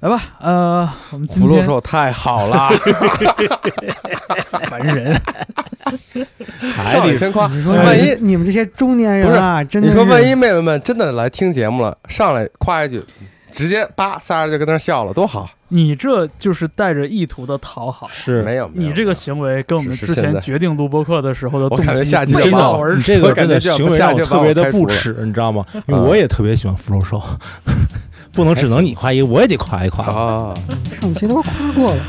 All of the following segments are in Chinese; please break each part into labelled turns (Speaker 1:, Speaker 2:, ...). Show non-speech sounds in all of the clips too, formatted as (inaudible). Speaker 1: 来吧，呃，我们今
Speaker 2: 福禄
Speaker 1: 天
Speaker 2: 寿太好了，
Speaker 1: (laughs) 烦人， (laughs)
Speaker 2: 还得先夸。
Speaker 3: 你说
Speaker 2: 啊哎万一
Speaker 3: 你你们这些中年人啊，真的
Speaker 2: 你
Speaker 3: 是
Speaker 2: 说万一妹妹们真的来听节目了，上来夸一句，直接叭，仨人就跟那儿笑了，多好！
Speaker 1: 你这就是带着意图的讨好。
Speaker 4: 是
Speaker 2: 没有，没有
Speaker 1: 你这个行为跟我们之
Speaker 2: 是是现
Speaker 1: 前
Speaker 2: 在
Speaker 1: 决定录播课的时候的
Speaker 2: 我
Speaker 1: 动
Speaker 2: 感觉
Speaker 1: 机
Speaker 2: 下期
Speaker 1: 背
Speaker 4: 真
Speaker 2: 就把
Speaker 1: 道
Speaker 2: 我
Speaker 1: 而
Speaker 4: 的，你
Speaker 1: 驰。
Speaker 4: 这个
Speaker 2: 我感
Speaker 4: 真
Speaker 2: 觉就要
Speaker 4: 的行为让
Speaker 2: 下
Speaker 4: 我
Speaker 2: 去把
Speaker 4: 特
Speaker 2: 我
Speaker 4: 别的
Speaker 2: 开除
Speaker 4: 不
Speaker 2: 了
Speaker 4: 耻，你知道吗？因为
Speaker 2: 嗯
Speaker 4: 我也特别喜欢福禄寿，不能只能你夸一个，我也得夸一夸。
Speaker 2: 啊，
Speaker 3: 上期都夸过了，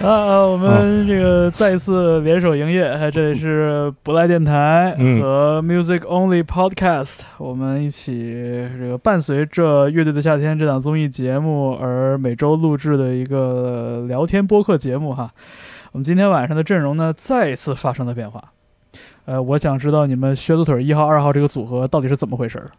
Speaker 1: 啊，我
Speaker 4: 嗯
Speaker 1: 们这个再一次联手营业，哎这里是不赖电台
Speaker 4: 嗯
Speaker 1: 和 Music Only Podcast，、我们一起这个伴随着《乐队的夏天》这档综艺节目而每周录制的一个聊天播客节目哈。我们今天晚上的阵容呢，再一次发生了变化。呃，我想知道你们靴子腿一号、二号这个组合到底是怎么回事儿。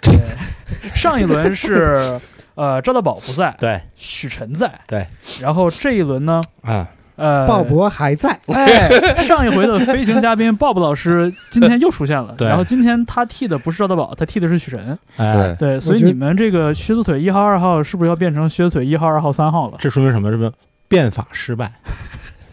Speaker 1: 对，
Speaker 4: (laughs)
Speaker 1: 上一轮是呃赵大宝不在，
Speaker 4: 对
Speaker 1: 许晨在，
Speaker 4: 对，
Speaker 1: 然后这一轮呢，
Speaker 4: 啊，
Speaker 1: 呃，
Speaker 3: 鲍勃还在，
Speaker 1: 哎， (laughs) 上一回的飞行嘉宾鲍勃老师今天又出现了，
Speaker 4: 对
Speaker 1: 然后今天他替的不是赵大宝，他替的是许晨，
Speaker 4: 哎，
Speaker 2: 对，
Speaker 1: 对，所以
Speaker 3: 觉得
Speaker 1: 你们这个靴子腿一号、二号是不是要变成靴子腿一号、二号、三号了？
Speaker 4: 这说明什么？这么变法失败，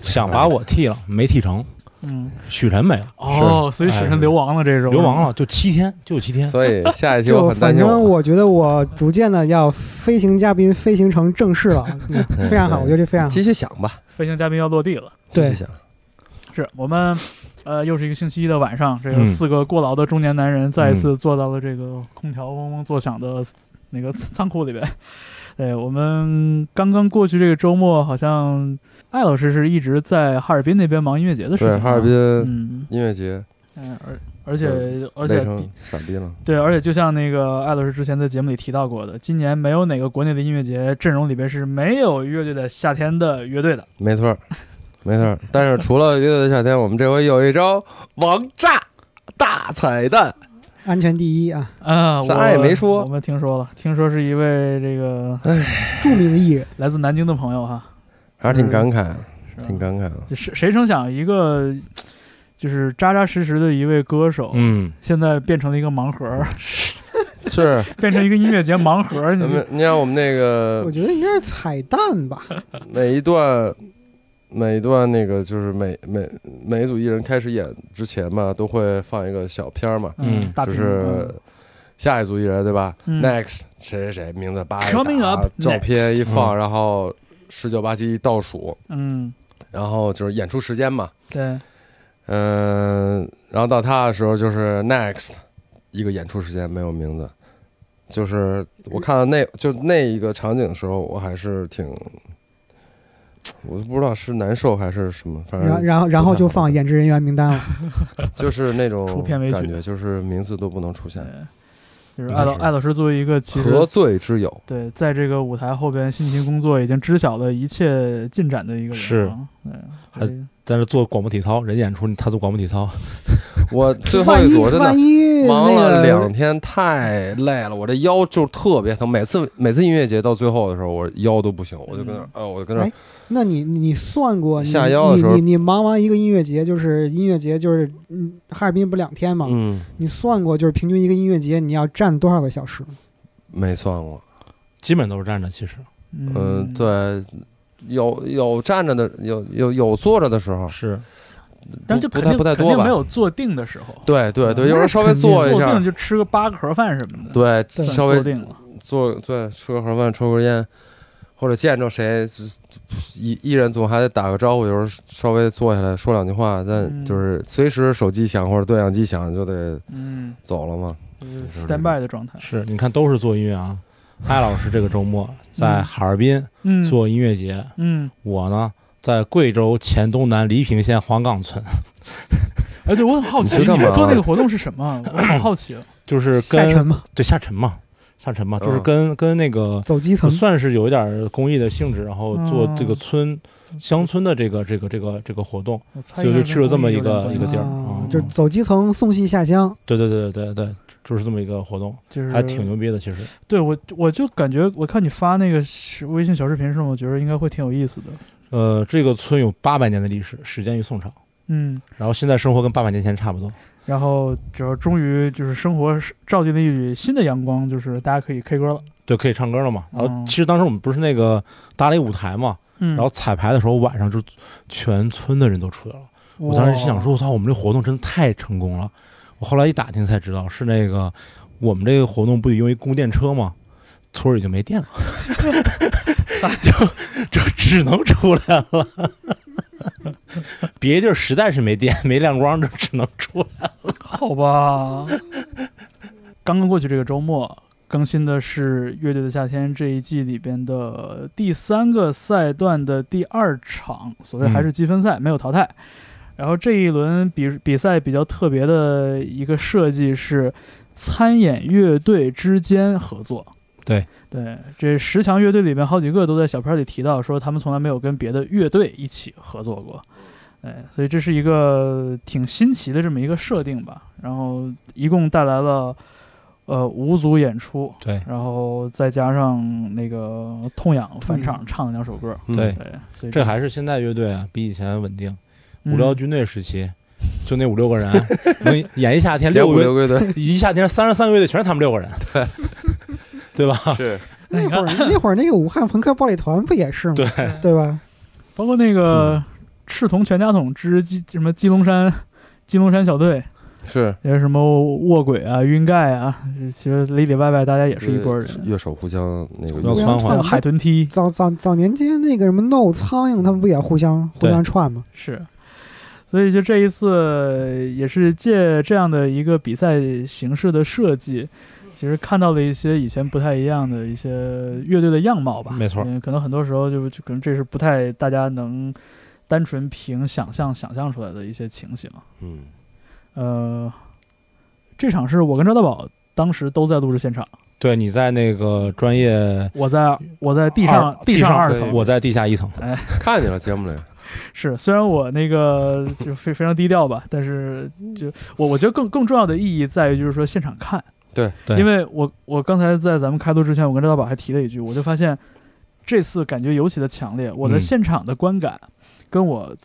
Speaker 4: 想把我剃了没剃成，
Speaker 1: 嗯，
Speaker 4: 许晨没了，
Speaker 1: 哦，所以许晨流亡了，这种
Speaker 4: 流亡，了，就七天，就有七天。
Speaker 2: 所以下一期
Speaker 3: 就
Speaker 2: 我很担
Speaker 3: 反
Speaker 2: 心
Speaker 3: 正
Speaker 2: 我
Speaker 3: 我觉得我逐渐的要飞行嘉宾飞行成正
Speaker 2: (laughs)
Speaker 3: 式了，嗯
Speaker 2: 嗯
Speaker 3: 非常好，
Speaker 2: 对
Speaker 3: 我觉得这非常好
Speaker 2: 继。续想吧，
Speaker 1: 飞行嘉宾要落地了。
Speaker 2: 继续
Speaker 3: 对
Speaker 2: 想，
Speaker 1: 是我们，呃，又是一个星期一的晚上，这个
Speaker 4: 嗯
Speaker 1: 四个过劳的中年男人再一
Speaker 2: 嗯
Speaker 1: 次坐到了这个空调嗡嗡作响的那个仓库里边。对我们刚刚过去这个周末，好像艾老师是一直在哈尔滨那边忙音乐节的事
Speaker 2: 对，
Speaker 1: 情。
Speaker 2: 哈尔滨，
Speaker 1: 嗯
Speaker 2: 音乐节
Speaker 1: 嗯，而而且
Speaker 2: 对
Speaker 1: 而
Speaker 2: 累
Speaker 1: 且
Speaker 2: 成闪避了，
Speaker 1: 对，而且就像那个艾老师之前在节目里提到过的，今年没有哪个国内的音乐节阵容里边是没有乐队的夏天的乐队的。
Speaker 2: 没 (laughs) 错儿，没错儿。但是除了乐队的夏天，我们这回有一张王炸大彩蛋，
Speaker 3: 安全第一啊，
Speaker 1: 啊，我
Speaker 2: 啥也没说
Speaker 1: 我们听说了，听说是一位这个
Speaker 3: 著名艺人，
Speaker 1: 来自南京的朋友哈，
Speaker 2: 还是挺感慨的，
Speaker 1: 嗯是吧
Speaker 2: 挺感慨的。
Speaker 1: 就谁谁成想一个就是扎扎实实的一位歌手，
Speaker 4: 嗯，
Speaker 1: 现在变成了一个盲盒儿， (laughs)
Speaker 2: 是，
Speaker 1: 变成一个音乐节盲盒儿，你
Speaker 2: 咱们你看我们那个
Speaker 3: 我觉得应该是彩蛋吧。
Speaker 2: 每一段，每一段那个就是每每每一组艺人开始演之前嘛，都会放一个小片儿嘛，
Speaker 1: 嗯
Speaker 4: 嗯
Speaker 1: 大
Speaker 2: 就
Speaker 1: 屏
Speaker 2: 是
Speaker 1: 幕
Speaker 2: 下一组艺人对吧、
Speaker 1: 嗯
Speaker 2: n e x t 谁谁谁名字叭一
Speaker 1: Coming
Speaker 2: 打
Speaker 1: up，
Speaker 2: 照片一
Speaker 4: next
Speaker 2: 放，然后十九八七倒数，
Speaker 1: 嗯，
Speaker 2: 然后就是演出时间嘛，
Speaker 1: 对，
Speaker 2: 嗯、然后到他的时候就是 next 一个演出时间没有名字。就是我看到那就那一个场景的时候，我还是挺，我都不知道是难受还是什么，反
Speaker 3: 然后
Speaker 2: 正
Speaker 3: 然后然后就
Speaker 2: 呃不太好
Speaker 3: 放演职人员名单了。
Speaker 2: 就是那种
Speaker 1: 出片尾曲
Speaker 2: 感觉，就是名字都不能出现。
Speaker 1: 对，就是艾老
Speaker 2: 就是
Speaker 1: 艾老师作为一个其
Speaker 2: 何
Speaker 1: 实
Speaker 2: 罪之有？
Speaker 1: (laughs) 对在这个舞台后边辛勤工作，已经知晓了一切进展的一个人
Speaker 4: 是
Speaker 1: 啊，对
Speaker 4: 还
Speaker 1: 所以
Speaker 4: 在那做广播体操，人演出，他做广播体操，
Speaker 2: 我最后
Speaker 3: 万
Speaker 2: 一
Speaker 3: 一
Speaker 2: 组真
Speaker 3: 万
Speaker 2: 的
Speaker 3: 一
Speaker 2: 忙
Speaker 3: 那
Speaker 2: 了
Speaker 3: 个
Speaker 2: 两天，太累了，我这腰就特别疼。每次每次音乐节到最后的时候，我腰都不行，我就跟那儿，呃，我就跟那儿
Speaker 3: 哎，那你你你算过你
Speaker 2: 下腰的时候
Speaker 3: 你你你忙完一个音乐节，就是音乐节就是嗯，哈尔滨不两天嘛？
Speaker 2: 嗯，
Speaker 3: 你算过就是平均一个音乐节你要站多少个小时吗？
Speaker 2: 没算过。
Speaker 4: 基本都是站着。其实
Speaker 1: 嗯
Speaker 2: 呃嗯，对，有有站着的，有有有坐着的时候，
Speaker 4: 是
Speaker 1: 但就
Speaker 2: 不
Speaker 1: 肯
Speaker 2: 太
Speaker 1: 定
Speaker 2: 不太
Speaker 1: 肯
Speaker 2: 多
Speaker 1: 定
Speaker 2: 吧
Speaker 1: 没？有坐定的时候，
Speaker 2: 对对对，
Speaker 3: 那
Speaker 2: 有时候稍微
Speaker 3: 肯定
Speaker 2: 坐一
Speaker 1: 坐
Speaker 2: 下
Speaker 1: 定，就吃个八壳饭什么的，
Speaker 2: 对，
Speaker 3: 对
Speaker 1: 算
Speaker 2: 稍微
Speaker 1: 坐定了。
Speaker 2: 坐对吃个盒饭，抽根烟，或者见着谁，就一一人总还得打个招呼，有时候稍微坐下来说两句话，但
Speaker 1: 嗯
Speaker 2: 就是随时手机响或者对讲机响就得
Speaker 1: 嗯
Speaker 2: 走了嘛。
Speaker 1: 就是
Speaker 2: 是
Speaker 1: ，stand by 的状态。
Speaker 4: 是，你看都是做音乐啊。艾老师这个周末在哈尔滨
Speaker 1: 嗯，
Speaker 4: 做音乐节，
Speaker 1: 嗯，
Speaker 4: 我呢在贵州黔东南黎平县黄岗村， (laughs)
Speaker 1: 哎，对我很好奇，
Speaker 2: 你
Speaker 1: 你
Speaker 2: 去干嘛
Speaker 1: 们做那个活动是什么？啊我好好奇了。
Speaker 4: 就是
Speaker 3: 下沉
Speaker 4: 跟
Speaker 3: 嘛，
Speaker 4: 对下沉嘛，下沉嘛，就是
Speaker 2: 嗯
Speaker 4: 跟跟那个
Speaker 3: 走基层，
Speaker 4: 算是有一点公益的性质，然后做这个
Speaker 1: 嗯
Speaker 4: 村乡村的这个这个这个这个活动。
Speaker 1: 我猜
Speaker 4: 所以
Speaker 1: 应该
Speaker 4: 就去了这么一
Speaker 1: 跟
Speaker 4: 个
Speaker 1: 公益
Speaker 4: 一个地儿
Speaker 3: 啊
Speaker 4: 嗯
Speaker 3: 就是走基层送戏下乡，
Speaker 4: 对对对对对对，就是这么一个活动，
Speaker 1: 有点关系，就是
Speaker 4: 还挺。牛逼的。其实
Speaker 1: 对我，我就感觉我看你发那个是微信小视频的时候，我觉得应该会挺有意思的。
Speaker 4: 呃，这个村有八百年的历史，始建于宋朝，
Speaker 1: 嗯，
Speaker 4: 然后现在生活跟八百年前差不多。
Speaker 1: 然后就是终于就是生活是照进了一缕新的阳光，就是大家可以 K 歌了。
Speaker 4: 对，可以唱歌了嘛。然后
Speaker 1: 嗯
Speaker 4: 其实当时我们不是那个搭了一舞台嘛，
Speaker 1: 嗯，
Speaker 4: 然后彩排的时候晚上就全村的人都出来了。我当时心想说，我操，我们这活动真的太成功了。我后来一打听才知道，是那个我们这个活动不得用一供电车吗？村儿已经没电 (laughs) 了，就就只能出来了。别地儿实在是没电、没亮光，就只能出来。
Speaker 1: (laughs) 好吧。刚刚过去这个周末更新的是《乐队的夏天》这一季里边的第三个赛段的第二场，所谓还是积分赛，没有淘汰。然后这一轮比比赛比较特别的一个设计是参演乐队之间合作。
Speaker 4: 对
Speaker 1: 对，这十强乐队里面好几个都在小片里提到说，他们从来没有跟别的乐队一起合作过。哎，所以这是一个挺新奇的这么一个设定吧。然后一共带来了呃五组演出，
Speaker 4: 对
Speaker 1: 然后再加上那个痛痒返场唱了两首歌，
Speaker 2: 嗯
Speaker 4: 对，
Speaker 1: 对，所以
Speaker 4: 这还是现在乐队啊，比以前稳定。
Speaker 1: 嗯
Speaker 4: 无聊军队时期，就那五六个 (laughs) 人能演一夏
Speaker 1: 哎
Speaker 4: 天，
Speaker 2: 连
Speaker 4: 六
Speaker 2: 五
Speaker 4: 个
Speaker 2: 六
Speaker 4: 月，
Speaker 2: 个队
Speaker 4: 一夏天三十三个月的全是他们六个人，对对吧？
Speaker 2: 是
Speaker 1: 那
Speaker 3: 那
Speaker 1: 你
Speaker 3: 会儿 (laughs)
Speaker 1: 看，
Speaker 3: 那会儿那个武汉朋克暴力团不也是吗？
Speaker 4: 对
Speaker 3: 对吧？
Speaker 1: 包括那
Speaker 4: 嗯
Speaker 1: 个赤铜全家桶之鸡什么鸡龙山。鸡龙山小队，
Speaker 2: 是，
Speaker 1: 也是什么卧轨啊、晕盖啊，这其实里里外外大家也是一拨人。
Speaker 2: 乐手互相那个
Speaker 4: 要
Speaker 2: 用
Speaker 4: 窜
Speaker 1: 还
Speaker 4: 换
Speaker 1: 有，海豚踢
Speaker 3: 早早早年间那个什么 No 苍蝇，他们不也互相互
Speaker 4: 对
Speaker 3: 相串吗？
Speaker 1: 是，所以就这一次也是借这样的一个比赛形式的设计，其实看到了一些以前不太一样的一些乐队的样貌吧。
Speaker 4: 没错
Speaker 1: 嗯，可能很多时候就就可能这是不太大家能单纯凭想象想象出来的一些情形。
Speaker 2: 嗯，
Speaker 1: 呃，这场是我跟赵大宝当时都在录制现场，
Speaker 4: 对你在那个专业
Speaker 1: 我在我在地上
Speaker 4: 地
Speaker 1: 上二
Speaker 2: 可以
Speaker 1: 层，
Speaker 4: 我在地下一层。
Speaker 2: 看见了节目里，
Speaker 1: 是，虽然我那个就非非常低调吧，但是就我我觉得更更重要的意义在于就是说现场看，
Speaker 2: 对
Speaker 4: 对
Speaker 1: 因为我我刚才在咱们开录之前，我跟赵大宝还提了一句，我就发现这次感觉尤其的强烈，我的
Speaker 4: 嗯
Speaker 1: 现场的观感跟我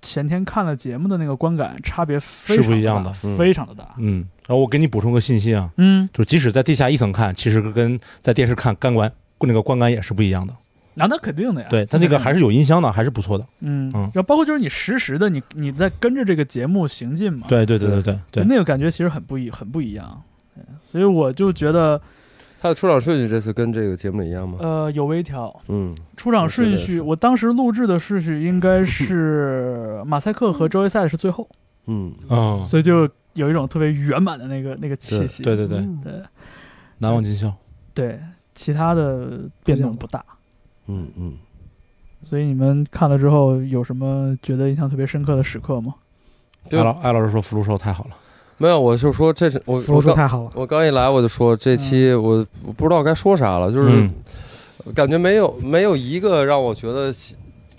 Speaker 1: 前天看了节目的那个观感差别非
Speaker 4: 是
Speaker 1: 常
Speaker 4: 不一样
Speaker 1: 的
Speaker 4: 的
Speaker 1: 大，
Speaker 2: 嗯
Speaker 1: 非常的大，
Speaker 4: 嗯，然后我给你补充个信息啊，
Speaker 1: 嗯，
Speaker 4: 就是即使在地下一层看，其实跟在电视看感官那个观感也是不一样的。
Speaker 1: 那、那肯定的呀，
Speaker 4: 对，它那个还是有音箱的，还是不错的。
Speaker 1: 嗯，
Speaker 4: 嗯
Speaker 1: 然后包括就是你实时的你你在跟着这个节目行进嘛，
Speaker 4: 对对对对对对，
Speaker 1: 那个感觉其实很不一很不一样，对所以我就觉得。
Speaker 2: 他的出场顺序这次跟这个节目一样吗？
Speaker 1: 呃，有微调。
Speaker 2: 嗯，
Speaker 1: 出场顺
Speaker 2: 我觉得也
Speaker 1: 序，
Speaker 2: 是
Speaker 1: 我当时录制的顺序应该是 (laughs) 马赛克和周围赛是最后，
Speaker 2: 嗯，
Speaker 4: 嗯，
Speaker 1: 所以就有一种特别圆满的那个那个气
Speaker 2: 对
Speaker 1: 息。
Speaker 4: 对对对，
Speaker 3: 嗯
Speaker 1: 对
Speaker 4: 难忘今宵。
Speaker 1: 对其他的变动不大。
Speaker 2: 嗯嗯，
Speaker 1: 所以你们看了之后有什么觉得印象特别深刻的时刻吗？
Speaker 2: 对
Speaker 4: 艾老艾老师说福禄寿太好了，
Speaker 2: 没有，我就说这是我
Speaker 3: 服
Speaker 2: 我
Speaker 3: 务说
Speaker 2: 刚
Speaker 3: 太好了，
Speaker 2: 我刚一来我就说这期我我不知道该说啥了，就是
Speaker 4: 嗯
Speaker 2: 感觉没有没有一个让我觉得喜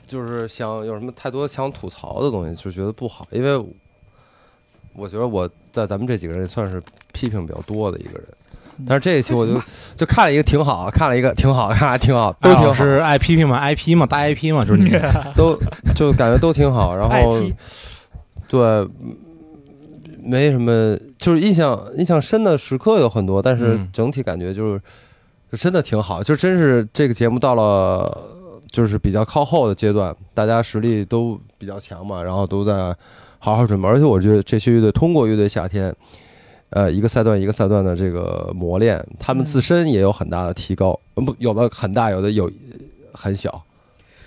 Speaker 2: 就是想有什么太多想吐槽的东西，就觉得不好，因为我觉得我在咱们这几个人也算是批评比较多的一个人
Speaker 1: 嗯。
Speaker 2: 但是这一期我就就看了一个挺好，看了一个挺好，看了挺好，都
Speaker 4: 艾
Speaker 2: 挺
Speaker 4: 老
Speaker 2: 好，
Speaker 4: 师爱批评嘛，IP 嘛，大 IP 嘛，就是你。
Speaker 2: 都就感觉都挺好。然后
Speaker 1: IP
Speaker 2: 对，嗯没什么，就是印象印象深的时刻有很多，但是
Speaker 4: 嗯
Speaker 2: 整体感觉就是，就真的挺好，就真是这个节目到了就是比较靠后的阶段，大家实力都比较强嘛，然后都在好好准备。而且我觉得这些乐队通过乐队夏天，呃，一个赛段一个赛段的这个磨练，他们自身也有很大的提高，呃不，有的很大，有的有很小，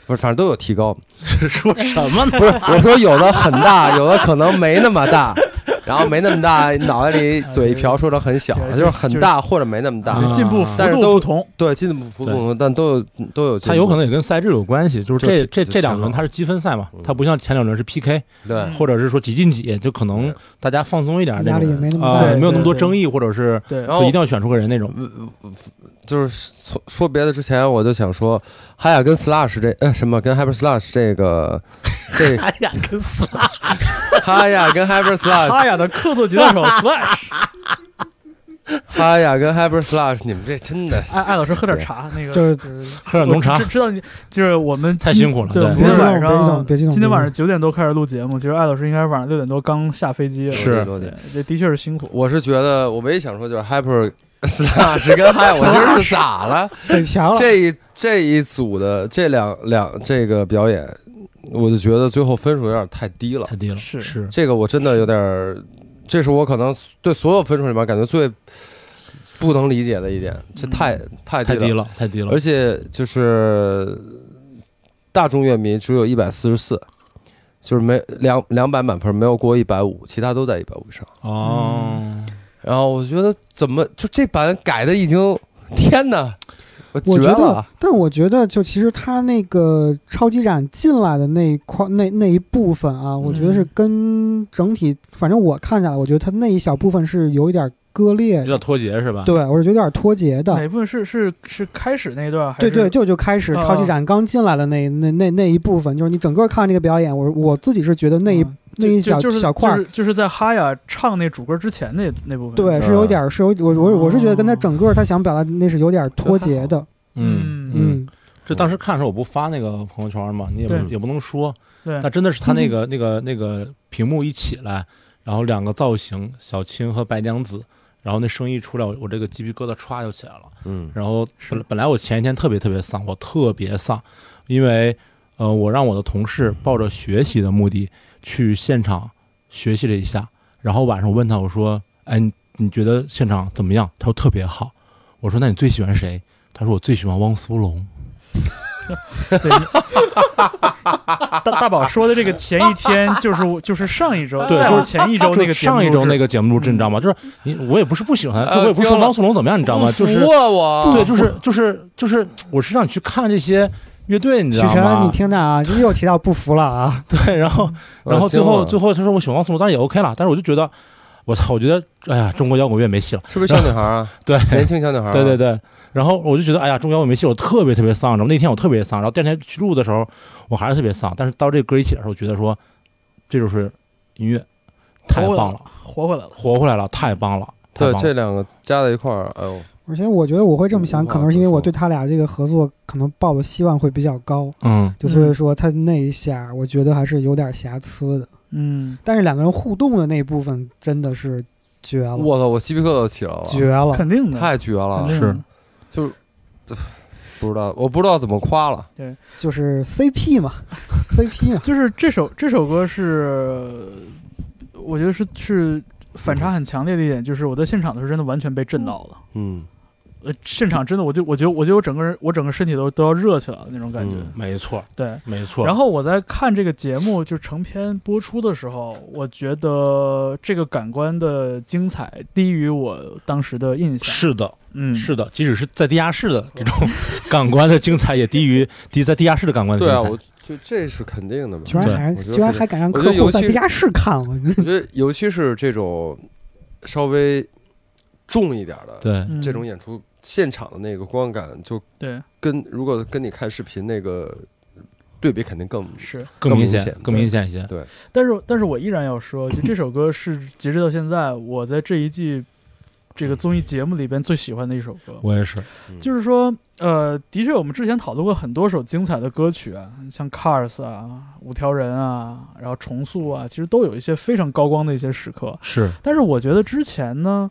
Speaker 2: 不是，反正都有提高。
Speaker 1: (laughs)
Speaker 4: 说什么呢？
Speaker 2: 不是，我说有的很大，有的可能没那么大，然后没那么大，脑袋里嘴一瓢说成很小，就是嗯很大或者没那么大。
Speaker 4: 啊
Speaker 1: 进步幅
Speaker 2: 但是
Speaker 1: 度
Speaker 2: 都
Speaker 1: 不同，
Speaker 2: 对，进步幅度不同，但都有都有进步。
Speaker 4: 它有可能也跟赛制有关系，就是这
Speaker 2: 就
Speaker 4: 这
Speaker 2: 就
Speaker 4: 这两轮
Speaker 2: 挺好
Speaker 4: 它是积分赛嘛
Speaker 2: 嗯，
Speaker 4: 它不像前两轮是 PK，
Speaker 2: 对
Speaker 4: 或者是说几进几，就可能大家放松一点
Speaker 3: 压
Speaker 4: 那
Speaker 3: 力也
Speaker 4: 种
Speaker 3: 没那么
Speaker 4: 啊
Speaker 3: 大。，
Speaker 1: 对
Speaker 3: (laughs)
Speaker 4: 没有那么多
Speaker 1: 对
Speaker 4: 争议，或者是
Speaker 1: 对
Speaker 2: 然，后
Speaker 4: 说一定要选出个人那种。
Speaker 2: 就是说说别的之前，我就想说，哈雅跟 Slash 这呃什么跟 Hyper Slash 这 (laughs) 个这
Speaker 4: 哎呀，跟死了！
Speaker 2: 哈雅跟 Hyper Slash
Speaker 1: 哈雅的客座吉他手 (laughs) Slash，
Speaker 2: 哈雅跟 Hyper Slash，你们这真的
Speaker 1: 哎艾艾老师喝点茶，那个
Speaker 3: 就是
Speaker 1: 是
Speaker 4: 喝点浓茶
Speaker 1: 我知，知道你就是我们
Speaker 4: 太
Speaker 1: 今
Speaker 4: 辛苦了
Speaker 1: 对，
Speaker 4: 对
Speaker 1: 我们今天晚
Speaker 3: 别激动
Speaker 1: 上
Speaker 3: 别激动别激动
Speaker 1: 今天晚上九点多开始录节目，其实艾老师应该是晚上六点多刚下飞机了，
Speaker 2: 是
Speaker 1: 对，这的确是辛苦。
Speaker 2: 我是觉得，我唯一想说就是 Hyper Slash 跟 Hyper，我今儿是咋了？
Speaker 3: 嘴瓢了，
Speaker 2: 这一这一组的这两两这个表演，我就觉得最后分数有点太低了
Speaker 4: 太。低了，
Speaker 1: 是
Speaker 4: 是
Speaker 2: 这个我真的有点儿，这是我可能对所有分数里面感觉最不能理解的一点，这太、太低
Speaker 4: 太
Speaker 2: 了。
Speaker 4: 低了，太低了
Speaker 2: 而。且就是大众乐迷只有一百四十四，就是没两两百满分，没有过一百五，其他都在一百五以上。
Speaker 4: 哦，
Speaker 2: 然后我觉得怎么就这版改的已经天哪，我
Speaker 3: 我
Speaker 2: 绝
Speaker 3: 觉得
Speaker 2: 了！，啊
Speaker 3: 但我觉得就其实他那个超级展进来的那一块那那一部分啊，我觉得是跟整体，反正我看下来，我觉得他那一小部分是有一点割裂
Speaker 4: 有，点脱节是吧？
Speaker 3: 对我是觉得有点脱节的
Speaker 1: 哪。一部分是是是开始那一段？还
Speaker 3: 对
Speaker 1: 是
Speaker 3: 对，就就开始
Speaker 1: 啊
Speaker 3: 超级展刚进来的那那那那一部分，就是你整个看这个表演，我我自己是觉得那一
Speaker 1: 嗯
Speaker 3: 那一
Speaker 1: 就
Speaker 3: 小
Speaker 1: 就是
Speaker 3: 小块
Speaker 1: 就
Speaker 3: 儿，
Speaker 1: 是就是在哈雅唱那主歌之前那那部分。
Speaker 4: 嗯
Speaker 3: 对，是有点儿是有我我我是觉得
Speaker 1: 哦
Speaker 3: 跟他整个他想表达的那是有点脱节的，
Speaker 4: 嗯嗯，
Speaker 3: 嗯，
Speaker 4: 这当时看的时候我不发那个朋友圈嘛，你也不
Speaker 1: 对
Speaker 4: 也不能说，
Speaker 1: 对
Speaker 4: 但真的是他那个那 (laughs) 个那个屏幕一起来，然后两个造型，小青和白娘子，然后那声音一出来，我我这个鸡皮疙瘩歘就起来了。
Speaker 2: 嗯
Speaker 4: 然后本本来我前一天特别特别丧，我特别丧，因为呃，我让我的同事抱着学习的目的去现场学习了一下，然后晚上我问他，我说：“哎，你你觉得现场怎么样？”他说：“特别好。”我说：“那你最喜欢谁？”他说：“我最喜欢汪苏泷。
Speaker 1: 大大宝说的这个前一天就是就是上一周，
Speaker 4: 对
Speaker 1: 再
Speaker 4: 就
Speaker 1: 往
Speaker 4: 是
Speaker 1: 前一周”那
Speaker 4: 就
Speaker 1: 个节目
Speaker 4: 上一周那
Speaker 1: 个
Speaker 4: 个节目录制，你知道吗？就是你，我也不是不喜欢他，就我也不是
Speaker 2: 呃
Speaker 4: 说
Speaker 2: 听了
Speaker 4: 汪苏泷怎么样，你知道吗？就
Speaker 2: 不
Speaker 4: 是
Speaker 2: 服啊我，
Speaker 4: 对，就是就是就是，我是让你去看这些乐队，你知
Speaker 3: 许
Speaker 4: 道
Speaker 3: 晨，
Speaker 4: 吗
Speaker 3: 你？听着啊，又提到不服
Speaker 1: (laughs)
Speaker 3: 了啊，
Speaker 4: 对，然后
Speaker 2: 我啊
Speaker 4: 然后最后
Speaker 2: 惊了
Speaker 4: 最后他说我喜欢汪苏泷，当然也 OK 了，但是我就觉得，我操，我觉得哎呀，中国摇滚乐没戏了。
Speaker 2: 是不是小女孩 (laughs) 啊？
Speaker 4: (laughs) 对
Speaker 2: 年轻小女孩、啊。
Speaker 4: 对对对，然后我就觉得哎呀，中国摇滚没戏，我特别特别丧。然后那天我特别丧，然后第二天去录的时候我还是特别丧，但是到这歌一起的时候，我觉得说这就是音乐，太棒了，
Speaker 1: 活回来了。
Speaker 4: 活回来了，太棒了，太
Speaker 2: 对
Speaker 4: 棒
Speaker 2: 这
Speaker 4: 了。
Speaker 2: 两个加在一块儿，哎呦，
Speaker 3: 而且我觉得我会这么想，
Speaker 2: 无话
Speaker 3: 可能是因为
Speaker 2: 可说
Speaker 3: 我对他俩这个合作可能抱的希望会比较高，
Speaker 4: 嗯，
Speaker 3: 就所以说他那一下我觉得还是有点瑕疵的，
Speaker 1: 嗯，
Speaker 3: 但是两个人互动的那一部分真的是绝了，
Speaker 2: 我操，我鸡皮疙瘩都起来了，
Speaker 3: 绝了，
Speaker 1: 肯定的，
Speaker 2: 太绝
Speaker 1: 肯
Speaker 2: 了，
Speaker 1: 定的
Speaker 4: 是
Speaker 2: 就是这不知道，我不知道怎么夸了。
Speaker 3: 就是 CP 嘛
Speaker 1: (laughs)
Speaker 3: ，CP 嘛，
Speaker 1: 就是这首这首歌是，我觉得是是反差很强烈的一点，就是我在现场的时候真的完全被震到了。
Speaker 2: 嗯，
Speaker 1: 呃，现场真的，我就我觉得，我觉得我整个人，我整个身体都都要热起来了那种感觉。
Speaker 2: 嗯
Speaker 4: 没错，
Speaker 1: 对，
Speaker 4: 没错。
Speaker 1: 然后我在看这个节目就成片播出的时候，我觉得这个感官的精彩低于我当时的印象。
Speaker 4: 是的，
Speaker 1: 嗯，
Speaker 4: 是的，即使是在地下室的这种 (laughs) 感官的精彩，也低于低在地下室的感官的
Speaker 2: 对啊，
Speaker 4: 精
Speaker 2: 我
Speaker 4: 彩。
Speaker 2: 就这是肯定的嘛。
Speaker 3: 居然
Speaker 4: 对
Speaker 3: 还
Speaker 2: 我觉得
Speaker 3: 居然
Speaker 2: 是
Speaker 3: 还敢
Speaker 2: 我
Speaker 3: 让客
Speaker 2: 觉得
Speaker 3: 户在
Speaker 2: 尤其
Speaker 3: 地下室看我，
Speaker 2: 我觉得尤其是这种稍微重一点的
Speaker 4: 对，
Speaker 1: 嗯
Speaker 2: 这种演出，现场的那个观感，就
Speaker 1: 对
Speaker 2: 跟如果跟你看视频那个对比，肯定更
Speaker 1: 是，
Speaker 4: 更
Speaker 2: 更
Speaker 4: 明
Speaker 2: 明
Speaker 4: 显
Speaker 2: 显，对
Speaker 4: 更明显一些。
Speaker 1: 但是但是我依然要说，就这首歌是截止到现在我在这一季这个综艺节目里边最喜欢的一首歌。
Speaker 4: 我也嗯是，
Speaker 1: 就是说，呃，的确，我们之前讨论过很多首精彩的歌曲啊，像 Cars 啊、五条人啊，然后重塑啊，其实都有一些非常高光的一些时刻。
Speaker 4: 是
Speaker 1: 但是我觉得之前呢，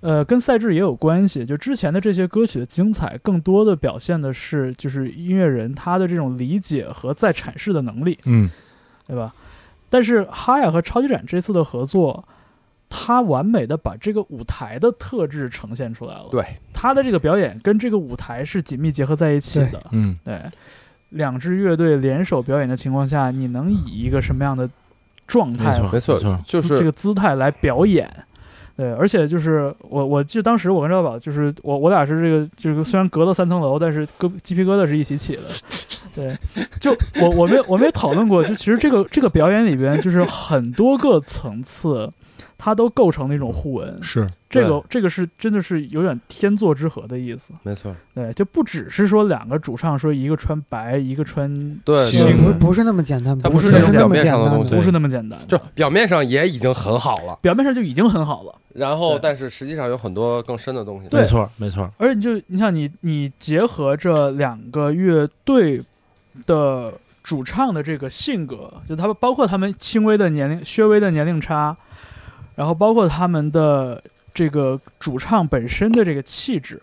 Speaker 1: 呃，跟赛制也有关系。就之前的这些歌曲的精彩，更多的表现的是就是音乐人他的这种理解和再阐释的能力，
Speaker 4: 嗯，
Speaker 1: 对吧？但是哈雅和超级展这次的合作，他完美的把这个舞台的特质呈现出来了。
Speaker 2: 嗯对，
Speaker 1: 他的这个表演跟这个舞台是紧密结合在一起的。
Speaker 4: 嗯，
Speaker 1: 对，两支乐队联手表演的情况下，你能以一个什么样的状
Speaker 4: 没
Speaker 1: 态
Speaker 4: 错，
Speaker 2: 没错
Speaker 4: 错，
Speaker 2: 就
Speaker 1: 这
Speaker 2: 是
Speaker 1: 个姿态来表演。对，而且就是我，我记得当时我跟赵宝，就是我，我俩是这个，就是虽然隔了三层楼，但是疙鸡皮疙瘩是一起起的。对，就我我们我们也讨论过，就其实这个这个表演里边，就是很多个层次，它都构成了一种互文。
Speaker 4: 是
Speaker 1: 这
Speaker 2: 对
Speaker 1: 个这个是真的是有点天作之合的意思。
Speaker 2: 没错，
Speaker 1: 对，就不只是说两个主唱说一个穿白，一个穿
Speaker 2: 对
Speaker 4: 行
Speaker 1: 星
Speaker 3: 不
Speaker 1: 的
Speaker 3: 不是那么简单，
Speaker 2: 它
Speaker 3: 不
Speaker 1: 不是那
Speaker 3: 那
Speaker 1: 种
Speaker 3: 么
Speaker 1: 表
Speaker 2: 面
Speaker 3: 简
Speaker 2: 上的
Speaker 3: 单
Speaker 2: 东西
Speaker 1: 不是那么简单的，
Speaker 2: 就表面上也已经很好了，
Speaker 1: 表面上就已经很好了。
Speaker 2: 然后
Speaker 1: 对
Speaker 2: 但是实际上有很多更深的东西。
Speaker 1: 对
Speaker 4: 没错没错，
Speaker 1: 而且你就你像你你结合这两个乐队的主唱的这个性格，就他们包括他们轻微的年龄、略微的年龄差，然后包括他们的这个主唱本身的这个气质，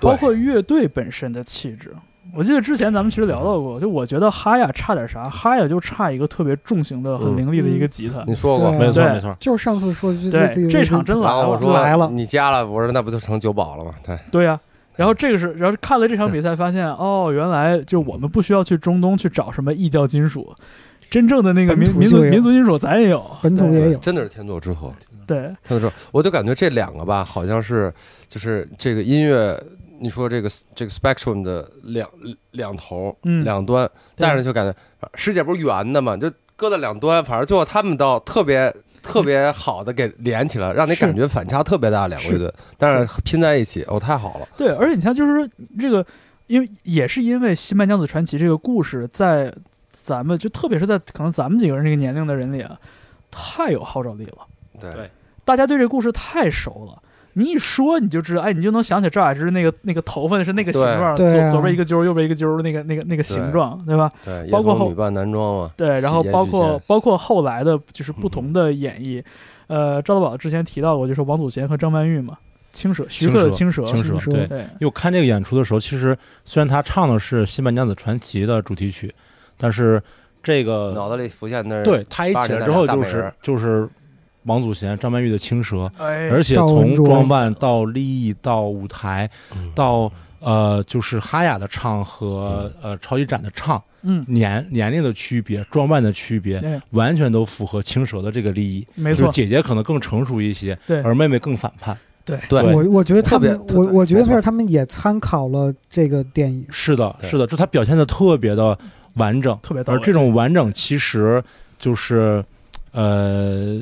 Speaker 2: 对
Speaker 1: 包括乐队本身的气质。我记得之前咱们其实聊到过，就我觉得哈雅差点啥，哈雅就差一个特别重型的、
Speaker 2: 嗯
Speaker 1: 很凌厉的一个吉他。
Speaker 2: 你说过，
Speaker 3: 对
Speaker 4: 没错
Speaker 1: 对
Speaker 4: 没错，
Speaker 3: 就是上次说的就类似
Speaker 1: 对，
Speaker 3: 于
Speaker 1: 这场真来
Speaker 2: 然后我
Speaker 1: 了，
Speaker 2: 说
Speaker 3: 来了
Speaker 2: 你加了，我说那不就成酒保了吗？对，
Speaker 1: 对呀、啊然后这个是，然后看了
Speaker 3: (laughs)
Speaker 1: 这场比赛，发现哦，原来就我们不需要去中东去找什么异教金属，真正的那个民
Speaker 3: 本土
Speaker 1: 民
Speaker 3: 就
Speaker 1: 族
Speaker 3: 有
Speaker 1: 民族金属咱也有，
Speaker 3: 本土也有，
Speaker 2: 真的是天作之合。
Speaker 1: 对
Speaker 2: 天作之合，我就感觉这两个吧，好像是就是这个音乐，你说这个这个 spectrum 的两两头、
Speaker 1: 嗯
Speaker 2: 两端，但是就感觉啊世界不是圆的嘛，就搁在两端，反正最后他们倒特别。特别好的给连起来，让你
Speaker 1: 是
Speaker 2: 感觉反差特别大，两个乐队，但是拼在一起，哦，太好了，
Speaker 1: 对，而且你像就是说这个，因为也是因为《新白娘子传奇》这个故事，在咱们就特别是在可能咱们几个人这个年龄的人里啊，太有号召力了，
Speaker 2: 对
Speaker 4: 对
Speaker 1: 大家对这故事太熟了。你一说你就知道，哎，你就能想起赵雅芝那个那个头发是那个形
Speaker 2: 对
Speaker 1: 状，
Speaker 3: 对
Speaker 1: 左
Speaker 3: 啊
Speaker 1: 左边一个揪儿，右边一个揪儿，那个那个那个形
Speaker 2: 对
Speaker 1: 状，对吧？
Speaker 2: 对，
Speaker 1: 包括
Speaker 2: 也从
Speaker 1: 后
Speaker 2: 女扮男装嘛，
Speaker 1: 对，然后
Speaker 2: 延续
Speaker 1: 包括
Speaker 2: 线
Speaker 1: 包括后来的，就是不
Speaker 4: 嗯
Speaker 1: 同的演绎。呃，赵德宝之前提到过，就是王祖贤和张曼玉嘛，青蛇，徐克的青蛇，
Speaker 4: 青蛇
Speaker 3: 听说
Speaker 4: 对。
Speaker 1: 对
Speaker 4: 因为我看这个演出的时候，其实虽然他唱的是《新白娘子传奇》的主题曲，但是这个
Speaker 2: 脑袋里浮现的是
Speaker 4: 对他一起来之后
Speaker 2: 八
Speaker 4: 就
Speaker 2: 十年代
Speaker 4: 是
Speaker 2: 大
Speaker 4: 就是王祖贤、张曼玉的《青蛇》，
Speaker 1: 哎，
Speaker 4: 而且
Speaker 3: 赵文
Speaker 4: 从
Speaker 3: 卓
Speaker 4: 装扮到立意到舞台
Speaker 2: 嗯
Speaker 4: 到呃就是哈雅的唱和呃超级展的唱
Speaker 1: 嗯，
Speaker 4: 年年龄的区别、装扮的区别，
Speaker 1: 对，
Speaker 4: 完全都符合青蛇的这个利益。
Speaker 1: 没
Speaker 4: 就
Speaker 1: 错
Speaker 4: 是，姐姐可能更成熟一些，
Speaker 1: 对
Speaker 4: 而妹妹更反叛。
Speaker 2: 对
Speaker 3: 我我觉得他们
Speaker 2: 特，别
Speaker 3: 我
Speaker 2: 特别
Speaker 3: 我觉得
Speaker 2: 没错
Speaker 3: 菲尔他们也参考了这个电影，
Speaker 4: 是的，
Speaker 2: 对
Speaker 4: 是的，就她表现的特别的完整，
Speaker 1: 特别到
Speaker 4: 而
Speaker 1: 位。
Speaker 4: 这种完整其实就是，呃，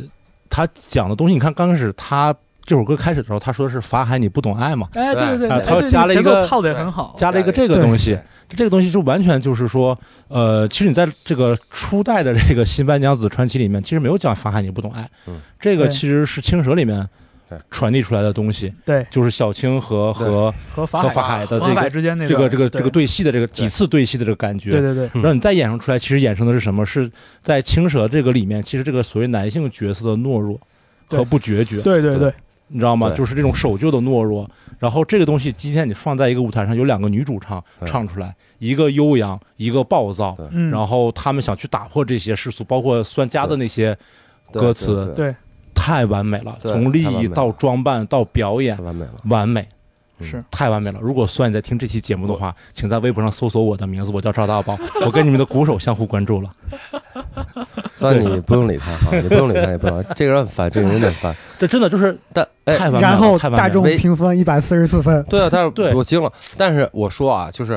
Speaker 4: 她讲的东西，你看刚开始她这首歌开始的时候，她说的是法海你不懂爱嘛，
Speaker 1: 哎，对对
Speaker 2: 啊
Speaker 1: 对，
Speaker 2: 他
Speaker 1: 对
Speaker 4: 加了一
Speaker 1: 前奏
Speaker 4: 个
Speaker 1: 套的也很好，
Speaker 4: 加了一个这个
Speaker 3: 对
Speaker 4: 东西，这个东西就完全就是说，呃，其实你在这个初代的这个《新白娘子传奇》里面，其实没有讲法海你不懂爱，
Speaker 2: 嗯
Speaker 4: 这个
Speaker 1: 对
Speaker 4: 其实是青蛇里面
Speaker 2: 对
Speaker 4: 传递出来的东西，
Speaker 1: 对
Speaker 4: 就是小青和
Speaker 2: 对
Speaker 4: 和
Speaker 1: 和法
Speaker 4: 和
Speaker 1: 海
Speaker 4: 法海的
Speaker 1: 和
Speaker 4: 这
Speaker 1: 法海
Speaker 4: 个
Speaker 1: 之间那
Speaker 4: 这个
Speaker 1: 段
Speaker 4: 这个这个
Speaker 1: 对
Speaker 4: 对戏的这个几次对戏的这个感觉，
Speaker 1: 对对对，
Speaker 2: 嗯
Speaker 4: 让你再衍生出来，其实衍生的是什么？是在青蛇这个里面，其实这个所谓男性角色的懦弱
Speaker 1: 对
Speaker 4: 和不决绝，
Speaker 1: 对对对，
Speaker 4: 你知道吗？
Speaker 2: 对
Speaker 4: 就是这种守旧的懦弱。然后这个东西，今天你放在一个舞台上，有两个女主唱
Speaker 2: 对
Speaker 4: 唱出来，一个悠扬，一个暴躁，
Speaker 2: 对
Speaker 1: 嗯，
Speaker 4: 然后他们想去打破这些世俗，包括酸家的那些
Speaker 2: 对
Speaker 4: 歌
Speaker 2: 对
Speaker 4: 词
Speaker 2: 对
Speaker 1: 对
Speaker 4: 太完美了，
Speaker 2: 对
Speaker 4: 从立
Speaker 2: 太完美
Speaker 4: 意
Speaker 2: 了
Speaker 4: 到装扮到表演
Speaker 2: 太，完美了，
Speaker 4: 完美。
Speaker 2: 嗯
Speaker 1: 是
Speaker 4: 太完美了！如果算你在听这期节目的话，请在微博上搜索我的名字，我叫赵大宝， (laughs) 我跟你们的鼓手相互关注了。
Speaker 2: 算
Speaker 4: 对
Speaker 2: 你不用理他哈，你不用理他，也不用，这个人很烦，这个人有点
Speaker 4: (laughs)
Speaker 2: 烦，
Speaker 4: 这真的就是
Speaker 2: 但哎，
Speaker 4: 太完美了，
Speaker 3: 然后
Speaker 4: 太完美了
Speaker 3: 大众
Speaker 2: 微
Speaker 3: 评分一百四十四分，
Speaker 2: 对啊，但
Speaker 4: 对
Speaker 2: 是我惊了，但是我说啊，就是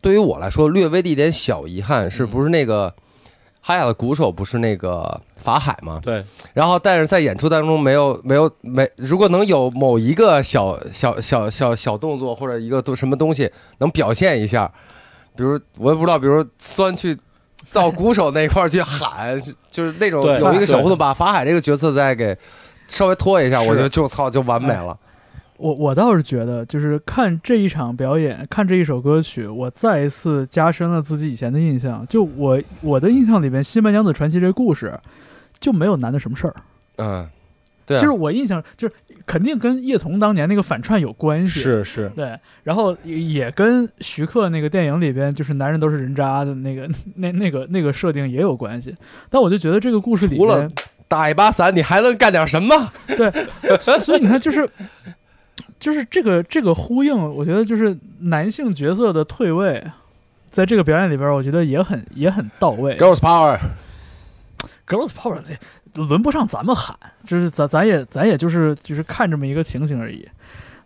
Speaker 2: 对于我来说，略微的一点小遗憾，
Speaker 4: 嗯
Speaker 2: 是不是那个哈雅的鼓手不是那个法海吗？
Speaker 4: 对
Speaker 2: 然后，但是在演出当中没有没有没，如果能有某一个小小小小小动作或者一个都什么东西能表现一下，比如我也不知道，比如酸去到鼓手那块儿去喊， (laughs) 就是那种
Speaker 4: 对
Speaker 2: 有一个小
Speaker 4: 对
Speaker 2: 互动，把法海这个角色再给稍微拖一下，
Speaker 4: 是
Speaker 2: 我觉得就操就完美了。
Speaker 1: 我我倒是觉得，就是看这一场表演，看这一首歌曲，我再一次加深了自己以前的印象。就我我的印象里边，《新白娘子传奇》这故事就没有难的什么事儿，
Speaker 2: 嗯，对啊，
Speaker 1: 就是我印象就是肯定跟叶童当年那个反串有关系，
Speaker 4: 是是，
Speaker 1: 对，然后也也跟徐克那个电影里边就是男人都是人渣的那个 (laughs) 那那个那个设定也有关系，但我就觉得这个故事里
Speaker 2: 除了
Speaker 1: 边，
Speaker 2: 打一把伞，你还能干点什么？
Speaker 1: (laughs) 所以所以你看就是。就是这个这个呼应，我觉得就是男性角色的退位，在这个表演里边，我觉得也很也很到位。
Speaker 2: Girls Power，
Speaker 1: girls power 这轮不上咱们喊，就是咱咱也咱也就是就是看这么一个情形而已。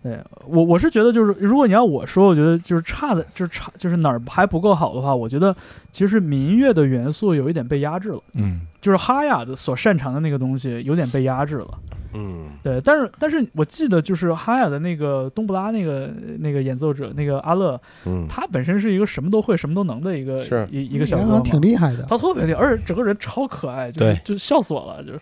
Speaker 1: 对我我是觉得就是如果你要我说，我觉得就是差的就是差就是哪儿还不够好的话，我觉得其实民乐的元素有一点被压制了，
Speaker 4: 嗯，
Speaker 1: 就是哈雅的所擅长的那个东西有点被压制了。
Speaker 2: 嗯，
Speaker 1: 对，但是但是我记得就是哈雅的那个东布拉那个那个演奏者那个阿乐，
Speaker 2: 嗯，
Speaker 1: 他本身是一个什么都会什么都能的一个
Speaker 2: 是
Speaker 1: (laughs) 一一个小
Speaker 3: 人
Speaker 1: 哥
Speaker 3: 好
Speaker 1: 嘛
Speaker 3: 像，嗯挺厉害的。
Speaker 1: 他特别厉害，而且整个人超可爱，就是
Speaker 4: 对
Speaker 1: 就笑死我了，就是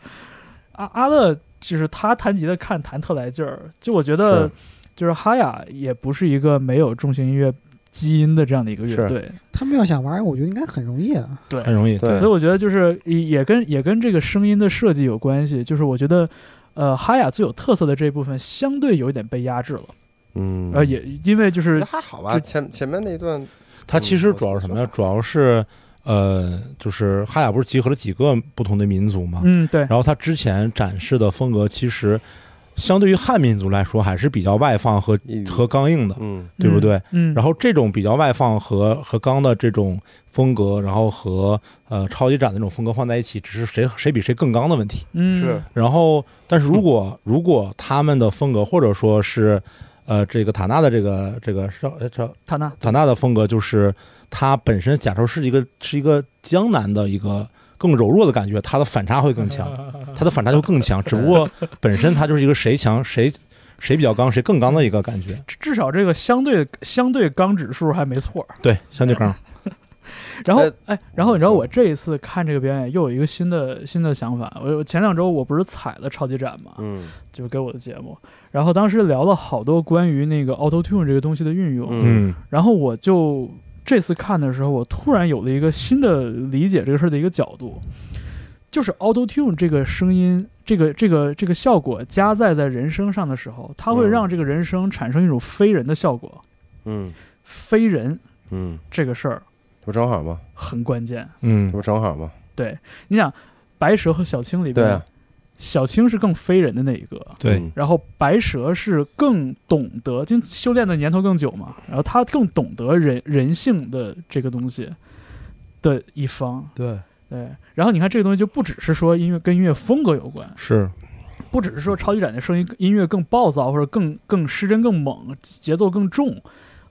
Speaker 1: 阿阿乐，就是他弹吉他看弹特来劲儿，就我觉得
Speaker 2: 是
Speaker 1: 就是哈雅也不是一个没有重型音乐基因的这样的一个乐
Speaker 2: 是
Speaker 1: 队，
Speaker 3: 他们要想玩，我觉得应该很容易啊。
Speaker 1: 对
Speaker 4: 很容易，
Speaker 2: 对
Speaker 1: 所以我觉得就是也也跟也跟这个声音的设计有关系，就是我觉得。呃，哈雅最有特色的这一部分相对有一点被压制了，
Speaker 2: 嗯，
Speaker 1: 呃，也因为就是
Speaker 2: 还好吧，
Speaker 1: 就
Speaker 2: 前前面那一段，
Speaker 4: 它其实主要是什么呀？主要是呃，就是哈雅不是集合了几个不同的民族嘛，
Speaker 1: 嗯，对，
Speaker 4: 然后它之前展示的风格其实相对于汉民族来说还是比较外放和和刚硬的，
Speaker 2: 嗯，
Speaker 4: 对不对？
Speaker 1: 嗯，
Speaker 4: 然后这种比较外放和和刚的这种风格，然后和呃超级展的那种风格放在一起，只是谁谁比谁更刚的问题。
Speaker 1: 嗯，
Speaker 2: 是
Speaker 4: 然后，但是如果如果他们的风格或者说是呃这个塔纳的这个这个少呃少
Speaker 1: 塔纳，
Speaker 4: 塔纳的风格就是它本身假如是一个是一个江南的一个更柔弱的感觉，它的反差会更强，它的反差就更强。只不过本身它就是一个谁强谁谁比较刚谁更刚的一个感觉，
Speaker 1: 至至少这个相对相对刚指数还没错，
Speaker 4: 对，相对刚。
Speaker 1: 然后
Speaker 2: 呃
Speaker 1: 哎，然后你知道我这一次看这个表演又有一个新的新的想法。我我前两周我不是踩了超级展嘛，
Speaker 2: 嗯
Speaker 1: 就是给我的节目，然后当时聊了好多关于那个 Auto Tune 这个东西的运用。
Speaker 2: 嗯
Speaker 1: 然后我就这次看的时候，我突然有了一个新的理解这个事儿的一个角度，就是 Auto Tune 这个声音，这个这个这个效果加载在人声上的时候，它会
Speaker 2: 嗯
Speaker 1: 让这个人声产生一种非人的效果。
Speaker 2: 嗯
Speaker 1: 非人
Speaker 2: 嗯，
Speaker 1: 这个事儿
Speaker 2: 这不正好吗？
Speaker 1: 很关键。
Speaker 4: 嗯
Speaker 2: 这不正好吗？
Speaker 1: 你想，白蛇和小青里
Speaker 2: 对
Speaker 1: 边，
Speaker 2: 啊，
Speaker 1: 小青是更非人的那一个，
Speaker 4: 对，
Speaker 2: 嗯
Speaker 1: 然后白蛇是更懂得，就修炼的年头更久嘛，然后他更懂得人人性的这个东西的一方。
Speaker 4: 对，
Speaker 1: 对，然后你看这个东西就不只是说音乐跟音乐风格有关，
Speaker 4: 是
Speaker 1: 不只是说超级展的声音音乐更暴躁或者更更失真更猛，节奏更重，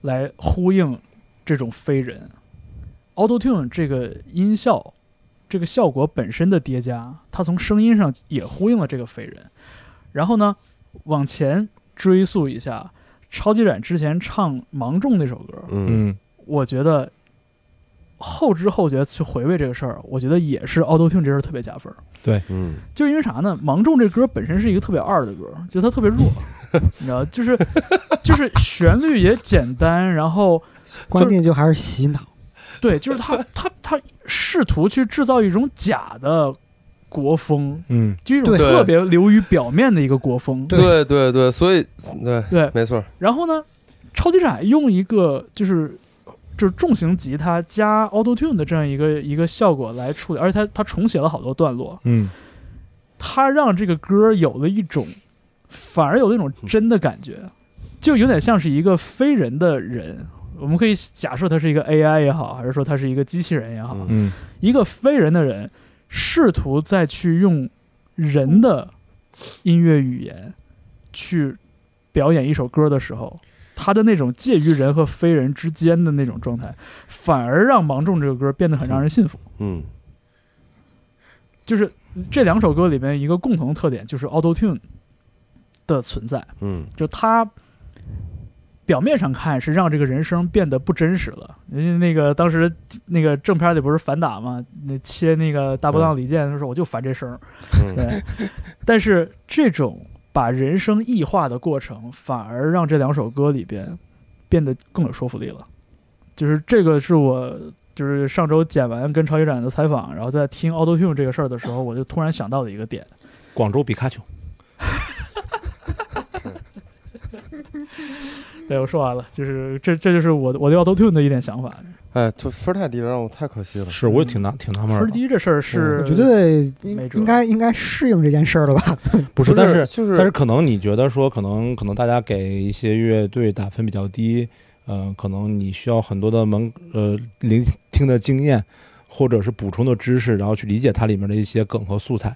Speaker 1: 来呼应这种非人。Auto Tune 这个音效，这个效果本身的叠加，它从声音上也呼应了这个非人。然后呢，往前追溯一下，超级展之前唱《芒种》那首歌，
Speaker 2: 嗯
Speaker 4: 嗯
Speaker 1: 我觉得后知后觉去回味这个事儿，我觉得也是 Auto Tune 这事儿特别加分儿。
Speaker 2: 嗯
Speaker 1: 就是因为啥呢？芒种这歌本身是一个特别二的歌，就它特别弱，你知道，就是就是旋律也简单，然后
Speaker 3: 关键就还是洗脑。
Speaker 1: 对，就是他他他试图去制造一种假的国风，
Speaker 4: 嗯，
Speaker 1: 就一种
Speaker 3: 对
Speaker 1: 特别流于表面的一个国风。
Speaker 2: 对对对，所以对
Speaker 1: 对
Speaker 2: 没错，
Speaker 1: 然后呢，超级展用一个就是就是重型吉他加 Auto Tune 的这样一个一个效果来处理，而且他他重写了好多段落，
Speaker 4: 嗯
Speaker 1: 他让这个歌有了一种，反而有那种真的感觉，就有点像是一个非人的人。我们可以假设他是一个 AI 也好，还是说他是一个机器人也好，
Speaker 2: 嗯
Speaker 4: 嗯
Speaker 1: 一个非人的人试图再去用人的音乐语言去表演一首歌的时候，他的那种介于人和非人之间的那种状态，反而让《芒种》这个歌变得很让人信服。
Speaker 2: 嗯
Speaker 1: 就是这两首歌里面一个共同特点就是 Auto Tune 的存在，
Speaker 2: 嗯
Speaker 1: 就它表面上看是让这个人声变得不真实了。因为那个当时那个正片里不是反打嘛，那切那个大波浪李健，他说我就烦这声儿，
Speaker 2: 嗯
Speaker 1: 对。但是这种把人声异化的过程，反而让这两首歌里边变得更有说服力了。就是这个是我就是上周剪完跟超级展的采访，然后在听 Auto Tune 这个事儿的时候，我就突然想到的一个点。
Speaker 4: 广州比卡丘，
Speaker 1: 对，我说完了，就是这这就是我我对 Auto Tune 的一点想法。
Speaker 2: 哎，就分儿太低了，让我太可惜了。
Speaker 4: 是，我也挺纳挺纳闷
Speaker 1: 分
Speaker 4: 儿
Speaker 1: 儿
Speaker 4: 的，
Speaker 1: 低这事儿是
Speaker 3: 我觉得
Speaker 1: 没
Speaker 3: 应
Speaker 1: 辙
Speaker 3: 应该应该适应这件事儿了吧？
Speaker 4: 不
Speaker 2: 不
Speaker 4: 是，但是
Speaker 2: 就是，
Speaker 4: 但是可能你觉得说，可能可能大家给一些乐队打分比较低，呃，可能你需要很多的门呃聆听的经验，或者是补充的知识，然后去理解它里面的一些梗和素材。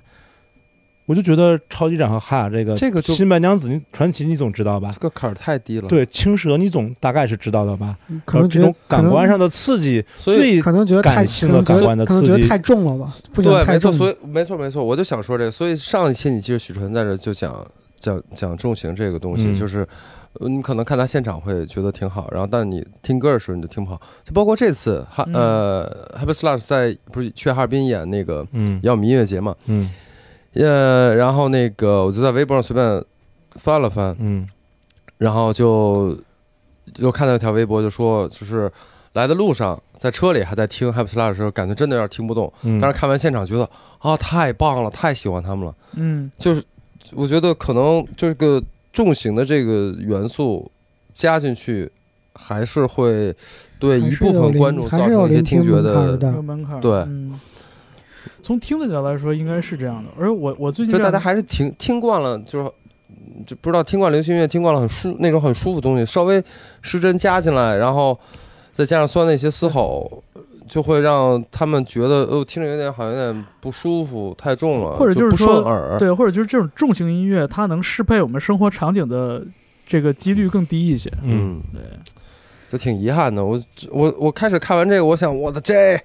Speaker 4: 我就觉得超级展和哈雅这个
Speaker 2: 这个就
Speaker 4: 新白娘子你传奇你总知道吧
Speaker 2: 这？个坎儿太低了。，
Speaker 4: 对，青蛇你总大概是知道的吧？
Speaker 1: 嗯
Speaker 3: 可能
Speaker 4: 这
Speaker 2: 呃
Speaker 3: 觉得
Speaker 4: 种感官上的刺激
Speaker 2: 所以
Speaker 4: 最
Speaker 3: 可能可能觉得太
Speaker 4: 感性的
Speaker 3: 可
Speaker 4: 感
Speaker 3: 能觉得
Speaker 4: 官的
Speaker 3: 可能
Speaker 4: 刺
Speaker 3: 觉得
Speaker 4: 激
Speaker 3: 太重了吧？不喜欢
Speaker 2: 对，
Speaker 3: 太
Speaker 2: 没错，
Speaker 3: 重。
Speaker 2: 所以没错没错，我就想说这个。所以上一期你记得许纯在这就讲讲讲重型这个东西，
Speaker 4: 嗯
Speaker 2: 就是呃你可能看他现场会觉得挺好，然后但你听歌的时候你就听不好。就包括这次哈、
Speaker 1: 嗯
Speaker 2: 呃 Happy Slash 在不是去哈尔滨演那个
Speaker 4: 嗯
Speaker 2: 要米音乐节嘛，
Speaker 4: 嗯
Speaker 2: 呃，然后那个我就在微博上随便翻了翻，
Speaker 4: 嗯
Speaker 2: 然后就就看到一条微博就说就是。来的路上，在车里还在听 Happy Slash 的时候，感觉真的有点听不懂。
Speaker 4: 嗯，
Speaker 2: 但是看完现场，觉得啊，太棒了，太喜欢他们了。
Speaker 1: 嗯
Speaker 2: 就是我觉得可能这个重型的这个元素加进去，还是会对
Speaker 3: 还
Speaker 2: 一
Speaker 3: 是
Speaker 2: 部
Speaker 3: 有
Speaker 2: 分
Speaker 3: 聆
Speaker 2: 观众
Speaker 3: 还
Speaker 2: 造
Speaker 3: 是有
Speaker 2: 成一些
Speaker 3: 聆
Speaker 2: 听觉
Speaker 3: 门槛儿
Speaker 2: 的，嗯
Speaker 1: 有
Speaker 3: 的，
Speaker 1: 门槛儿。
Speaker 2: 对
Speaker 1: 嗯，从听的角度来说应该是这样的。而我我最近
Speaker 2: 就
Speaker 1: 这
Speaker 2: 大
Speaker 1: 样
Speaker 2: 家还是听听惯了，就是。就不知道听惯流行音乐，听惯了很舒那种很舒服的东西，稍微失真加进来，然后再加上酸的一些嘶吼，就会让他们觉得哦，听着有点好像有点不舒服，太重了，
Speaker 1: 或者
Speaker 2: 就
Speaker 1: 就是
Speaker 2: 不
Speaker 1: 说
Speaker 2: 顺耳。
Speaker 1: 对，或者就是这种重型音乐，它能适配我们生活场景的这个几率更低一些。
Speaker 4: 嗯，
Speaker 1: 对，
Speaker 2: 就挺遗憾的。我我我开始看完这个，我想我的这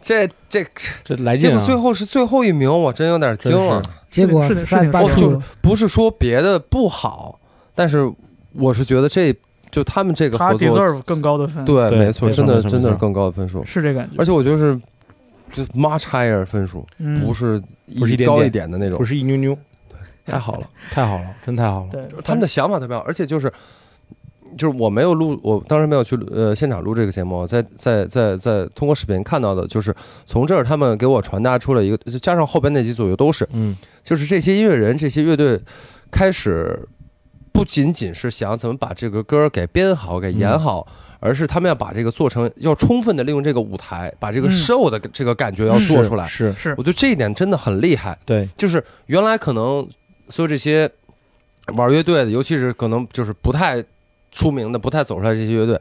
Speaker 2: 这这，
Speaker 4: 这来
Speaker 2: 结
Speaker 4: 劲
Speaker 2: 果
Speaker 4: 啊！
Speaker 2: 最后是最后一名，我真有点惊了。
Speaker 4: 真
Speaker 3: 结果
Speaker 1: 是的是的
Speaker 3: 三八
Speaker 2: 哦是的
Speaker 3: 住了。
Speaker 2: 不是说别的不好，但是我是觉得这就他们这个
Speaker 1: 它
Speaker 2: 合作，
Speaker 1: deserve 更高的分，，
Speaker 2: 对，
Speaker 4: 对
Speaker 2: 没错，
Speaker 4: 没错
Speaker 2: 真的
Speaker 4: 没错
Speaker 2: 真的
Speaker 4: 没
Speaker 2: 是
Speaker 4: 错
Speaker 2: 更高的分数。
Speaker 1: 是这感觉。
Speaker 2: 而且我就是就 much higher 分数，
Speaker 1: 嗯，
Speaker 2: 不是一
Speaker 4: 不是一点
Speaker 2: 高一
Speaker 4: 点
Speaker 2: 点的那种
Speaker 4: 不，是一妞妞，
Speaker 2: 太好了。
Speaker 4: 太好了，真太好了。
Speaker 1: 对
Speaker 2: 他们的想法特别好，而且就是就是我没有录，我当时没有去呃现场录这个节目，在在在在通过视频看到的，就是从这儿他们给我传达出了一个，就加上后边那几左右都是，
Speaker 4: 嗯
Speaker 2: 就是这些音乐人这些乐队开始不仅仅是想怎么把这个歌给编好给
Speaker 4: 嗯
Speaker 2: 演好。而是他们要把这个做成，要充分的利用这个舞台，把这个
Speaker 1: 嗯
Speaker 2: show 的这个感觉要做出来。
Speaker 4: 是，是
Speaker 1: 是
Speaker 2: 我觉得这一点真的很厉害。
Speaker 4: 对，
Speaker 2: 就是原来可能所有这些玩乐队的，尤其是可能就是不太出名的、不太走出来这些乐队，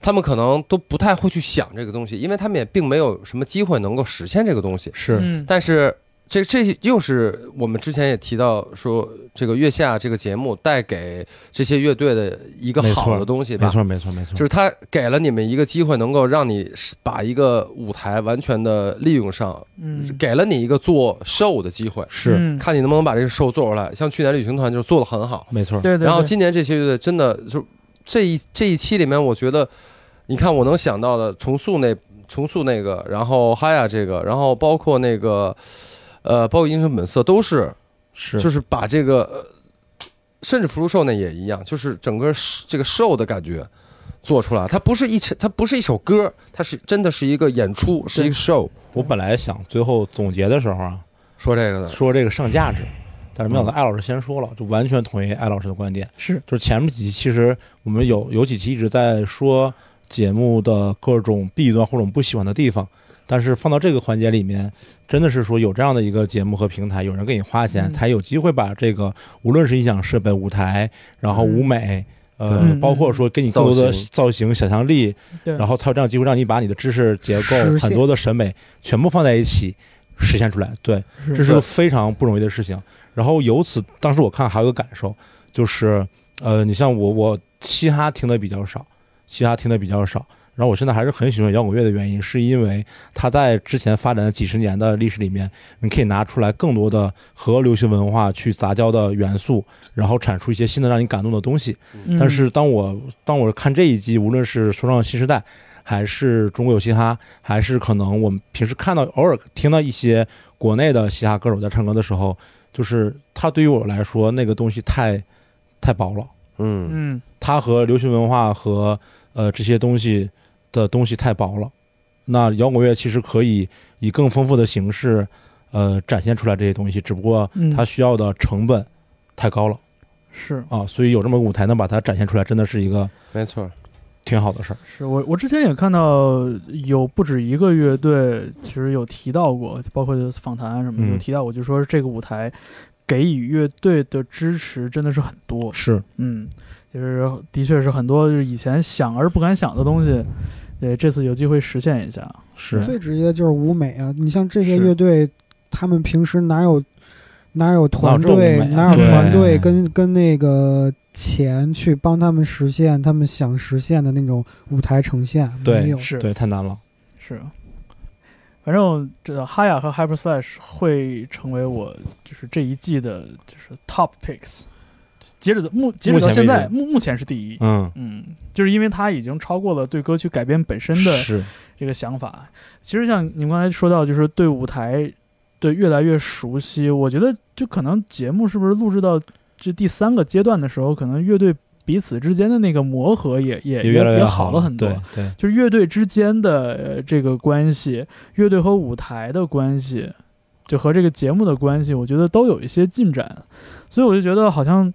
Speaker 2: 他们可能都不太会去想这个东西，因为他们也并没有什么机会能够实现这个东西。
Speaker 4: 是，
Speaker 1: 嗯
Speaker 2: 但是这这又是我们之前也提到说，这个月下这个节目带给这些乐队的一个
Speaker 4: 没错
Speaker 2: 好的东西
Speaker 4: 没
Speaker 2: 吧。
Speaker 4: 错没错没错，
Speaker 2: 就是他给了你们一个机会，能够让你把一个舞台完全的利用上，
Speaker 1: 嗯
Speaker 2: 给了你一个做 show 的机会。
Speaker 4: 是
Speaker 1: 嗯
Speaker 2: 看你能不能把这个 show 做出来。像去年旅行团就是做的很好，
Speaker 4: 没错，
Speaker 1: 对对，
Speaker 2: 然后
Speaker 1: 对
Speaker 2: 今年这些乐队真的就这一这一期里面，我觉得你看我能想到的重塑那重塑那个，然后哈呀这个，然后包括那个呃，包括英雄本色都是，
Speaker 4: 是
Speaker 2: 就是把这个，呃甚至福禄寿那也一样，就是整个是这个 show 的感觉。做出来，它不是一它不是一首歌，它是真的是一个演出，是一个 show。
Speaker 4: 我本来想最后总结的时候啊，
Speaker 2: 说这个的，
Speaker 4: 说这个上价值，
Speaker 1: 嗯
Speaker 4: 但是没想到艾老师先说了，就完全同意艾老师的观点，
Speaker 1: 是
Speaker 4: 就是前面几期其实我们有有几期一直在说节目的各种弊端或者我们不喜欢的地方。但是放到这个环节里面，真的是说有这样的一个节目和平台，有人给你花钱，
Speaker 1: 嗯
Speaker 4: 才有机会把这个无论是音响设备、舞台，然后舞美，呃，
Speaker 1: 嗯
Speaker 4: 包括说给你更多的
Speaker 2: 造型
Speaker 4: 造型、想象力，
Speaker 1: 对，
Speaker 4: 然后才有这样的机会让你把你的知识结构
Speaker 3: 实现
Speaker 4: 很多的审美全部放在一起实现出来。对，这是个非常不容易的事情。然后由此，当时我看还有个感受，就是呃，你像我，我嘻哈听的比较少，嘻哈听的比较少。然后我现在还是很喜欢摇滚乐的原因，是因为它在之前发展的几十年的历史里面，你可以拿出来更多的和流行文化去杂交的元素，然后产出一些新的让你感动的东西。
Speaker 1: 嗯
Speaker 4: 但是当我当我看这一季，无论是《说唱新时代》，还是《中国有嘻哈》，还是可能我们平时看到偶尔听到一些国内的嘻哈歌手在唱歌的时候，就是它对于我来说，那个东西太太薄了，
Speaker 2: 嗯，
Speaker 1: 嗯
Speaker 4: 它和流行文化和呃这些东西的东西太薄了。那摇滚乐其实可以以更丰富的形式，呃，展现出来这些东西，只不过
Speaker 1: 嗯
Speaker 4: 它需要的成本太高了。
Speaker 1: 是
Speaker 4: 啊，所以有这么个舞台能把它展现出来，真的是一个
Speaker 2: 没错儿，
Speaker 4: 挺好的事儿。
Speaker 1: 是我我之前也看到有不止一个乐队，其实有提到过，包括访谈啊什么的，
Speaker 4: 嗯
Speaker 1: 有提到过，就说这个舞台给予乐队的支持真的是很多，
Speaker 4: 是，
Speaker 1: 嗯，就是的确是很多就是以前想而不敢想的东西，对，这次有机会实现一下，
Speaker 2: 嗯
Speaker 4: 是，
Speaker 3: 最直接的就是舞美啊，你像这些
Speaker 1: 是
Speaker 3: 乐队，他们平时哪有哪有
Speaker 4: 哪
Speaker 3: 团
Speaker 4: 有这种舞
Speaker 3: 队
Speaker 4: 美啊，
Speaker 3: 哪有团
Speaker 4: 对
Speaker 3: 队跟跟那个钱去帮他们实现他们想实现的那种舞台呈现？
Speaker 4: 对
Speaker 3: 没有。
Speaker 1: 是
Speaker 4: 对，太难了。
Speaker 1: 是，反正这哈雅和 Hyper Slash 会成为我就是这一季的就是 Top Picks，截止的目截止到现在，
Speaker 4: 目前为止
Speaker 1: 目目前是第一。
Speaker 4: 嗯，
Speaker 1: 嗯，就是因为它已经超过了对歌曲改编本身的
Speaker 4: 是，
Speaker 1: 这个想法。其实像你们刚才说到，就是对舞台对越来越熟悉，我觉得就可能节目是不是录制到这第三个阶段的时候，可能乐队彼此之间的那个磨合也也
Speaker 4: 也越来越
Speaker 1: 好
Speaker 4: 好
Speaker 1: 了很多。
Speaker 4: 嗯对对，
Speaker 1: 就是乐队之间的、呃这个关系，乐队和舞台的关系，就和这个节目的关系，我觉得都有一些进展，所以我就觉得好像，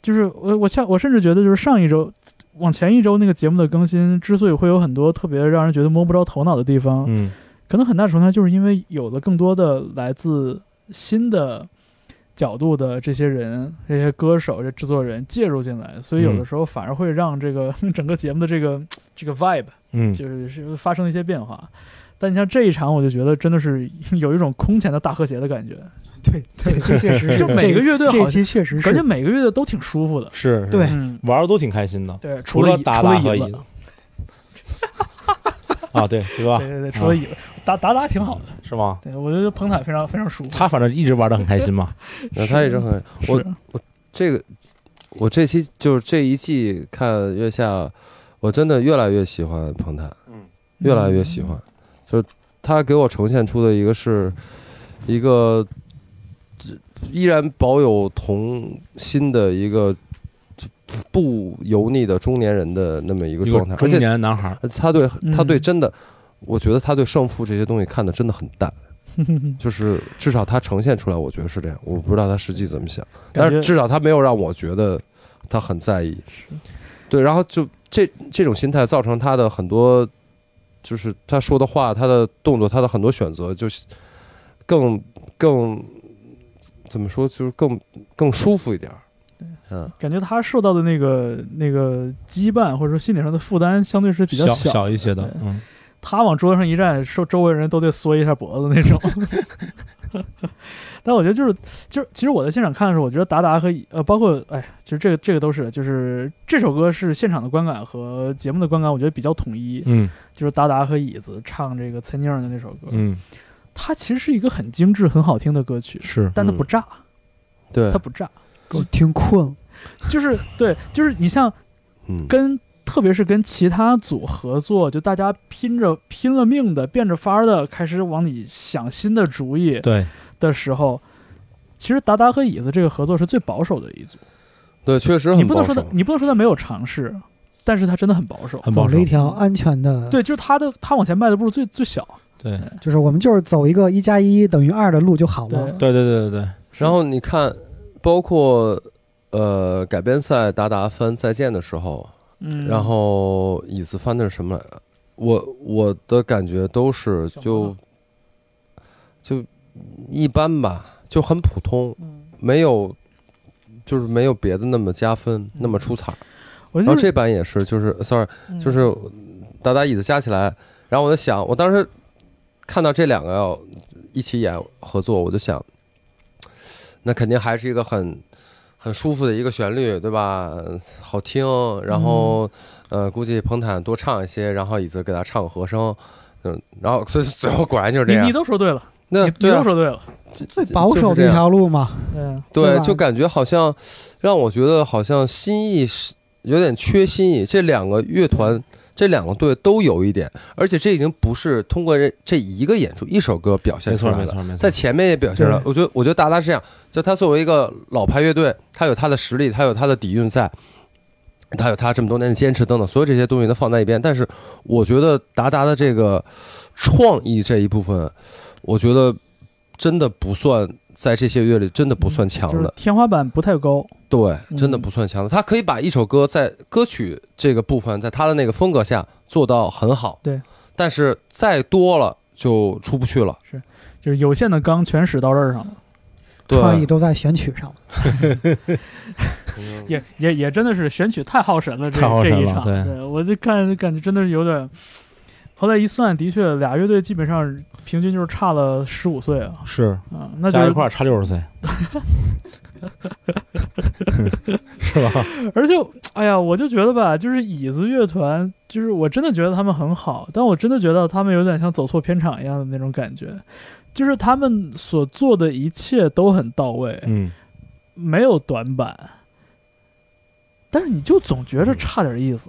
Speaker 1: 就是我我像我甚至觉得就是上一周。往前一周那个节目的更新，之所以会有很多特别让人觉得摸不着头脑的地方，
Speaker 4: 嗯，
Speaker 1: 可能很大程度上就是因为有了更多的来自新的角度的这些人、这些歌手、这制作人介入进来，所以有的
Speaker 4: 嗯
Speaker 1: 时候反而会让这个 (laughs) 整个节目的这个这个 vibe
Speaker 4: 嗯，
Speaker 1: 就是是发生了一些变化。但你像这一场，我就觉得真的是有一种空前的大和谐的感觉，
Speaker 3: 对对，这确实是。
Speaker 1: 就每个乐队好
Speaker 3: 这这
Speaker 1: 像
Speaker 3: 期确实
Speaker 1: 感觉
Speaker 3: 是，
Speaker 1: 每个乐队都挺舒服的。
Speaker 4: 是，是
Speaker 3: 对
Speaker 1: 嗯，
Speaker 4: 玩的都挺
Speaker 1: (laughs)
Speaker 4: 开心的，
Speaker 1: 对，
Speaker 4: 除
Speaker 1: 了
Speaker 4: 了
Speaker 1: 椅
Speaker 4: 达
Speaker 1: 除
Speaker 4: 达
Speaker 1: 了
Speaker 4: 和
Speaker 1: 椅
Speaker 4: 椅
Speaker 1: 子
Speaker 4: 子，。啊，对，是吧
Speaker 1: 对？对对，除了椅子，达达达挺好的。
Speaker 4: 是吗？
Speaker 1: 对我觉得彭坦非常非常舒服。
Speaker 4: 他反正一直玩的很开心嘛。
Speaker 2: 那他也是很我
Speaker 1: 是
Speaker 2: 这个，我这期就是这一季看月下，我真的越来越喜欢彭坦，越
Speaker 1: 嗯
Speaker 2: 来越喜欢，
Speaker 4: 嗯
Speaker 2: 就是他给我呈现出的一个是一个依然保有童心的一个不油腻的中年人的那么一个
Speaker 4: 一
Speaker 2: 状态
Speaker 4: 个，中
Speaker 2: 而且
Speaker 4: 年男孩儿，
Speaker 2: 他对他对
Speaker 1: 嗯
Speaker 2: 真的，我觉得他对胜负这些东西看的真的很
Speaker 1: (laughs)
Speaker 2: 淡。
Speaker 1: 嗯，
Speaker 2: 就是至少他呈现出来，我觉得是这样。我不知道他实际怎么想，
Speaker 1: 感
Speaker 2: 但
Speaker 1: 觉
Speaker 2: 是至少他没有让我觉得他很在意。对，然后就这这种心态造成他的很多，就是他说的话、他的动作、他的很多选择，就是更更怎么说，就是更更舒服一点儿。嗯，
Speaker 1: 感觉他受到的那个那个羁绊或者说心理上的负担相对是比较
Speaker 4: 小
Speaker 1: 小
Speaker 4: 一些的
Speaker 1: 对，
Speaker 4: 嗯，
Speaker 1: 他往桌子上一站，说周围人都得缩一下脖子那种。 (laughs) 但我觉得就是就是，其实我在现场看的时候，我觉得达达和以呃，包括哎，其实这个这个都是，就是这首歌是现场的观感和节目的观感，我觉得比较统一。
Speaker 4: 嗯
Speaker 1: 就是达达和椅子唱这个岑宁儿的那首歌，
Speaker 4: 嗯，
Speaker 1: 它其实是一个很精致、很好听的歌曲，
Speaker 4: 是，
Speaker 1: 但它不炸，
Speaker 2: 对
Speaker 1: 它，不炸，
Speaker 3: 我挺困了。
Speaker 1: 就是对，就是你像
Speaker 2: 嗯，
Speaker 1: 跟特别是跟其他组合作，就大家拼着拼了命的变着法儿的开始往里想新的主意
Speaker 4: 对，
Speaker 1: 的时候，其实达达和椅子这个合作是最保守的一组。
Speaker 2: 对，确实
Speaker 1: 你
Speaker 2: 很
Speaker 1: 不
Speaker 2: 保
Speaker 1: 能说
Speaker 2: 守
Speaker 1: 他，。你不能说他没有尝试，但是他真的很保守。
Speaker 4: 很
Speaker 3: 走
Speaker 4: 保守
Speaker 3: 了一，条安全的，
Speaker 1: 对，就是他的他往前迈的步最最小。
Speaker 4: 对
Speaker 3: 就是我们就是走一个一加一等于二的路就好
Speaker 1: 对
Speaker 3: 了。
Speaker 4: 对对对对对，
Speaker 2: 然后你看，包括呃改编赛达达翻再见的时候，
Speaker 1: 嗯，
Speaker 2: 然后椅子翻的是什么来着？我我的感觉都是
Speaker 1: 想不
Speaker 2: 就
Speaker 1: 到
Speaker 2: 就一般吧，就很普通，
Speaker 1: 嗯
Speaker 2: 没有就是没有别的那么加分，那么出彩儿。
Speaker 1: 我
Speaker 2: 然后
Speaker 1: 就
Speaker 2: 这版也是，就是呃 sorry，就是
Speaker 1: 嗯
Speaker 2: 打打椅子加起来，然后我就想，我当时看到这两个要一起演合作，我就想，那肯定还是一个很很舒服的一个旋律，对吧？好听，然后、
Speaker 1: 嗯
Speaker 2: 呃，估计彭坦多唱一些，然后椅子给他唱个和声，嗯，然后所以最后果然就是这
Speaker 1: 你
Speaker 2: 样
Speaker 1: 你。都说对了，你
Speaker 2: 那
Speaker 1: 你
Speaker 2: 对啊
Speaker 1: 都说对了，
Speaker 3: 最保
Speaker 2: 就
Speaker 3: 守
Speaker 2: 是这
Speaker 3: 这
Speaker 2: 样
Speaker 3: 条路嘛，
Speaker 1: 嗯，
Speaker 3: 对
Speaker 2: 对，
Speaker 3: 吧
Speaker 2: 就感觉好像让我觉得好像新意是有点缺新意。这两个乐团，这两个队都有一点，而且这已经不是通过这这一个演出一首歌表现
Speaker 4: 没
Speaker 2: 出
Speaker 4: 错
Speaker 2: 来
Speaker 4: 没
Speaker 2: 了。
Speaker 4: 错没错，
Speaker 2: 在前面也表现了，我觉得，我觉得达达是这样，就他作为一个老牌乐队，他有他的实力，他有他的底蕴在，他有他这么多年的坚持等等，所有这些东西都放在一边。但是，我觉得达达的这个创意这一部分，我觉得真的不算在这些乐里真的不算强
Speaker 1: 就是
Speaker 2: 的。
Speaker 1: 天花板不太高。
Speaker 2: 对，真的
Speaker 1: 嗯
Speaker 2: 不算强的。他可以把一首歌在歌曲这个部分，在他的那个风格下做到很好。
Speaker 1: 对，
Speaker 2: 但是再多了就出不去了。
Speaker 1: 就是有限的钢全使到刃上了，
Speaker 2: 对，
Speaker 3: 创意都在选曲上。
Speaker 2: 嗯
Speaker 1: 也也也真的是选曲太耗神了，这
Speaker 4: 太耗神
Speaker 1: 这一
Speaker 4: 了
Speaker 1: 场，
Speaker 4: 对
Speaker 1: 我就看感觉真的是有点。后来一算，的确俩乐队基本上平均就是差了十五岁啊，
Speaker 4: 是
Speaker 1: 啊、那就
Speaker 4: 加
Speaker 1: 是
Speaker 4: 一块儿差六
Speaker 1: (laughs)
Speaker 4: 十岁， (laughs) 是吧？
Speaker 1: 而且，哎呀，我就觉得吧，就是椅子乐团，就是我真的觉得他们很好，但我真的觉得他们有点像走错片场一样的那种感觉，就是他们所做的一切都很到位，
Speaker 4: 嗯，
Speaker 1: 没有短板，但是你就总觉
Speaker 3: 嗯
Speaker 1: 着差点意思。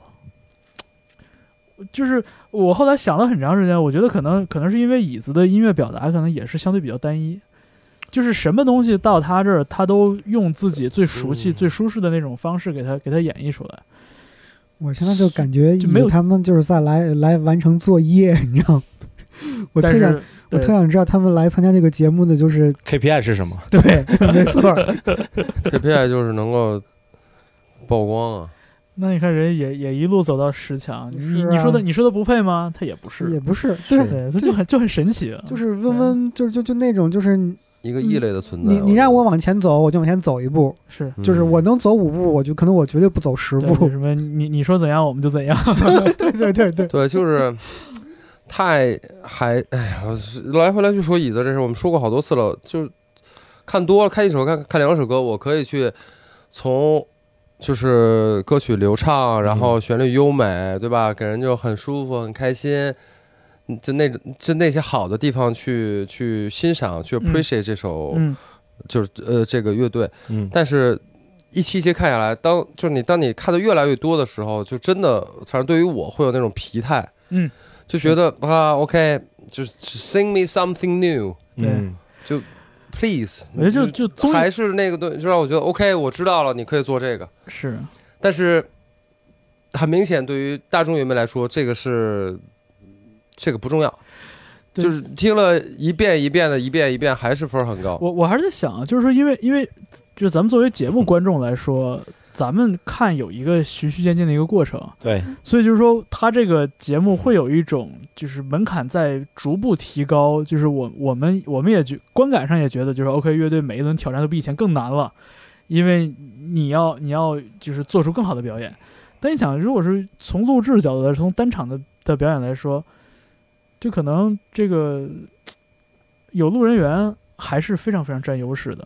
Speaker 1: 就是我后来想了很长时间，我觉得可能可能是因为椅子的音乐表达可能也是相对比较单一，就是什么东西到他这儿，他都用自己最熟悉、
Speaker 2: 嗯
Speaker 1: 最舒适的那种方式给他给他演绎出来。
Speaker 3: 我现在就感觉
Speaker 1: 就没有
Speaker 3: 以他们就是在来来完成作业，你知道吗？ (laughs) 我
Speaker 1: 但
Speaker 3: 特想
Speaker 1: 是
Speaker 3: 我
Speaker 1: 对
Speaker 3: 特想知道他们来参加这个节目的就是
Speaker 4: KPI 是什么？
Speaker 3: 对，没错儿， (laughs)
Speaker 2: KPI 就是能够曝光啊。
Speaker 1: 那你看人也也一路走到十强，你
Speaker 3: 是啊
Speaker 1: 你说的你说的不配吗？他也不
Speaker 3: 也
Speaker 1: 是，
Speaker 3: 不是，对，
Speaker 1: 对，他就很就很神奇啊，
Speaker 3: 就是温温，就是就就那种，就是你
Speaker 2: 一个异类的存在。
Speaker 3: 嗯你你让我往前走，我就往前走一步，
Speaker 1: 是
Speaker 2: 嗯
Speaker 3: 就是我能走五步，我就可能我绝对不走十
Speaker 1: 对就
Speaker 3: 步
Speaker 1: 是。什么你你说怎样我们就怎样，
Speaker 3: (laughs) 对对对
Speaker 2: (laughs)
Speaker 3: 对，
Speaker 2: 对，就是太还哎呀，我是来回来去说椅子这事，我们说过好多次了。就是看多了，看一首看看两首歌，我可以去从就是歌曲流畅，然后旋律优美，对吧？给人就很舒服，很开心。嗯就那种就那些好的地方去去欣赏，去 appreciate 这首、
Speaker 1: 嗯
Speaker 2: 就是呃这个乐队，
Speaker 4: 嗯，
Speaker 2: 但是，一期一期看下来，当就是你当你看的越来越多的时候，就真的，反正对于我会有那种疲态，
Speaker 1: 嗯，
Speaker 2: 就觉得啊，OK，就是 sing me something new。
Speaker 4: 嗯，
Speaker 2: Please，
Speaker 1: 我觉得哎就就综艺
Speaker 2: 还是那个东西，就让我觉得 OK，我知道了，你可以做这个。
Speaker 1: 是
Speaker 2: 但是很明显，对于大众乐迷来说，这个是这个不重要，
Speaker 1: 对
Speaker 2: 就是听了一遍一遍的，一遍一遍，还是分儿很高。
Speaker 1: 我我还是在想啊，就是说，因为因为就咱们作为节
Speaker 2: 嗯
Speaker 1: 目观众来说，咱们看有一个循序渐进的一个过程，
Speaker 4: 对，
Speaker 1: 所以就是说，它这个节目会有一种就是门槛在逐步提高，就是我我们我们也觉观感上也觉得，就是 OK 乐队每一轮挑战都比以前更难了，因为你要你要就是做出更好的表演。但你想，如果是从录制角度来说，从单场的的表演来说，就可能这个有路人缘还是非常非常占优势的。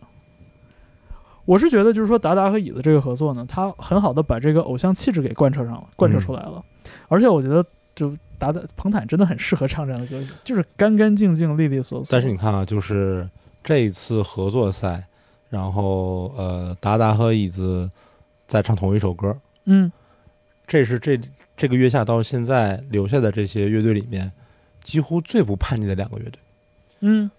Speaker 1: 我是觉得，就是说达达和椅子这个合作呢，他很好的把这个偶像气质给贯彻上了，
Speaker 4: 嗯
Speaker 1: 贯彻出来了。而且我觉得，就达达彭坦真的很适合唱这样的歌曲，就是干干净净、利利索索。
Speaker 4: 但是你看啊，就是这一次合作赛，然后呃，达达和椅子在唱同一首歌，
Speaker 1: 嗯，
Speaker 4: 这是这这个月下到现在留下的这些乐队里面，几乎最不叛逆的两个乐队，
Speaker 1: 嗯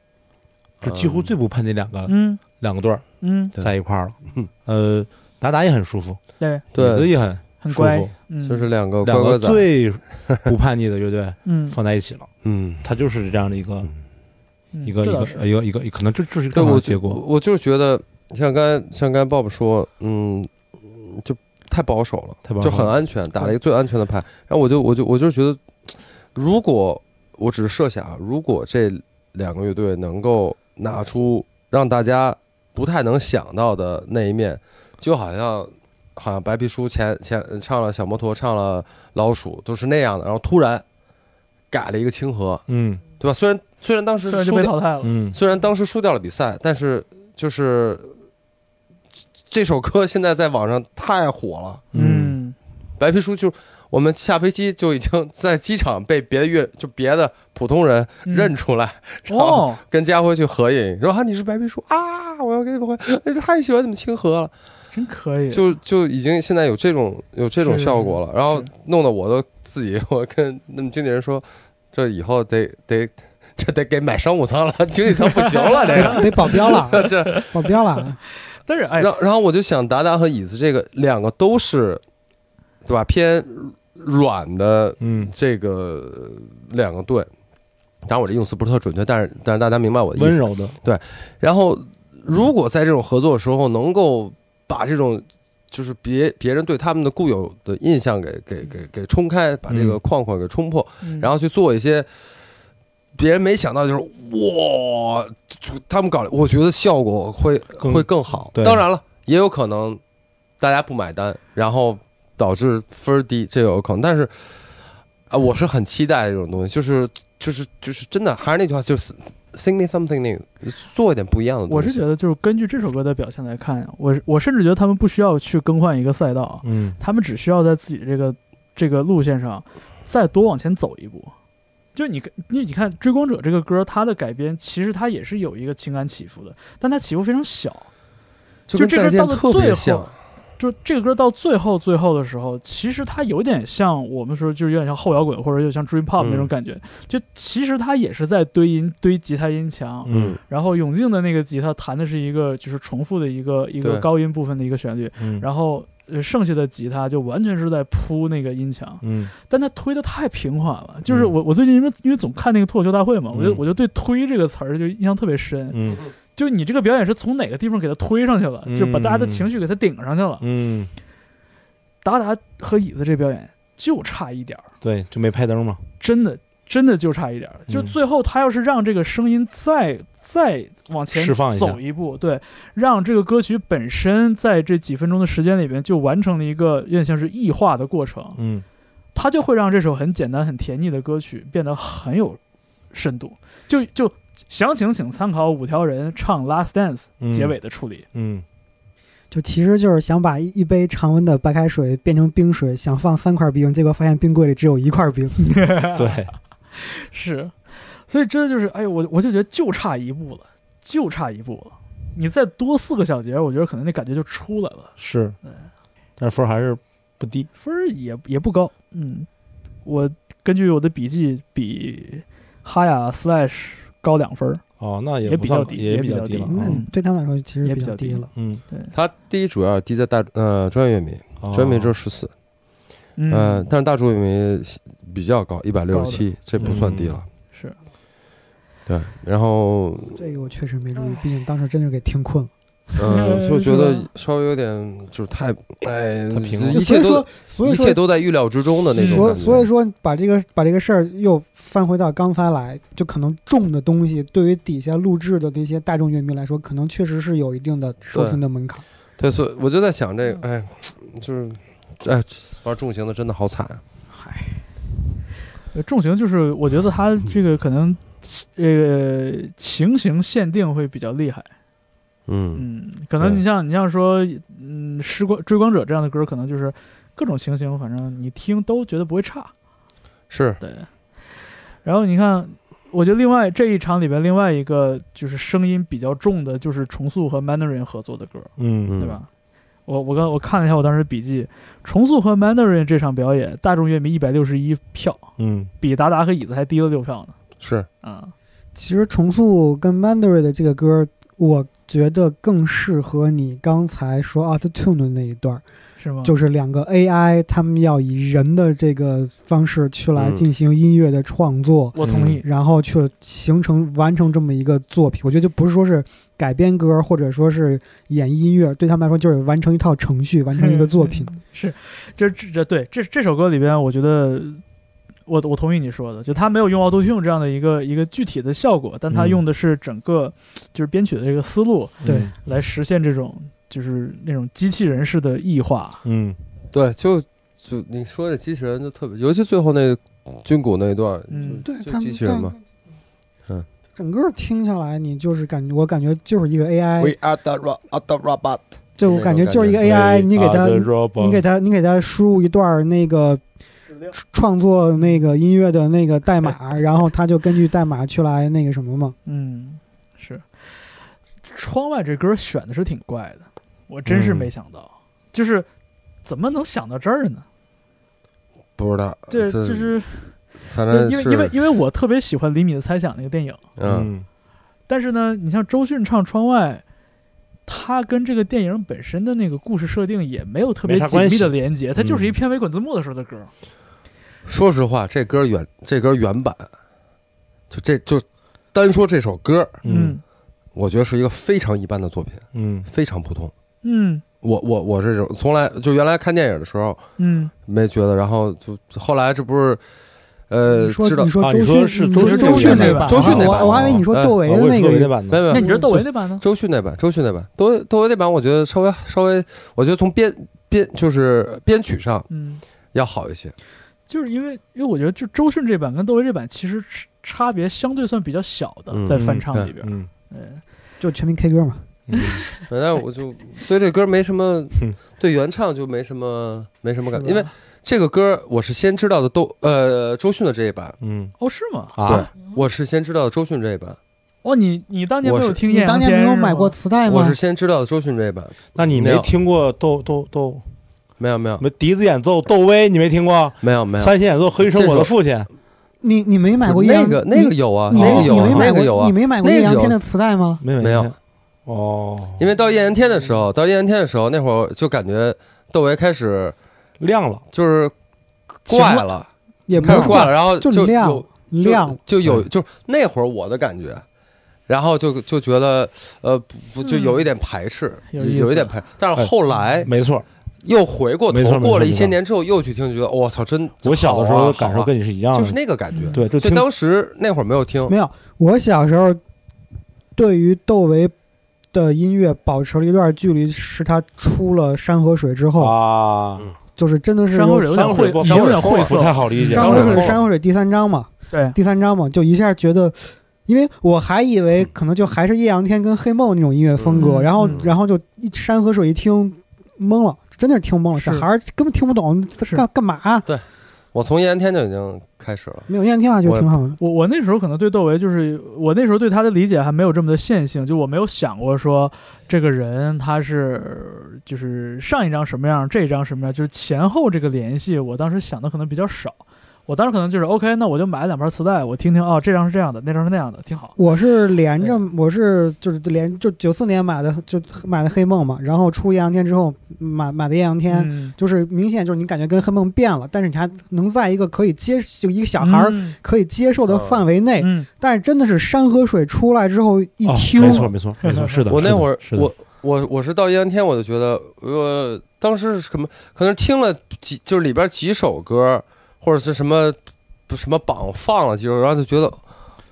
Speaker 4: 就几乎最不叛逆两个、
Speaker 1: 嗯
Speaker 4: 两个队儿
Speaker 1: 嗯，
Speaker 2: 对
Speaker 4: 在一块儿了。呃，达达也很舒服，
Speaker 1: 对，
Speaker 4: 椅子
Speaker 2: 对，
Speaker 4: 也很
Speaker 1: 很
Speaker 4: 舒
Speaker 1: 乖
Speaker 4: 服，，
Speaker 1: 嗯，
Speaker 2: 就是两个乖
Speaker 4: 两
Speaker 2: 乖
Speaker 4: 个
Speaker 1: (laughs)
Speaker 2: 仔，
Speaker 4: 最不叛逆的乐队
Speaker 1: 嗯
Speaker 4: 放在一起了，
Speaker 2: 嗯。
Speaker 4: 它就是这样的一个
Speaker 1: 嗯
Speaker 4: 一个
Speaker 1: 这倒
Speaker 4: 一
Speaker 1: 是
Speaker 4: 个一个一个，可能这这是一个
Speaker 2: 对，
Speaker 4: 更好
Speaker 2: 我
Speaker 4: 的
Speaker 2: 就
Speaker 4: 结
Speaker 2: 我
Speaker 4: 果。
Speaker 2: 我就是觉得，像刚才像刚才 Bob 说，嗯，就太保守了，
Speaker 4: 太保守
Speaker 2: 就
Speaker 4: 了
Speaker 2: 很安全，打了一个最安全的牌。然后我就我就我就觉得，如果我只是设想啊，如果这两个乐队能够拿出让大家不太能想到的那一面，就好像。好像白皮书前前唱了小摩托，唱了老鼠，都是那样的。然后突然改了一个清河，
Speaker 4: 嗯
Speaker 2: 对吧？虽然虽然当时
Speaker 1: 虽然就
Speaker 2: 输
Speaker 1: 被
Speaker 2: 掉
Speaker 1: 淘汰了，
Speaker 4: 嗯，
Speaker 2: 虽然当时输掉了比赛，但是就是这首歌现在在网上太火了。
Speaker 4: 嗯
Speaker 1: 嗯
Speaker 2: 白皮书就我们下飞机就已经在机场被别的乐 (laughs) 就别的普通人
Speaker 1: 嗯
Speaker 2: 认出来，然后
Speaker 1: 哦，
Speaker 2: 跟家辉去合影，说啊你是白皮书啊，我要给你们回，哎太喜欢你们清河了，
Speaker 1: 真可以，
Speaker 2: 就就已经现在有这种有这种
Speaker 1: 是
Speaker 2: 效果了，然后弄得我都自己我跟那么经纪人说，这以后得得这得给买商务舱了，经济舱不行了这
Speaker 1: (laughs)
Speaker 2: 个。
Speaker 3: 得保镖了，
Speaker 2: 这
Speaker 3: 保镖了，
Speaker 1: 但是哎
Speaker 2: 然，后然后我就想，达达和椅子这个两个都是，对吧？偏软的
Speaker 4: 嗯，
Speaker 2: 这个两个队，当然我这用词不是特准确，但是但是大家明白我的意
Speaker 4: 温
Speaker 2: 思。
Speaker 4: 柔的，
Speaker 2: 然后如果在这种合作的时候能够把这种就是别别人对他们的固有的印象给给给给冲开，把这个
Speaker 4: 嗯
Speaker 2: 框框给冲破，
Speaker 1: 嗯
Speaker 2: 然后去做一些别人没想到，就是哇，就他们搞，我觉得效果会
Speaker 4: 更
Speaker 2: 会更好。
Speaker 4: 对
Speaker 2: 当然了，也有可能大家不买单，然后导致分儿低，这有可能。但是啊，我是很期待这种东西，就是就是就是真的，还是那句话，就是 sing me something new，做一点不一样的东
Speaker 1: 我
Speaker 2: 西。
Speaker 1: 是觉得，就是根据这首歌的表现来看，我我甚至觉得他们不需要去更换一个赛道，
Speaker 4: 嗯，
Speaker 1: 他们只需要在自己这个这个路线上再多往前走一步。就你跟，你你看《追光者》这个歌，它的改编其实它也是有一个情感起伏的，但它起伏非常小。
Speaker 2: 就跟
Speaker 1: 就这个
Speaker 2: 再见
Speaker 1: 到了
Speaker 2: 特
Speaker 1: 最
Speaker 2: 别
Speaker 1: 后
Speaker 2: 像，
Speaker 1: 就这个歌到最后最后的时候，其实它有点像我们说，就是有点像后摇滚或者有点像 dream pop
Speaker 2: 嗯
Speaker 1: 那种感觉。就其实它也是在堆音堆吉他音墙，
Speaker 4: 嗯
Speaker 1: 然后永静的那个吉他弹的是一个就是重复的一个一个
Speaker 2: 对
Speaker 1: 高音部分的一个旋律，
Speaker 4: 嗯，后
Speaker 1: 然后呃剩下的吉他就完全是在铺那个音墙，
Speaker 4: 嗯
Speaker 1: 但它推的太平缓了。就是
Speaker 4: 嗯
Speaker 1: 我我最近因为因为总看那个脱口秀大会嘛，我就
Speaker 4: 嗯
Speaker 1: 我就对“推”这个词儿就印象特别深。
Speaker 4: 嗯
Speaker 1: 就你这个表演是从哪个地方给它推上去了，
Speaker 4: 嗯
Speaker 1: 就把大家的情绪给它顶上去了。
Speaker 4: 嗯，
Speaker 1: 达达和椅子这表演就差一点儿，
Speaker 4: 对，就没拍灯嘛，
Speaker 1: 真的真的就差一点儿。就
Speaker 4: 嗯
Speaker 1: 最后他要是让这个声音再再往前
Speaker 4: 释放一下
Speaker 1: 走一步，对，让这个歌曲本身在这几分钟的时间里边就完成了一个有点像是异化的过程，
Speaker 4: 嗯
Speaker 1: 它就会让这首很简单很甜腻的歌曲变得很有深度。就就详情请参考五条人唱《Last Dance
Speaker 4: 嗯》
Speaker 1: 结尾的处理。
Speaker 3: (laughs)
Speaker 4: 嗯
Speaker 3: 就其实就是想把一一杯常温的白开水变成冰水，想放三块冰，结果发现冰柜里只有一块冰。
Speaker 4: 对，
Speaker 1: 是，所以真的就是，哎呦，我我就觉得就差一步了，就差一步了。你再多四个小节，我觉得可能那感觉就出来了，
Speaker 4: 是
Speaker 1: 对，
Speaker 3: 嗯
Speaker 4: 但是分儿还是不低，
Speaker 1: 分儿也也不高。嗯，我根据我的笔记比哈雅 slash 高两分儿，
Speaker 4: 哦，那也
Speaker 1: 也
Speaker 4: 不
Speaker 1: 比
Speaker 4: 算
Speaker 1: 较低
Speaker 4: 也
Speaker 1: 也
Speaker 4: 比
Speaker 1: 比
Speaker 4: 较
Speaker 1: 较
Speaker 4: 低
Speaker 1: 低
Speaker 4: 了，
Speaker 3: 那
Speaker 4: 嗯
Speaker 3: 对他们来说其实
Speaker 1: 也比较
Speaker 3: 低
Speaker 1: 低
Speaker 3: 了。
Speaker 4: 嗯，
Speaker 2: 它第一主要低在大呃专业乐迷，
Speaker 4: 哦
Speaker 2: 专业乐迷只有十四，
Speaker 1: 嗯，
Speaker 2: 呃，但是大众乐迷比较高，一百六十七，这不算低
Speaker 4: 嗯
Speaker 2: 了。
Speaker 1: 是
Speaker 2: 对，然后
Speaker 3: 这个我确实没注意，毕竟当时真是给听困了。
Speaker 2: 呃，就觉
Speaker 1: 嗯是
Speaker 2: 得
Speaker 1: 吧
Speaker 2: 稍微有点就是太哎，
Speaker 4: 太平了
Speaker 2: 一切都
Speaker 3: 所以
Speaker 2: 一
Speaker 3: 说，
Speaker 2: 切都在预料之中的那种
Speaker 3: 所
Speaker 2: 感觉。
Speaker 3: 所以说，把这个把这个事儿又翻回到刚才来，就可能重的东西对于底下录制的那些大众乐迷来说，可能确实是有一定的收听的门槛。
Speaker 2: 对，所以我就在想这
Speaker 3: 嗯
Speaker 2: 个，哎，就是哎，玩重型的真的好惨啊。
Speaker 1: 呃重型就是我觉得它
Speaker 2: 嗯
Speaker 1: 这个可能呃情形限定会比较厉害。
Speaker 2: 嗯，
Speaker 1: 嗯，可能你
Speaker 2: 对
Speaker 1: 像你像说，嗯，失光追光者这样的歌，可能就是各种情形，反正你听都觉得不会差。
Speaker 2: 是
Speaker 1: 对。然后你看，我觉得另外这一场里边另外一个就是声音比较重的，就是重塑和 Mandarin 合作的歌，
Speaker 4: 嗯
Speaker 1: 对吧？我我刚我看了一下我当时笔记，重塑和 Mandarin 这场表演，大众乐迷一百六十一票，
Speaker 4: 嗯
Speaker 1: 比达达和椅子还低了六票呢。
Speaker 2: 是，
Speaker 1: 啊，
Speaker 3: 其实重塑跟 Mandarin 的这个歌，我觉得更适合你刚才说 Auto Tune 的那一段儿，
Speaker 1: 是吗？
Speaker 3: 就是两个 AI 他们要以人的这个方式去来
Speaker 2: 嗯
Speaker 3: 进行音乐的创作。
Speaker 1: 我同
Speaker 4: 嗯
Speaker 1: 意。
Speaker 3: 然后去形成完成这么一个作品，我觉得就不是说是改编歌，或者说是演绎音乐，对他们来说就是完成一套程序，完成一个作品。
Speaker 1: 是，这这这对这这首歌里边，我觉得我我同意你说的，就他没有用 Auto Tune 这样的一个一个具体的效果，但他
Speaker 4: 嗯
Speaker 1: 用的是整个就是编曲的这个思路
Speaker 3: 对
Speaker 1: 来实现这种就是那种机器人式的异化。
Speaker 4: 嗯
Speaker 2: 对，就就你说这机器人就特别，尤其最后那军鼓那一段，
Speaker 1: 嗯
Speaker 2: 就
Speaker 3: 对
Speaker 2: 就
Speaker 3: 他们
Speaker 2: 机器人嘛。嗯，
Speaker 3: 整个听下来，你就是感觉，我感觉就是一个 AI，
Speaker 2: are the ro- are the robot。
Speaker 3: 就我感啊觉就是一个
Speaker 2: 那
Speaker 3: AI，
Speaker 4: We
Speaker 3: 你给
Speaker 4: are
Speaker 3: 他
Speaker 4: the，robot 啊
Speaker 3: 你给他，你给他输入一段那个创作那个音乐的那个代码，然后他就根据代码去来那个什么嘛。
Speaker 1: 嗯，是。窗外这歌选的是挺怪的，我真是
Speaker 4: 嗯
Speaker 1: 没想到，就是怎么能想到这儿呢？
Speaker 2: 不知道，
Speaker 4: 呃
Speaker 1: 这
Speaker 2: 这
Speaker 1: 就是
Speaker 2: 反
Speaker 1: 因为因为
Speaker 2: 正是
Speaker 1: 因为因为我特别喜欢《厘米的猜想》那个电影。
Speaker 2: 嗯，
Speaker 1: 但是呢，你像周迅唱《窗外》，它跟这个电影本身的那个故事设定也没有特别
Speaker 4: 没啥
Speaker 1: 紧
Speaker 4: 关
Speaker 1: 密
Speaker 4: 系
Speaker 1: 的连接，它就是一
Speaker 4: 嗯
Speaker 1: 片尾滚字幕的时候的歌。
Speaker 2: 说实话，这歌原这歌原版，就这就单说这首歌，
Speaker 4: 嗯
Speaker 2: 我觉得是一个非常一般的作品，
Speaker 4: 嗯
Speaker 2: 非常普通。
Speaker 1: 嗯
Speaker 2: 我我我这种从来就原来看电影的时候
Speaker 1: 嗯，
Speaker 2: 没觉得，然后就后来这不是，呃，
Speaker 3: 你说
Speaker 2: 知道
Speaker 3: 你说
Speaker 4: 啊
Speaker 3: 周
Speaker 4: 你
Speaker 3: 迅，
Speaker 4: 说是
Speaker 3: 你
Speaker 4: 周
Speaker 3: 说
Speaker 4: 迅
Speaker 3: 周迅
Speaker 1: 那
Speaker 3: 那
Speaker 1: 版
Speaker 3: 版，啊
Speaker 2: 周迅那版
Speaker 3: 我我还以为你说
Speaker 2: 哦
Speaker 3: 窦唯的那
Speaker 4: 那
Speaker 3: 个，
Speaker 4: 版
Speaker 2: 没
Speaker 4: 的，
Speaker 2: 有
Speaker 1: 那
Speaker 2: 没
Speaker 1: 你
Speaker 2: 有，
Speaker 1: 觉得窦唯那版呢？
Speaker 2: 周迅那版，周迅那版，窦唯窦唯那版，我觉得稍微稍微，我觉得从编编就是编曲上
Speaker 1: 嗯，
Speaker 2: 要好一些。
Speaker 1: 就是因为因为我觉得就周迅这版跟窦唯这版其实是差别相对算比较小的，
Speaker 2: 嗯
Speaker 1: 在翻唱里边。
Speaker 4: 嗯，
Speaker 1: 嗯，
Speaker 3: 就全民 K 歌嘛。
Speaker 4: 嗯
Speaker 2: 反正我
Speaker 3: (laughs)
Speaker 2: 就对这歌没什么
Speaker 4: 嗯，
Speaker 2: 对原唱就没什么没什么感，
Speaker 1: 是吧
Speaker 2: 因为这个歌我是先知道的窦呃周迅的这一版，
Speaker 4: 嗯
Speaker 1: 哦，是吗？
Speaker 4: 啊，
Speaker 3: 嗯
Speaker 2: 我是先知道的周迅这一版，
Speaker 1: 哦，你你当年没有
Speaker 2: 我是
Speaker 1: 听
Speaker 3: 你
Speaker 1: 艳
Speaker 3: 当
Speaker 1: 阳
Speaker 3: 年
Speaker 1: 天
Speaker 3: 没有
Speaker 1: 是吗
Speaker 3: 买过磁带吗？
Speaker 2: 我是先知道的周迅这一版，
Speaker 4: 那你
Speaker 2: 没
Speaker 4: 没
Speaker 2: 有
Speaker 4: 听过窦窦窦
Speaker 2: 没有没有
Speaker 4: 什么笛子演奏窦唯，你没听过？
Speaker 2: 没有没有，
Speaker 4: 三弦演奏《何以生我的父亲》
Speaker 3: 你你没买过
Speaker 2: 那
Speaker 3: 艳
Speaker 2: 个
Speaker 3: 阳
Speaker 2: 那个有啊，
Speaker 3: 你
Speaker 2: 那个有
Speaker 3: 你
Speaker 2: 啊
Speaker 3: 没
Speaker 2: 那
Speaker 3: 买
Speaker 2: 个有
Speaker 3: 过
Speaker 2: 啊
Speaker 3: 你，没买过
Speaker 2: 那个
Speaker 3: 艳阳
Speaker 2: 有
Speaker 3: 天的磁带吗？
Speaker 4: 没
Speaker 2: 没有
Speaker 4: 听哦，
Speaker 2: 因为到艳阳天的时候，到艳阳天的时候，那会儿就感觉窦唯开始
Speaker 4: 亮了，
Speaker 2: 就是
Speaker 1: 情
Speaker 2: 怪
Speaker 1: 了
Speaker 2: 了。
Speaker 3: 也没
Speaker 2: 开
Speaker 3: 有
Speaker 2: 始挂了，然后
Speaker 3: 就
Speaker 2: 有
Speaker 3: 亮
Speaker 2: 就嗯
Speaker 3: 亮
Speaker 2: 就有就那会儿我的感觉，然后就就觉得呃不不就有一点排斥，
Speaker 1: 有
Speaker 2: 有
Speaker 1: 意思
Speaker 2: 一点排斥，但是后来
Speaker 4: 没错。
Speaker 2: 又回过
Speaker 4: 哎没错
Speaker 2: 头，
Speaker 4: 没错
Speaker 2: 过了一
Speaker 4: 没错
Speaker 2: 些年之后又去听，觉得我操，真
Speaker 4: 我小的时
Speaker 2: 好
Speaker 4: 候
Speaker 2: 啊
Speaker 4: 感受
Speaker 2: 好啊
Speaker 4: 跟你是一样的，嗯
Speaker 2: 就是那个感觉，
Speaker 4: 对，就
Speaker 2: 就
Speaker 4: 听
Speaker 2: 当时那会儿没有听
Speaker 3: 没，有。我小时候对于窦唯的音乐保持了一段距离，是他出了《山河水》之后，
Speaker 4: 啊，
Speaker 3: 就是真的是
Speaker 1: 山河
Speaker 3: 有
Speaker 1: 嗯水有点晦，
Speaker 4: 山河水不
Speaker 1: 已经有点
Speaker 2: 山河
Speaker 1: 晦
Speaker 2: 水
Speaker 1: 涩
Speaker 4: 不
Speaker 1: 了。
Speaker 4: 太好理解。啊
Speaker 3: 山
Speaker 2: 当
Speaker 3: 河
Speaker 2: 然
Speaker 3: 水》
Speaker 2: 了
Speaker 3: 《山河水》第三章嘛，
Speaker 1: 对，
Speaker 3: 第三章嘛，就一下觉得。因为我还以为可能就还是叶阳天跟黑梦那种音乐风格，
Speaker 1: 嗯
Speaker 3: 然后
Speaker 2: 嗯
Speaker 3: 然后就一山河水一听懵了，真的是听懵了，
Speaker 1: 是
Speaker 3: 小孩儿根本听不懂
Speaker 1: 是
Speaker 3: 干干嘛、啊
Speaker 2: 我从艳阳天就已经开始了，
Speaker 3: 没有艳阳天啊，觉得挺好的。
Speaker 1: 我我那时候可能对窦唯就是我那时候对他的理解还没有这么的线性，就我没有想过说这个人他是就是上一张什么样，这一张什么样，就是前后这个联系，我当时想的可能比较少。我当时可能就是 OK，那我就买两盘磁带，我听听哦，这张是这样的，那张是那样的，挺好。
Speaker 3: 我是连着，我是就是连就九四年买的，就买的黑梦嘛，然后出艳阳天之后买买的艳阳天，
Speaker 1: 嗯，
Speaker 3: 就是明显就是你感觉跟黑梦变了，但是你还能在一个可以接就一个小孩儿哎
Speaker 1: 嗯
Speaker 3: 可以接受的
Speaker 2: 嗯
Speaker 3: 范围内，
Speaker 1: 嗯
Speaker 3: 但是真的是山和水出来之后一
Speaker 4: 哦
Speaker 3: 听，
Speaker 4: 没错，没错，
Speaker 1: (laughs)
Speaker 4: 没错，是的。
Speaker 2: 我那
Speaker 4: 是的
Speaker 2: 会儿
Speaker 4: 是的
Speaker 2: 我我我是到艳阳天我就觉得呃当时是什么，可能听了几就是里边几首歌或者是什么不什么榜放了几首，然后就觉得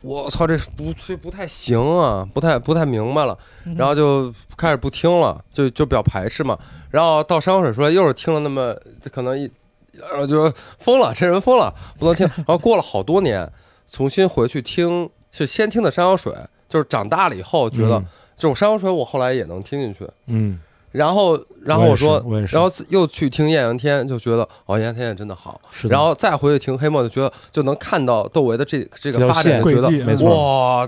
Speaker 2: 我操这不这不太行啊，不太不太明白了，
Speaker 1: 嗯
Speaker 2: 然后就开始不听了，就就比较排斥嘛。然后到山河水出来又是听了那么可能一，然后就说疯了，这人疯了不能听。然后过了好多年，重新回去听，是先听的山河水，就是长大了以后觉得。这种山河水我后来也能听进去。
Speaker 4: 嗯，嗯，
Speaker 2: 然后，然后
Speaker 4: 我也是
Speaker 2: 说，
Speaker 4: 我也是
Speaker 2: 然后自又去听艳阳天，就觉得哦，艳阳天也真的好。
Speaker 4: 是的
Speaker 2: 然后再回去听黑梦，就觉得就能看到窦唯的这这
Speaker 4: 这
Speaker 2: 个
Speaker 4: 条
Speaker 2: 发展，
Speaker 4: 线
Speaker 2: 就觉
Speaker 1: 轨迹
Speaker 2: 得
Speaker 1: 没
Speaker 2: 哇，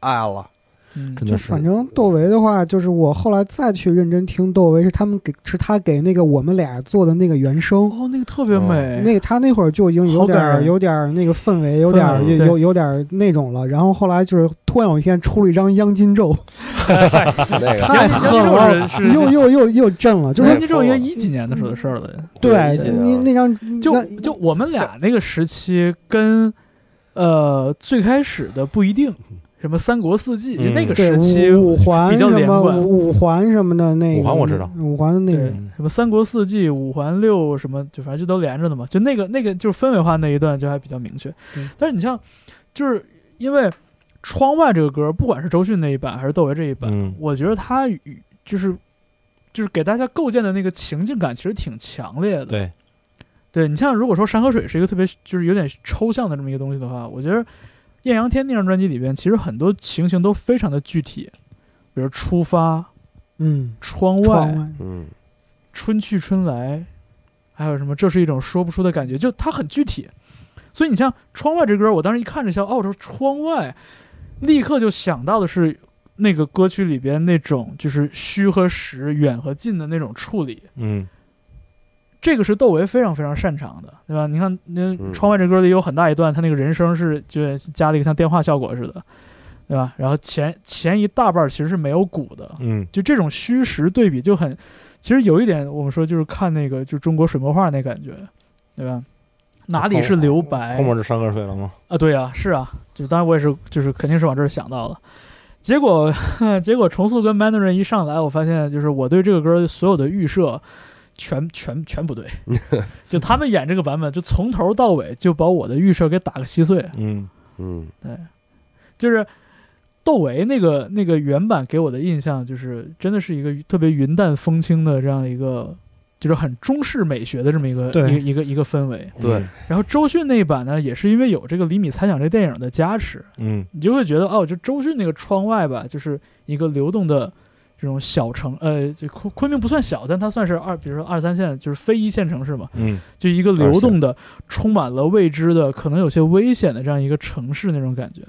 Speaker 2: 爱了。
Speaker 1: 嗯
Speaker 4: 真
Speaker 3: 就
Speaker 4: 的是，
Speaker 3: 反正窦唯的话，就是我后来再去认真听窦唯，是他们给是他给那个我们俩做的那个原声，
Speaker 1: 哦，那个特别
Speaker 2: 嗯
Speaker 1: 美，
Speaker 3: 那个他那会儿就已经
Speaker 1: 好
Speaker 3: 有
Speaker 1: 感
Speaker 3: 点儿
Speaker 1: 人
Speaker 3: 有点儿那个氛围，有点儿
Speaker 1: 氛围
Speaker 3: 有
Speaker 1: 对
Speaker 3: 有有点儿那种了。然后后来就是突然有一天出了一张《央金咒》，
Speaker 2: 那
Speaker 4: (laughs)
Speaker 2: 个
Speaker 1: (laughs)
Speaker 3: 太
Speaker 1: 杨
Speaker 3: 狠
Speaker 1: 杨
Speaker 3: 了
Speaker 1: 这 (laughs) 种人是啊哎
Speaker 3: 又又又又震哎了，就
Speaker 1: 就是
Speaker 3: 是
Speaker 1: 那种应该一几年的时候的事儿了。
Speaker 3: 对
Speaker 2: 一几年
Speaker 3: 你
Speaker 2: 了
Speaker 3: 那张
Speaker 1: 啊就
Speaker 3: 那
Speaker 1: 就我们俩那个时期跟呃最开始的不一定，什么三国四季、
Speaker 4: 嗯
Speaker 1: 那个
Speaker 3: 对
Speaker 1: 时期，
Speaker 3: 五五环
Speaker 1: 比较
Speaker 3: 什
Speaker 1: 连
Speaker 3: 么
Speaker 1: 贯
Speaker 3: 五五环什么的那个
Speaker 4: 五环我知道
Speaker 3: 五环那
Speaker 1: 对
Speaker 3: 个
Speaker 4: 嗯
Speaker 1: 什么三国四季、五环六什么，就反正就都连着的嘛。就那个那个就是氛围化那一段就还比较明确
Speaker 3: 对。
Speaker 1: 但是你像，就是因为《窗外》这个歌，不管是周迅那一版还是窦唯这一版，
Speaker 4: 嗯
Speaker 1: 我觉得他与就是就是给大家构建的那个情境感其实挺强烈的。
Speaker 4: 对，
Speaker 1: 对你像如果说山河水是一个特别就是有点抽象的这么一个东西的话，我觉得《艳阳天》那张专辑里边，其实很多情形都非常的具体，比如出发、
Speaker 3: 嗯
Speaker 1: 窗外、
Speaker 3: 窗外
Speaker 2: 嗯，
Speaker 1: 春去春来，还有什么这是一种说不出的感觉，就它很具体。所以你像《窗外》这歌，我当时一看这像澳洲窗外，立刻就想到的是那个歌曲里边那种就是虚和实、远和近的那种处理。
Speaker 4: 嗯，
Speaker 1: 这个是窦唯非常非常擅长的，对吧？你看那
Speaker 2: 嗯
Speaker 1: 窗外这歌里有很大一段，他那个人声是就加了一个像电话效果似的，对吧？然后前前一大半其实是没有鼓的，
Speaker 4: 嗯，
Speaker 1: 就这种虚实对比就很，其实有一点我们说就是看那个就中国水墨画那感觉，对吧？哪里是留白
Speaker 2: 哎
Speaker 4: 后面就山河水了吗？
Speaker 1: 啊？对啊，是啊，就当然我也是就是肯定是往这儿想到了，结果 (laughs) 结果重塑跟 Mandarin 一上来，我发现就是我对这个歌所有的预设。全全全不对，就他们演这个版本，就从头到尾就把我的预设给打个稀碎。
Speaker 4: 嗯
Speaker 2: 嗯
Speaker 1: 就是窦唯那个那个原版给我的印象，就是真的是一个特别云淡风轻的这样一个，就是很中式美学的这么一个一
Speaker 3: 对
Speaker 1: 个一个一个氛围。
Speaker 4: 嗯
Speaker 2: 对，
Speaker 1: 然后周迅那一版呢，也是因为有这个《厘米猜想》这电影的加持，
Speaker 4: 嗯
Speaker 1: 你就会觉得哦，就周迅那个窗外吧，就是一个流动的这种小城，呃，就昆昆明不算小，但它算是二，比如说二三线，就是非一线城市嘛，
Speaker 4: 嗯
Speaker 1: 就一个流动的、充满了未知的、可能有些危险的这样一个城市那种感觉。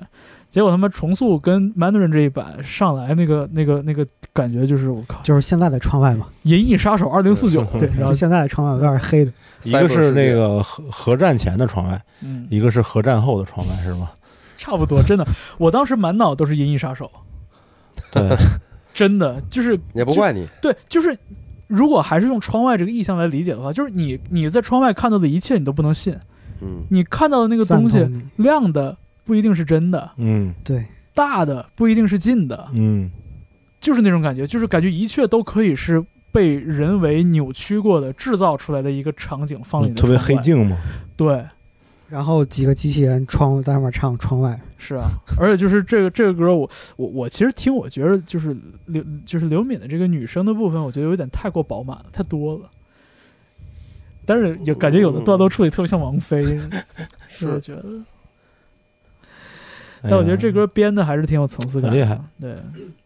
Speaker 1: 结果他们重塑跟 Mandarin 这一版上来那个那个那个感觉就是我
Speaker 3: (laughs)
Speaker 1: 靠，《
Speaker 3: 就是现在的窗外嘛，
Speaker 1: 银翼杀手二零四九》
Speaker 4: 对
Speaker 1: 你知道
Speaker 3: 就
Speaker 1: 吗？
Speaker 3: (laughs) 现在的窗外有点黑的，
Speaker 4: 一个是那个核核战前的窗外，
Speaker 1: 嗯，
Speaker 4: 一个是核战后的窗外，是吗？
Speaker 1: 差不多，真的，我当时满脑都是《银翼杀手》，
Speaker 4: 对，
Speaker 1: 真的就是
Speaker 2: 也不怪你，
Speaker 1: 对，就是如果还是用窗外这个意象来理解的话，就是你你在窗外看到的一切你都不能信，
Speaker 2: 嗯
Speaker 1: 你看到的那个
Speaker 3: 赞
Speaker 1: 东西
Speaker 3: 同你
Speaker 1: 亮的不一定是真的，
Speaker 4: 嗯
Speaker 3: 对，
Speaker 1: 大的不一定是近的，
Speaker 4: 嗯
Speaker 1: 就是那种感觉，就是感觉一切都可以是。被人为扭曲过的、制造出来的一个场景放进
Speaker 4: 嗯特别黑。镜嘛，
Speaker 1: 对，
Speaker 3: 然后几个机器人窗在上面唱窗外，
Speaker 1: 是啊，而且就是这个这个歌我，我我其实听，我觉得就是刘就是刘敏的这个女生的部分，我觉得有点太过饱满了，太多了。但是也感觉有的段落处理特别像王菲，是我觉得。但我觉得这歌编的还是挺有层次感的，
Speaker 4: 哎很厉害
Speaker 1: 对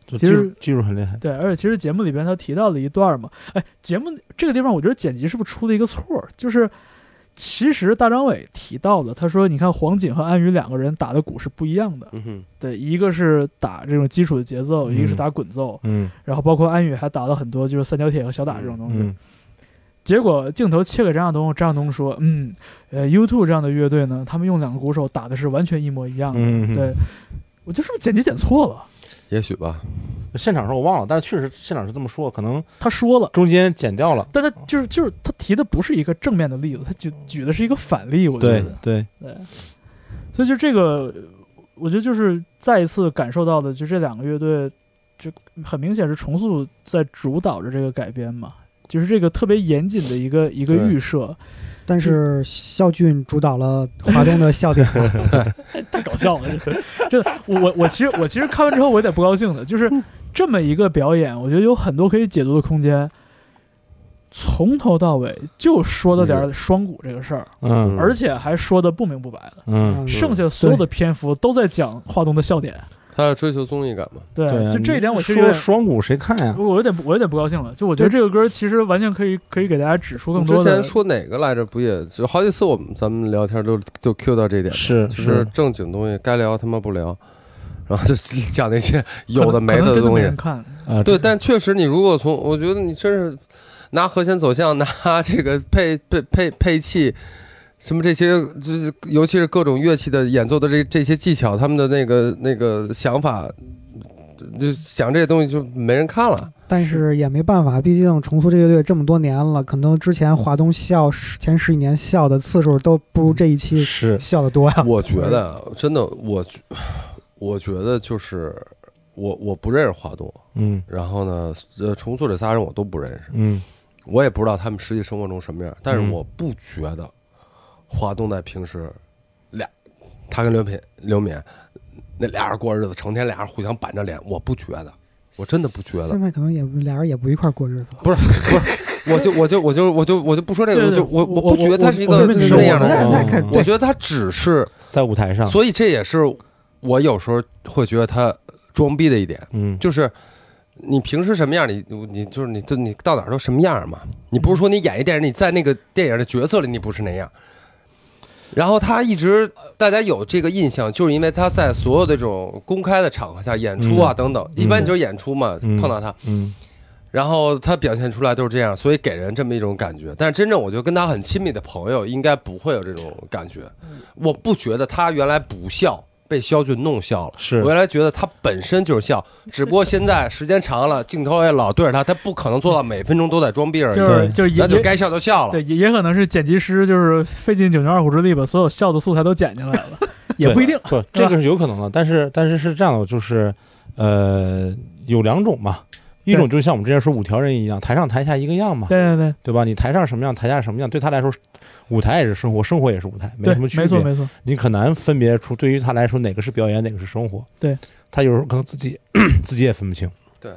Speaker 4: 就
Speaker 1: 其
Speaker 4: 技
Speaker 1: 实
Speaker 4: 术技术很厉害，
Speaker 1: 对，而且其实节目里边他提到了一段嘛，哎，节目这个地方我觉得剪辑是不是出了一个错儿？就是其实大张伟提到了，他说你看黄锦和安宇两个人打的鼓是不一样的，
Speaker 2: 嗯哼，
Speaker 1: 对，一个是打这种基础的节奏，
Speaker 4: 嗯
Speaker 1: 一个是打滚奏，
Speaker 4: 嗯
Speaker 1: 然后包括安宇还打了很多就是三角铁和小打这种东西。
Speaker 4: 嗯
Speaker 1: 结果镜头切给张亚东，张亚东说：“嗯，呃，U2 这样的乐队呢，他们用两个鼓手打的是完全一模一样的。
Speaker 4: 嗯，
Speaker 1: 对，我觉得是不是剪辑剪错了？
Speaker 2: 也许吧，
Speaker 4: 现场时候我忘了，但是确实现场是这么说，可能
Speaker 1: 他说了，
Speaker 4: 中间剪掉了。
Speaker 1: 但他就是就是他提的不是一个正面的例子，他举举的是一个反例，我觉
Speaker 4: 对
Speaker 1: 得
Speaker 4: 对，
Speaker 1: 对所以就这个，我觉得就是再一次感受到的，就这两个乐队，就很明显是重塑在主导着这个改编嘛，就是这个特别严谨的一个一个
Speaker 2: 对
Speaker 1: 预设，
Speaker 3: 但是肖俊主导了华东的笑点，
Speaker 1: (laughs) 太搞笑了，这 (laughs) 真的，我我我其实我其实看完之后我有点不高兴的，就是这么一个表演，我觉得有很多可以解读的空间。从头到尾就说了点儿双鼓这个事儿，
Speaker 4: 嗯
Speaker 1: 而且还说的不明不白的，
Speaker 4: 嗯，
Speaker 1: 剩下所有的篇幅都在讲华东的笑点。
Speaker 2: 他要追求综艺感嘛，
Speaker 1: 对，
Speaker 4: 对啊，
Speaker 1: 就这一点我
Speaker 4: 你
Speaker 1: 其实有
Speaker 4: 说
Speaker 1: 点，
Speaker 4: 双股谁看呀？
Speaker 1: 我有点不我有点不高兴了。就我觉得这个歌其实完全可以可以给大家指出更
Speaker 2: 你之
Speaker 1: 多的
Speaker 2: 前。说哪个来着？不也就好几次我们咱们聊天都都 Q 到这点，
Speaker 4: 是
Speaker 2: 就是正经东西该聊他妈不聊， (laughs) 然后就讲那些有
Speaker 1: 可
Speaker 2: 的
Speaker 1: 能
Speaker 2: 没
Speaker 1: 可能真的
Speaker 2: 东
Speaker 1: 没
Speaker 2: 西
Speaker 1: 人。看，
Speaker 4: 啊，
Speaker 2: 对，但确实你如果从，我觉得你真是拿和弦走向，拿 (laughs) 这个配配配配器。什么这些，就是尤其是各种乐器的演奏的这这些技巧，他们的那个那个想法，就想这些东西就没人看了。
Speaker 3: 但是也没办法，毕竟重塑这乐队这么多年了，可能之前华东笑十前十几年笑的次数都不如这一期
Speaker 4: 是
Speaker 3: 笑的多呀、
Speaker 2: 我觉得啊真的，我觉我觉得就是我我不认识华东，
Speaker 4: 嗯
Speaker 2: 然后呢，呃，重塑这仨人我都不认识，
Speaker 4: 嗯
Speaker 2: 我也不知道他们实际生活中什么样，但
Speaker 4: 嗯
Speaker 2: 是我不觉得华东在平时俩他跟刘品刘敏那俩人过日子，成天俩人互相板着脸，我不觉得，我真的不觉得
Speaker 3: 现。在可能也俩人也不一块儿过日子了。
Speaker 2: 不是不是，我就我就我就我就我就不说这
Speaker 1: 对
Speaker 2: 个，我
Speaker 1: 对
Speaker 2: 就我
Speaker 1: 我
Speaker 2: 不觉得他是一
Speaker 1: 我
Speaker 2: 个
Speaker 1: 我明白你
Speaker 2: 那样的
Speaker 4: 说
Speaker 2: 人
Speaker 4: 我，
Speaker 3: 那那肯
Speaker 2: 我嗯
Speaker 3: 对
Speaker 2: 觉得他只是，
Speaker 4: 在舞台上，
Speaker 2: 所以这也是我有时候会觉得他装逼的一点，
Speaker 4: 嗯，
Speaker 2: 就是你平时什么样，你你就是你就你到哪儿都什么样嘛。你不是说你演一电影，你在那个电影的角色里你不是那样。然后他一直大家有这个印象，就是因为他在所有的这种公开的场合下演出啊
Speaker 4: 嗯
Speaker 2: 等等，一般你就是演出嘛，
Speaker 4: 嗯
Speaker 2: 碰到他，
Speaker 4: 嗯
Speaker 2: 然后他表现出来就是这样，所以给人这么一种感觉。但是真正我觉得跟他很亲密的朋友，应该不会有这种感觉。我不觉得他原来不笑被肖俊弄笑了，
Speaker 4: 是
Speaker 2: 我原来觉得他本身就是笑，只不过现在时间长了，镜头也老对着他，他不可能做到每分钟都在装逼而已。
Speaker 1: 就是就是也
Speaker 2: 那就
Speaker 1: 也
Speaker 2: 该笑就笑了
Speaker 1: 对，也也可能是剪辑师就是费尽九牛二虎之力把所有笑的素材都剪进来了，也不一定。
Speaker 4: 不，这个是有可能的，但是但是是这样的，就是呃，有两种嘛，一种就像我们之前说五条人一样，台上台下一个样嘛，
Speaker 1: 对对对，
Speaker 4: 对吧？你台上什么样，台下什么样，对他来说，舞台也是生活，生活也是舞台， (laughs) 没
Speaker 1: 对
Speaker 4: 什么区
Speaker 1: 没错
Speaker 4: 别。
Speaker 1: 没错，
Speaker 4: 你很难分别出，对于他来说哪个是表演，哪个是生活。
Speaker 1: 对，
Speaker 4: 他有时候可能自己 (clears throat) 自己也分不清。
Speaker 2: 对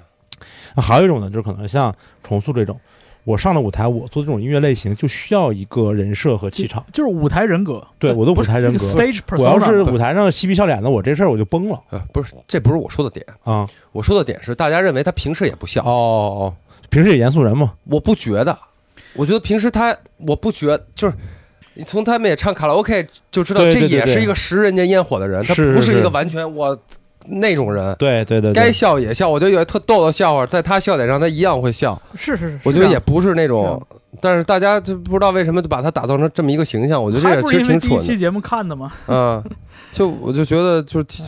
Speaker 4: 那还有一种呢，就是可能像重塑这种，我上了舞台，我做这种音乐类型就需要一个人设和气场。
Speaker 1: 就是舞台人格。
Speaker 4: 对我的舞台人格
Speaker 1: 不是一个 stage persona。
Speaker 4: 我要是舞台上嬉皮笑脸的，我这事儿我就崩了
Speaker 2: 呃，不是，这不是我说的点，
Speaker 4: 啊！
Speaker 2: 我说的点是大家认为他平时也不
Speaker 4: 哦
Speaker 2: 笑，
Speaker 4: 哦，平时也严肃人嘛，
Speaker 2: 我不觉得，我觉得平时他我不觉就是。你从他们也唱卡拉 OK 就知道，
Speaker 4: 对
Speaker 2: 这
Speaker 4: 对对
Speaker 2: 也
Speaker 4: 对
Speaker 2: 是一个食人间烟火的人，他
Speaker 4: 是
Speaker 2: 不
Speaker 4: 是
Speaker 2: 是一
Speaker 4: 是
Speaker 2: 个完全我那种人，
Speaker 4: 对对对，对
Speaker 2: 该笑也笑。我觉得有一特逗的笑话，在他笑点上他一样会笑。
Speaker 1: 是是是，
Speaker 2: 我觉得
Speaker 1: 是啊
Speaker 2: 也不是那
Speaker 1: 是啊
Speaker 2: 种，但是大家就不知道为什么就把他打造成这么一个形象，我觉得
Speaker 1: 这样
Speaker 2: 这
Speaker 1: 还
Speaker 2: 也
Speaker 1: 不是
Speaker 2: 其实
Speaker 1: 因为
Speaker 2: 挺
Speaker 1: 第一
Speaker 2: 蠢
Speaker 1: 期节目看的吗？
Speaker 2: 的啊。就我就觉得就是挺，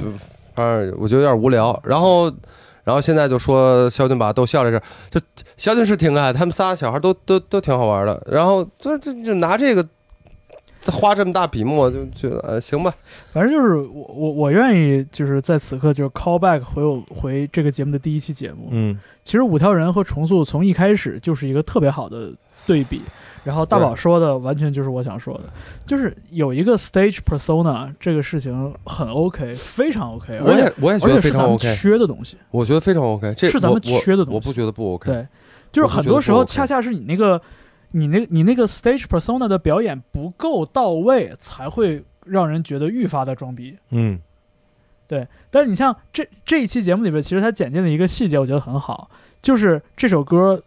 Speaker 2: 反正我觉得有点无聊。然后，然后现在就说肖俊把逗笑这事儿，就肖俊是挺可爱，他们仨小孩都都都挺好玩的。然后就就就拿这个花这么大笔墨，就觉得呃行吧，
Speaker 1: 反正就是我我我愿意就是在此刻就是 call back 回我回这个节目的第一期节目。
Speaker 4: 嗯，
Speaker 1: 其实五条人和重塑从一开始就是一个特别好的对比。然后大宝说的完全就是我想说的，就是有一个 stage persona 这个事情很 OK，非常 OK，
Speaker 2: 我
Speaker 1: 而且
Speaker 2: 也我也觉
Speaker 1: 而且是
Speaker 2: 得非
Speaker 1: 咱
Speaker 2: 常
Speaker 1: 们
Speaker 2: OK，
Speaker 1: 缺的东西。
Speaker 2: 我觉得非常 OK，这
Speaker 1: 是咱们
Speaker 2: 我我
Speaker 1: 缺的东西
Speaker 2: 我不觉得不 OK。
Speaker 1: 对，就是很多时
Speaker 2: 我
Speaker 1: 候
Speaker 2: 不觉得不
Speaker 1: 恰
Speaker 2: OK
Speaker 1: 恰是你那个，你那你那个 stage persona 的表演不够到位，才会让人觉得愈发的装逼。
Speaker 4: 嗯
Speaker 1: 但是你像这这一期节目里边，其实他剪进了一个细节，我觉得很好，就是这首歌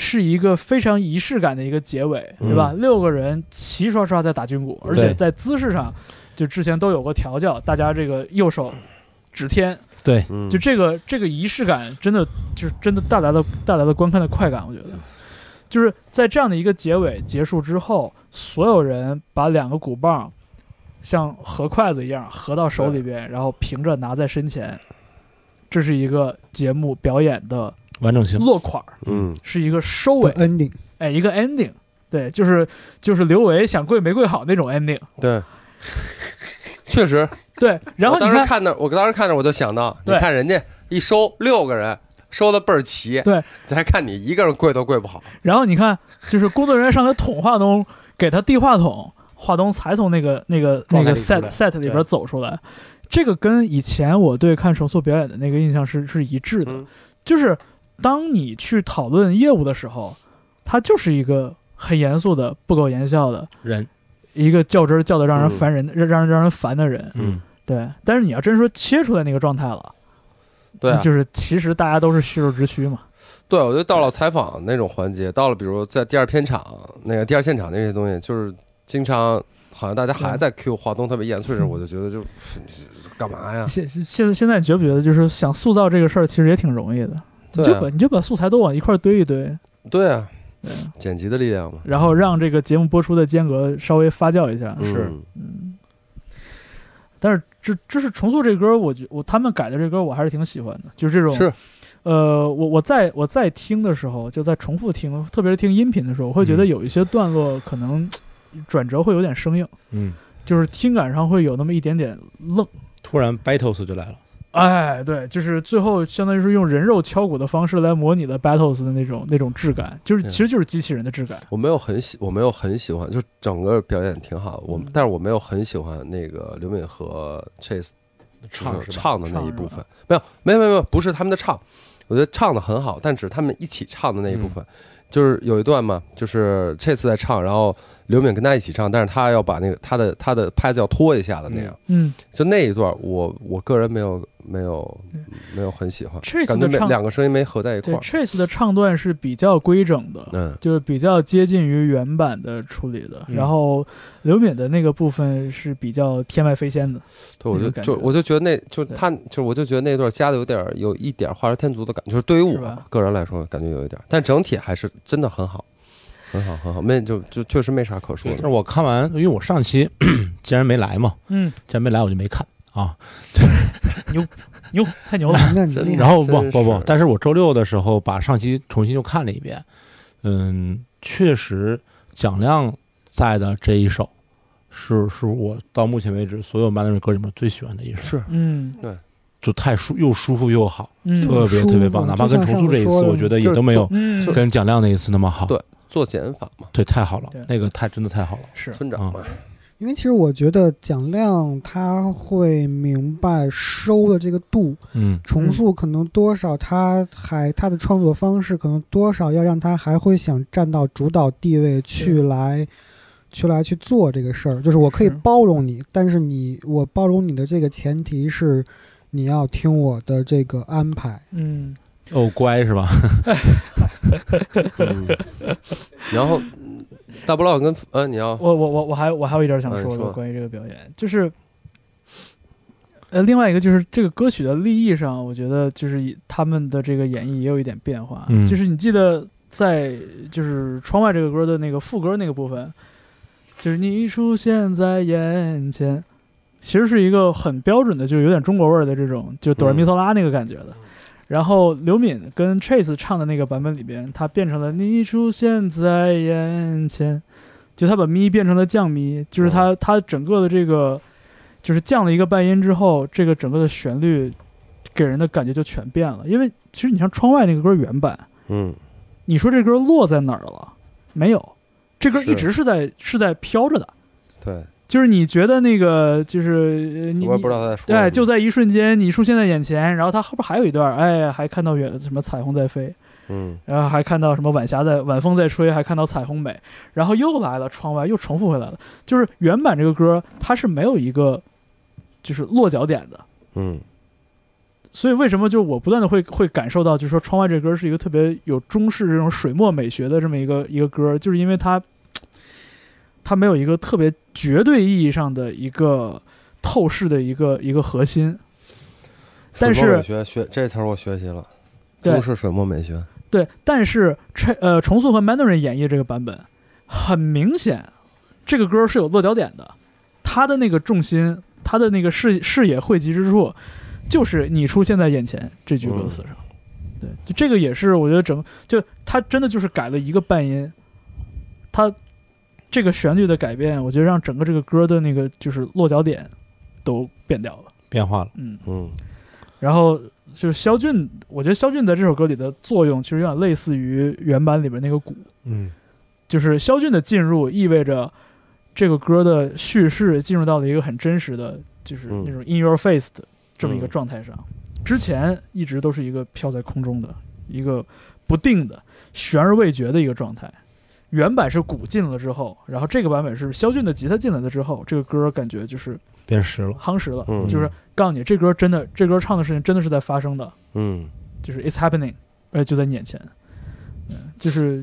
Speaker 1: 是一个非常仪式感的一个结尾，对吧？六个人齐刷刷在打军鼓，而且
Speaker 4: 对
Speaker 1: 在姿势上就之前都有过调教，大家这个右手指天，
Speaker 4: 对，
Speaker 2: 嗯，
Speaker 1: 就这个这个仪式感，真的就是真的带来了带来了观看的快感。我觉得，就是在这样的一个结尾结束之后，所有人把两个鼓棒像合筷子一样合到手里边，然后平着拿在身前，这是一个节目表演的
Speaker 4: 完整性，
Speaker 1: 落款儿，
Speaker 2: 嗯，
Speaker 1: 是一个收
Speaker 3: 对
Speaker 1: 尾，
Speaker 3: ending，
Speaker 1: 哎，一个 ending。对，就是就是刘维想跪没跪好那种 ending。
Speaker 2: 对， (laughs) 确实。
Speaker 1: 对，然后
Speaker 2: 我
Speaker 1: 你
Speaker 2: 当时
Speaker 1: 看，
Speaker 2: 看那，我当时看那，我就想到，你
Speaker 1: 对
Speaker 2: 看人家一收六个人，收的倍儿齐，
Speaker 1: 对，
Speaker 2: 再看你一个人跪都跪不好，
Speaker 1: 然后你看，就是工作人员上来捅华东，给他递话筒，华东才从那个那个那
Speaker 4: 状态
Speaker 1: 个
Speaker 4: 里出
Speaker 1: set
Speaker 4: 来
Speaker 1: set 里边
Speaker 4: 对
Speaker 1: 走出来。这个跟以前我对看重塑表演的那个印象是是一致的，
Speaker 2: 嗯
Speaker 1: 就是当你去讨论业务的时候，它就是一个很严肃的、不苟言笑的
Speaker 4: 人，
Speaker 1: 一个较真儿较得让人
Speaker 2: 嗯
Speaker 1: 烦人、让让让人烦的人。
Speaker 4: 嗯，
Speaker 1: 对，但是你要真说切出来那个状态了，
Speaker 2: 对啊，
Speaker 1: 就是其实大家都是虚肉之躯嘛。
Speaker 2: 对，我觉得到了采访那种环节，到了比如在第二片场那个第二现场那些东西，就是经常好像大家还在 Q 华东特别严肃的时候，
Speaker 1: 嗯
Speaker 2: 我就觉得就干嘛呀？
Speaker 1: 现现在现在你觉不觉得，就是想塑造这个事儿，其实也挺容易的。你
Speaker 2: 对
Speaker 1: 就
Speaker 2: 啊
Speaker 1: 把，你就把素材都往一块儿堆一堆，
Speaker 2: 对啊
Speaker 1: 对，
Speaker 2: 剪辑的力量嘛，
Speaker 1: 然后让这个节目播出的间隔稍微发酵一下。
Speaker 4: 是
Speaker 2: 嗯
Speaker 1: 但是这这是重塑这歌，我觉我他们改的这歌我还是挺喜欢的，就是这种
Speaker 2: 是，
Speaker 1: 呃，我我在我在听的时候，就在重复听，特别是听音频的时候，我会觉得
Speaker 4: 嗯
Speaker 1: 有一些段落可能嘖转折会有点生硬，
Speaker 4: 嗯，
Speaker 1: 就是听感上会有那么一点点愣。
Speaker 4: 突然 battles 就来了，
Speaker 1: 哎，对，就是最后相当于是用人肉敲鼓的方式来模拟的 battles 的那种那种质感，就是
Speaker 2: 对
Speaker 1: 其实就是机器人的质感。
Speaker 2: 我没有很喜，我没有很喜欢，就整个表演挺好，我
Speaker 1: 嗯
Speaker 2: 但是我没有很喜欢那个刘敏和 Chase
Speaker 4: 唱
Speaker 2: 就是
Speaker 4: 吧
Speaker 2: 唱的那一
Speaker 1: 唱是吧
Speaker 2: 部分，没有，没有，没有，没有，不是他们的唱，我觉得唱的很好，但只是他们一起唱的那一
Speaker 1: 嗯
Speaker 2: 部分，就是有一段嘛，就是这次在唱，然后刘敏跟他一起唱，但是他要把那个他的他的拍子要拖一下的那样，
Speaker 1: 嗯，
Speaker 2: 就那一段我，我个人没有没有
Speaker 1: 嗯
Speaker 2: 没有很喜欢，
Speaker 1: 这次
Speaker 2: 感
Speaker 1: 的
Speaker 2: 觉没
Speaker 1: 唱
Speaker 2: 两个声音没合在一块
Speaker 1: 对
Speaker 2: 儿，
Speaker 1: ，Chase 的唱段是比较规整的，
Speaker 2: 嗯，
Speaker 1: 就是比较接近于原版的处理的。
Speaker 4: 嗯
Speaker 1: 然后刘敏的那个部分是比较天外飞仙的，
Speaker 2: 对，我
Speaker 1: 那
Speaker 2: 就
Speaker 1: 种感
Speaker 2: 就
Speaker 1: 觉
Speaker 2: 我就觉得那就
Speaker 1: 对
Speaker 2: 他就是我就觉得那段加的有点儿有一点儿画蛇添足的感觉，就是对于
Speaker 1: 是
Speaker 2: 我
Speaker 1: 吧
Speaker 2: 个人来说感觉有一点儿，但整体还是真的很好，很好很好，没就就确实没啥可说
Speaker 4: 但是
Speaker 2: 的。
Speaker 4: 我看完，因为我上期 (coughs) 既然没来嘛，
Speaker 1: 嗯，
Speaker 4: 既然没来我就没看啊，
Speaker 1: 牛，太牛
Speaker 2: (laughs)
Speaker 1: 了，
Speaker 3: 那你
Speaker 2: 真
Speaker 3: 厉害
Speaker 4: 然。后不
Speaker 2: 真
Speaker 4: 不不
Speaker 2: 是，
Speaker 4: 但是我周六的时候把上期重新又看了一遍，嗯，确实蒋亮在的这一首是是我到目前为止所有 Mandarin 歌里面最喜欢的一首，
Speaker 2: 是
Speaker 1: 嗯
Speaker 4: 就太舒又舒服又好，
Speaker 1: 嗯
Speaker 4: 特别特别棒。
Speaker 3: 舒服
Speaker 4: 哪怕跟重塑这一次，
Speaker 3: 就像上次说的
Speaker 4: 我觉得也都没有
Speaker 1: 嗯
Speaker 2: 就
Speaker 4: 跟蒋亮那一次那么好。
Speaker 2: 对做减法嘛，
Speaker 4: 对，太好了
Speaker 1: 对，
Speaker 4: 那个太真的太好了。
Speaker 1: 是
Speaker 2: 村长嘛，
Speaker 3: 因为其实我觉得蒋亮他会明白收的这个度，
Speaker 4: 嗯，
Speaker 3: 重塑可能多少他还他的创作方式可能多少要让他还会想站到主导地位去来。去来去做这个事儿，就是我可以
Speaker 1: 是
Speaker 3: 包容你，但是你我包容你的这个前提是，你要听我的这个安排。
Speaker 1: 嗯
Speaker 4: 哦，乖是吧？ (laughs)
Speaker 2: 嗯， (laughs) 然后嗯大波浪跟呃你要
Speaker 1: 我我我我还我还有一点想说
Speaker 2: 嗯你
Speaker 1: 的
Speaker 2: 说
Speaker 1: 关于这个表演，就是，呃，另外一个就是这个歌曲的立意上，我觉得就是以他们的这个演绎也有一点变化。
Speaker 4: 嗯
Speaker 1: 就是你记得在就是《窗外》这个歌的那个副歌那个部分，就是你出现在眼前，其实是一个很标准的，就是有点中国味儿的这种，就哆来
Speaker 2: 嗯
Speaker 1: 咪嗦拉那个感觉的。然后刘敏跟 Chase 唱的那个版本里边，它变成了你出现在眼前，就他把咪变成了降咪，就是他他整个的这个就是降了一个半音之后，这个整个的旋律给人的感觉就全变了。因为其实你像窗外那个歌原版，
Speaker 2: 嗯
Speaker 1: 你说这歌落在哪儿了？没有，这歌
Speaker 2: 是
Speaker 1: 一直是在是在飘着的。
Speaker 2: 对，
Speaker 1: 就是你觉得那个就是呃你
Speaker 2: 我也
Speaker 1: 你
Speaker 2: 不知道他在说什
Speaker 1: 对，
Speaker 2: 么
Speaker 1: 就在一瞬间，你出现在眼前，然后它后边还有一段，哎，还看到远什么彩虹在飞，
Speaker 2: 嗯
Speaker 1: 然后还看到什么晚霞在晚风在吹，还看到彩虹美，然后又来了，窗外又重复回来了。就是原版这个歌，它是没有一个就是落脚点的，
Speaker 2: 嗯
Speaker 1: 所以为什么就是我不断的会会感受到，就是说窗外这歌是一个特别有中式这种水墨美学的这么一个一个歌，就是因为它它没有一个特别绝对意义上的一个透视的一个一个核心，但是
Speaker 2: 水墨美学学这词儿我学习了，
Speaker 1: 对
Speaker 2: 中式水墨美学，
Speaker 1: 对，但是陈呃重塑和 Mandarin 演绎这个版本，很明显，这个歌是有落脚点的，它的那个重心，它的那个视视野汇集之处，就是你出现在眼前这句歌词上。对，就这个也是我觉得整就它真的就是改了一个半音，它这个旋律的改变，我觉得让整个这个歌的那个就是落脚点都变掉了。
Speaker 4: 变化了，
Speaker 1: 嗯。
Speaker 2: 嗯
Speaker 1: 然后就是肖俊，我觉得肖俊在这首歌里的作用其实有点类似于原版里边那个鼓，
Speaker 4: 嗯，
Speaker 1: 就是肖俊的进入意味着这个歌的叙事进入到了一个很真实的，就是
Speaker 2: 嗯
Speaker 1: 那种 in your face 的这么一个
Speaker 2: 嗯
Speaker 1: 状态上。之前一直都是一个飘在空中的一个不定的悬而未决的一个状态。原版是鼓进了之后，然后这个版本是肖俊的吉他进来了之后，这个歌感觉就是
Speaker 4: 变实了，
Speaker 1: 夯实了，
Speaker 2: 嗯
Speaker 1: 就是告诉你这歌真的，这歌唱的事情真的是在发生的。
Speaker 2: 嗯
Speaker 1: 就是 it's happening，而且就在你眼前，嗯，就是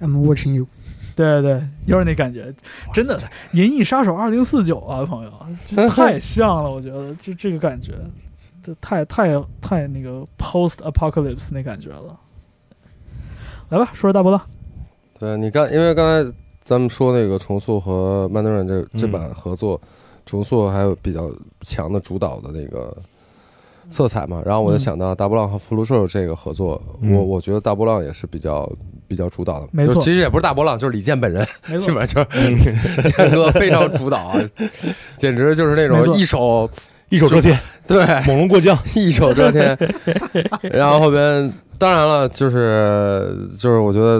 Speaker 3: I'm watching you。
Speaker 1: 对对对，有点那感觉，真的《银翼杀手二零四九》啊，朋友，这
Speaker 2: (laughs)
Speaker 1: 太像了，我觉得就这个感觉，这太太太那个 post apocalypse 那感觉了。来吧，说说大波浪，
Speaker 2: 对你刚因为刚才咱们说那个重塑和曼德尔这这
Speaker 4: 嗯
Speaker 2: 版合作，重塑还有比较强的主导的那个色彩嘛，然后我就
Speaker 1: 嗯
Speaker 2: 想到大波浪和福禄寿这个合作，
Speaker 4: 嗯
Speaker 2: 我我觉得大波浪也是比较比较主导的，
Speaker 1: 没错
Speaker 2: 就是其实也不是大波浪，就是李健本人，
Speaker 1: 没
Speaker 2: (laughs) 基
Speaker 1: 错，嗯
Speaker 2: 本上就是健哥非常主导啊， (laughs) 简直就是那
Speaker 1: 没
Speaker 2: 种
Speaker 1: 错
Speaker 2: 一手
Speaker 4: 一手遮天，
Speaker 2: 对
Speaker 4: 猛龙过江，
Speaker 2: (laughs) 一手遮天，然后后边当然了，就是就是我觉得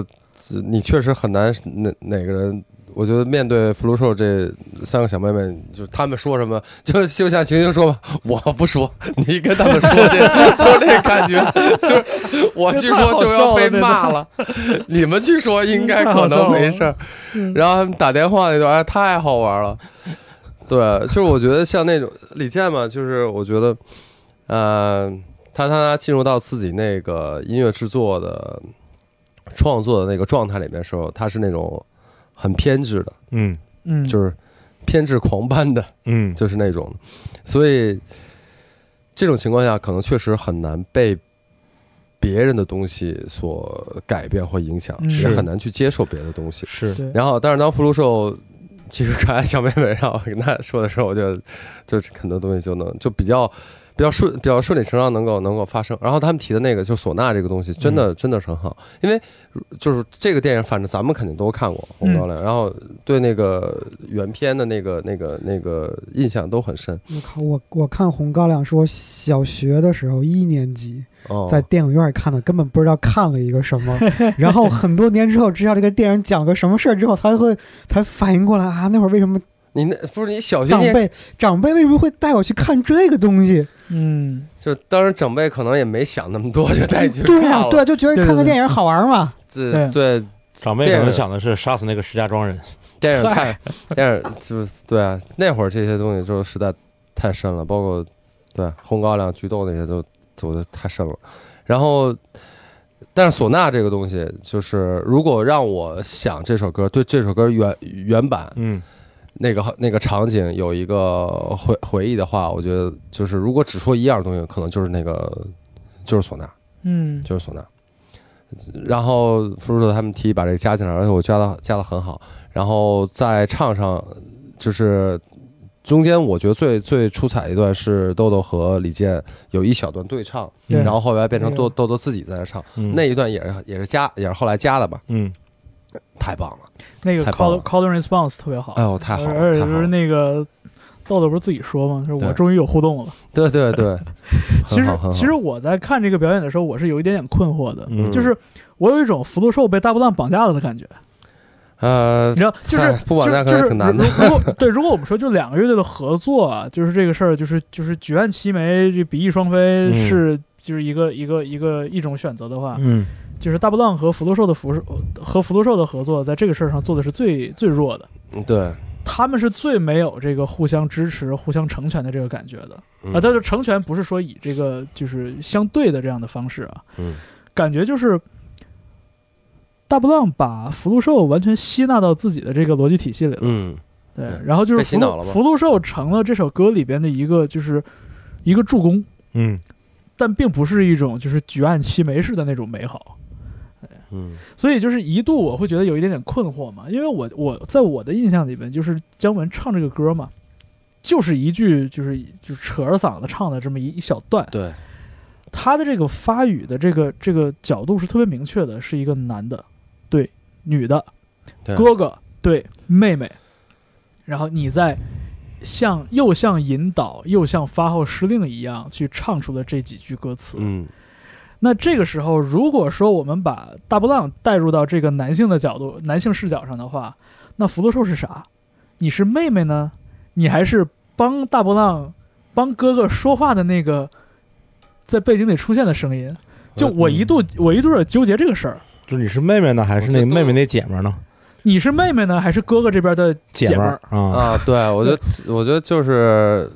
Speaker 2: 呃你确实很难哪哪个人。我觉得面对福禄寿这三个小妹妹，就是他们说什么，就就像行星说吧，我不说，你跟他们说去，就是这感觉，就是我据说就要被骂了，你们去说应该可能没事儿。
Speaker 1: 是
Speaker 2: 然后他们打电话那段，哎，太好玩了。对，就是我觉得像那种李健嘛，就是我觉得，呃，他他他进入到自己那个音乐制作的创作的那个状态里面的时候，他是那种很偏执的，
Speaker 4: (laughs) 嗯
Speaker 1: 嗯，
Speaker 2: 就是偏执狂般的，
Speaker 4: 嗯，
Speaker 2: 就是那种，所以这种情况下，可能确实很难被别人的东西所改变或影响，
Speaker 1: 嗯
Speaker 2: 也
Speaker 1: 是
Speaker 2: 很难去接受别的东西。
Speaker 4: 是
Speaker 1: 对，
Speaker 2: 然后，但是当福禄寿其实可爱小妹妹让我跟她说的时候，我就就是很多东西就能就比较比较顺，比较顺理成章能够能够发生。然后他们提的那个就唢呐这个东西，真
Speaker 3: 嗯
Speaker 2: 的、真的是很好，因为就是这个电影，反正咱们肯定都看过《
Speaker 3: 嗯
Speaker 2: 红高粱》，然后对那个原片的那个那个那个印象都很深。
Speaker 3: 我靠，我我看《红高粱》是我小学的时候一年级
Speaker 2: 哦，
Speaker 3: 在电影院看的，根本不知道看了一个什么。然后很多年之后知道这个电影讲个什么事儿之后，才会才反应过来啊，那会儿为什么
Speaker 2: 你那不是你小学
Speaker 3: 长
Speaker 2: 年
Speaker 3: 辈长辈为什么会带我去看这个东西？
Speaker 1: 嗯，
Speaker 2: 就当时长辈可能也没想那么多，就带你去
Speaker 3: 对
Speaker 2: 看
Speaker 3: 呀、
Speaker 2: 了。
Speaker 3: 对啊，就啊觉得看个电影好玩嘛。
Speaker 2: 这
Speaker 1: 对
Speaker 2: 对
Speaker 4: 长辈可能想的是杀死那个石家庄人，
Speaker 2: 电影太电影就是对啊，那会儿这些东西就是实在太深了，包括对啊红高粱、菊豆那些都走的太深了。然后，但是唢呐这个东西，就是如果让我想这首歌，对这首歌原原版
Speaker 4: 嗯，
Speaker 2: 那个那个场景有一个回回忆的话，我觉得就是如果只说一样东西，可能就是那个就是唢呐。
Speaker 1: 嗯，
Speaker 2: 就是唢呐。然后福叔他们提议把这个加进来，而且我加的加的很好。然后在唱上，就是中间我觉得最最出彩的一段是豆豆和李健有一小段对唱，
Speaker 1: 对
Speaker 2: 然后后来变成豆
Speaker 3: 哎呦
Speaker 2: 豆豆自己在那唱，
Speaker 4: 嗯
Speaker 2: 那一段也是也是加也是后来加的吧，
Speaker 4: 嗯
Speaker 2: 太棒了！
Speaker 1: 那个
Speaker 2: 太棒
Speaker 1: call
Speaker 2: 了
Speaker 1: call and response 特别好，
Speaker 2: 哎呦，太好了，
Speaker 1: 而且就
Speaker 2: 太好
Speaker 1: 是
Speaker 2: 了！
Speaker 1: 那个豆豆不是自己说吗？就是
Speaker 2: 对
Speaker 1: 我终于有互
Speaker 2: (laughs)
Speaker 1: 动了。
Speaker 2: 对对
Speaker 1: (laughs)
Speaker 2: 对，
Speaker 1: 其
Speaker 2: 很
Speaker 1: 实
Speaker 2: 好很好
Speaker 1: 其实我在看这个表演的时候，我是有一点点困惑的，
Speaker 4: 嗯
Speaker 1: 就是我有一种福禄寿被大波浪绑架了的感觉。
Speaker 2: 呃
Speaker 1: 你，知道，就是
Speaker 2: 哎不绑架
Speaker 1: 就
Speaker 2: 可能
Speaker 1: 是
Speaker 2: 挺难的
Speaker 1: 就是如如果对，如果我们说就两个乐队的合作啊，就是这个事儿，就是就是举案齐眉，这比翼双飞
Speaker 4: 嗯
Speaker 1: 是就是一个一个一个一种选择的话，
Speaker 4: 嗯
Speaker 1: 就是大波浪和福禄寿的福和福禄寿的合作，在这个事儿上做的是最最弱的，
Speaker 2: 对，
Speaker 1: 他们是最没有这个互相支持、互相成全的这个感觉的
Speaker 2: 嗯
Speaker 1: 啊。但是成全不是说以这个就是相对的这样的方式啊，
Speaker 2: 嗯
Speaker 1: 感觉就是大波浪把福禄寿完全吸纳到自己的这个逻辑体系里了。
Speaker 2: 嗯
Speaker 1: 对
Speaker 2: 对，
Speaker 1: 然后就是
Speaker 2: 被
Speaker 1: 福
Speaker 2: 洗脑
Speaker 1: 禄
Speaker 2: 了吧
Speaker 1: 福禄寿成了这首歌里边的一个就是一个助攻，
Speaker 4: 嗯
Speaker 1: 但并不是一种就是举案齐眉式的那种美好。
Speaker 2: 嗯
Speaker 1: 所以就是一度我会觉得有一点点困惑嘛，因为我我在我的印象里边，就是姜文唱这个歌嘛，就是一句就是就扯着嗓子唱的这么一一小段，
Speaker 2: 对，
Speaker 1: 他的这个发语的这个这个角度是特别明确的，是一个男的对女的
Speaker 2: 对
Speaker 1: 哥哥对妹妹，然后你在像又像引导又像发号施令一样去唱出了这几句歌词。
Speaker 2: 嗯
Speaker 1: 那这个时候，如果说我们把大波浪带入到这个男性的角度、男性视角上的话，那福禄寿是啥？你是妹妹呢？你还是帮大波浪、帮哥哥说话的那个在背景里出现的声音？就我一度，我一度有点纠结这个事儿。
Speaker 4: 就是你是妹妹呢，还是那妹妹那姐们儿呢？
Speaker 1: 你是妹妹呢，还是哥哥这边的姐
Speaker 4: 们
Speaker 1: 们
Speaker 4: 儿
Speaker 1: 儿？
Speaker 4: 啊，
Speaker 2: 啊，对我觉得 (laughs) 我觉得就是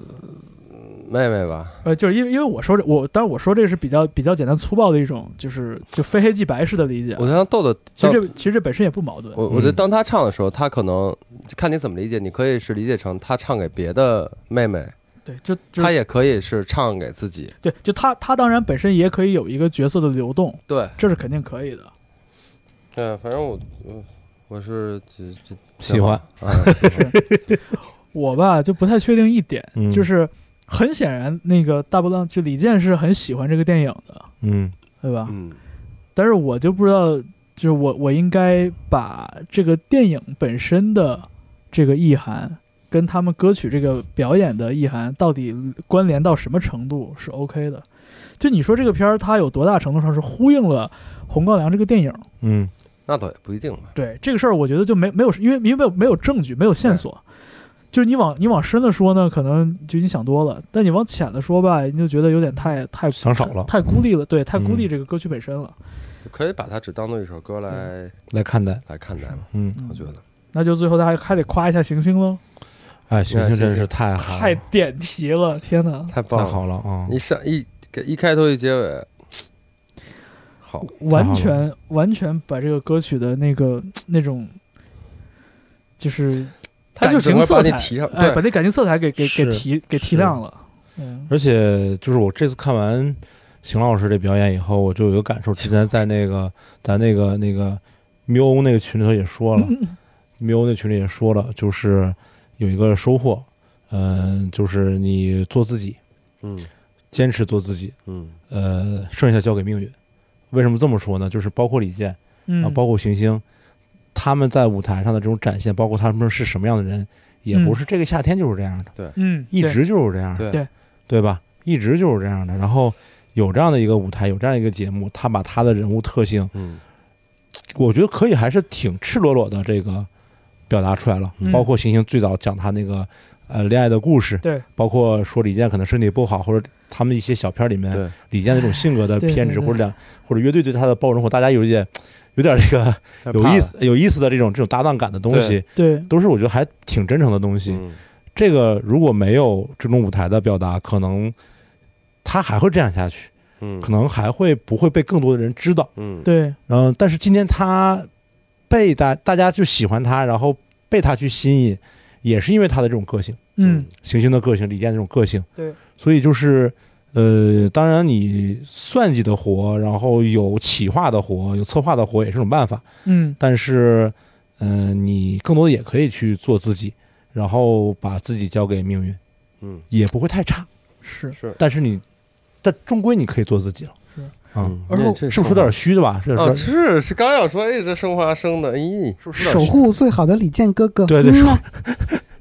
Speaker 2: 嗯妹妹吧，
Speaker 1: 呃，就是因为因为我说这我，当然我说这是比较比较简单粗暴的一种，就是就非黑即白式的理解啊。
Speaker 2: 我想豆豆，
Speaker 1: 其实这其实这本身也不矛盾。
Speaker 2: 我我觉得
Speaker 4: 嗯
Speaker 2: 当他唱的时候，他可能看你怎么理解，你可以是理解成他唱给别的妹妹，
Speaker 1: 对，就就
Speaker 2: 他也可以是唱给自己。
Speaker 1: 对，就他他当然本身也可以有一个角色的流动，
Speaker 2: 对，
Speaker 1: 这是肯定可以的。
Speaker 2: 对，反正我我我是只只
Speaker 4: 喜欢，
Speaker 2: 啊，喜欢
Speaker 1: 我吧就不太确定一点，
Speaker 4: 嗯
Speaker 1: 就是很显然那个大波浪就李健是很喜欢这个电影的，
Speaker 4: 嗯
Speaker 1: 对吧？
Speaker 2: 嗯
Speaker 1: 但是我就不知道，就是我我应该把这个电影本身的这个意涵。跟他们歌曲这个表演的意涵到底关联到什么程度是 OK 的？就你说这个片儿，它有多大程度上是呼应了《红高粱》这个电影？
Speaker 4: 嗯
Speaker 2: 那倒也不一定吧。
Speaker 1: 对这个事儿，我觉得就没没有，因为因为没有没有证据，没有线索。就是你往你往深了说呢，可能就你想多了；但你往浅了说吧，你就觉得有点太太
Speaker 4: 想少了
Speaker 1: 太孤立了，对，太
Speaker 4: 嗯
Speaker 1: 孤立这个歌曲本身了。
Speaker 2: 可以把它只当做一首歌来
Speaker 4: 来看待，
Speaker 2: 来看待吧，
Speaker 4: 嗯，
Speaker 1: 嗯
Speaker 2: 我觉得。
Speaker 1: 那就最后大家还得夸一下行星喽，
Speaker 4: 哎，行行真是太
Speaker 2: 啊
Speaker 4: 好
Speaker 1: 太
Speaker 4: 了，
Speaker 1: 点题了，天哪！
Speaker 2: 太棒
Speaker 4: 太
Speaker 2: 了！
Speaker 4: 好了啊！
Speaker 2: 一上一一开头一结尾，好，
Speaker 1: 完全完全把这个歌曲的那个那种，就是
Speaker 2: 他就
Speaker 1: 感
Speaker 2: 整
Speaker 1: 情
Speaker 2: 个把
Speaker 1: 色
Speaker 2: 你
Speaker 1: 彩，
Speaker 2: 提上，
Speaker 1: 哎，把
Speaker 2: 对，啊
Speaker 1: 那感情色彩给给给
Speaker 4: 是
Speaker 1: 提给提
Speaker 4: 是
Speaker 1: 亮了。嗯，
Speaker 4: 而且就是我这次看完邢老师这表演以后，我就有个感受，之前在那个咱那个那个喵那个群里头也
Speaker 1: (laughs)
Speaker 4: 说了，喵那群里也说了，呃就是有一个收获，嗯、就是你做自己，
Speaker 2: 嗯
Speaker 4: 坚持做自己，
Speaker 2: 嗯
Speaker 4: 呃，剩下交给命运。为什么这么说呢？就是包括李健啊，
Speaker 1: 嗯，
Speaker 4: 包括行星，他们在舞台上的这种展现，包括他们是什么样的人，也
Speaker 1: 嗯
Speaker 4: 不是这个夏天就是这样的，
Speaker 1: 嗯，
Speaker 4: 一
Speaker 1: 对
Speaker 4: 直就是这样的，
Speaker 2: 对
Speaker 1: 对
Speaker 4: 对吧？一直就是这样的。然后有这样的一个舞台，有这样一个节目，他把他的人物特性，
Speaker 2: 嗯
Speaker 4: 我觉得可以还是挺赤裸裸的这个表达出来了。
Speaker 1: 嗯
Speaker 4: 包括行星最早讲他那个呃恋爱的故事，
Speaker 1: 对，
Speaker 4: 包括说李健可能身体不好，或者他们一些小片儿里面
Speaker 2: 对
Speaker 4: 李健那种性格的
Speaker 1: 对对
Speaker 4: 偏执，
Speaker 1: 对
Speaker 4: 或者两或者乐队对他的包容，或者大家有一点有点这个
Speaker 2: 太
Speaker 4: 有
Speaker 2: 怕
Speaker 4: 意
Speaker 2: 了
Speaker 4: 思有意思的这种这种搭档感的东西，
Speaker 1: 对，
Speaker 4: 都是我觉得还挺真诚的东西。
Speaker 2: 嗯
Speaker 4: 这个如果没有这种舞台的表达，可能他还会这样下去，
Speaker 2: 嗯
Speaker 4: 可能还会不会被更多的人知道。
Speaker 2: 嗯
Speaker 1: 对，
Speaker 4: 嗯、但是今天他被大大家就喜欢他，然后被他去吸引，也是因为他的这种个性。
Speaker 1: 嗯，
Speaker 4: 行星的个性，李健这种个性。
Speaker 1: 对，
Speaker 4: 所以就是，呃，当然你算计的活，然后有企划的活，有策划的活也是种办法，
Speaker 1: 嗯，
Speaker 4: 但是，嗯、你更多的也可以去做自己，然后把自己交给命运，
Speaker 2: 嗯
Speaker 4: 也不会太差。
Speaker 1: 是，
Speaker 2: 是
Speaker 4: 但是你，但终归你可以做自己了。
Speaker 1: 是
Speaker 4: 啊，
Speaker 2: 嗯
Speaker 1: 而后
Speaker 4: 是不是有点虚的吧？是有点
Speaker 2: 哦，是是刚要说，哎，这升华升的，咦，是不是有
Speaker 3: 守
Speaker 2: 点
Speaker 3: 护最好的李健哥哥。
Speaker 4: 对对
Speaker 3: 嗯
Speaker 4: 是
Speaker 3: 啊，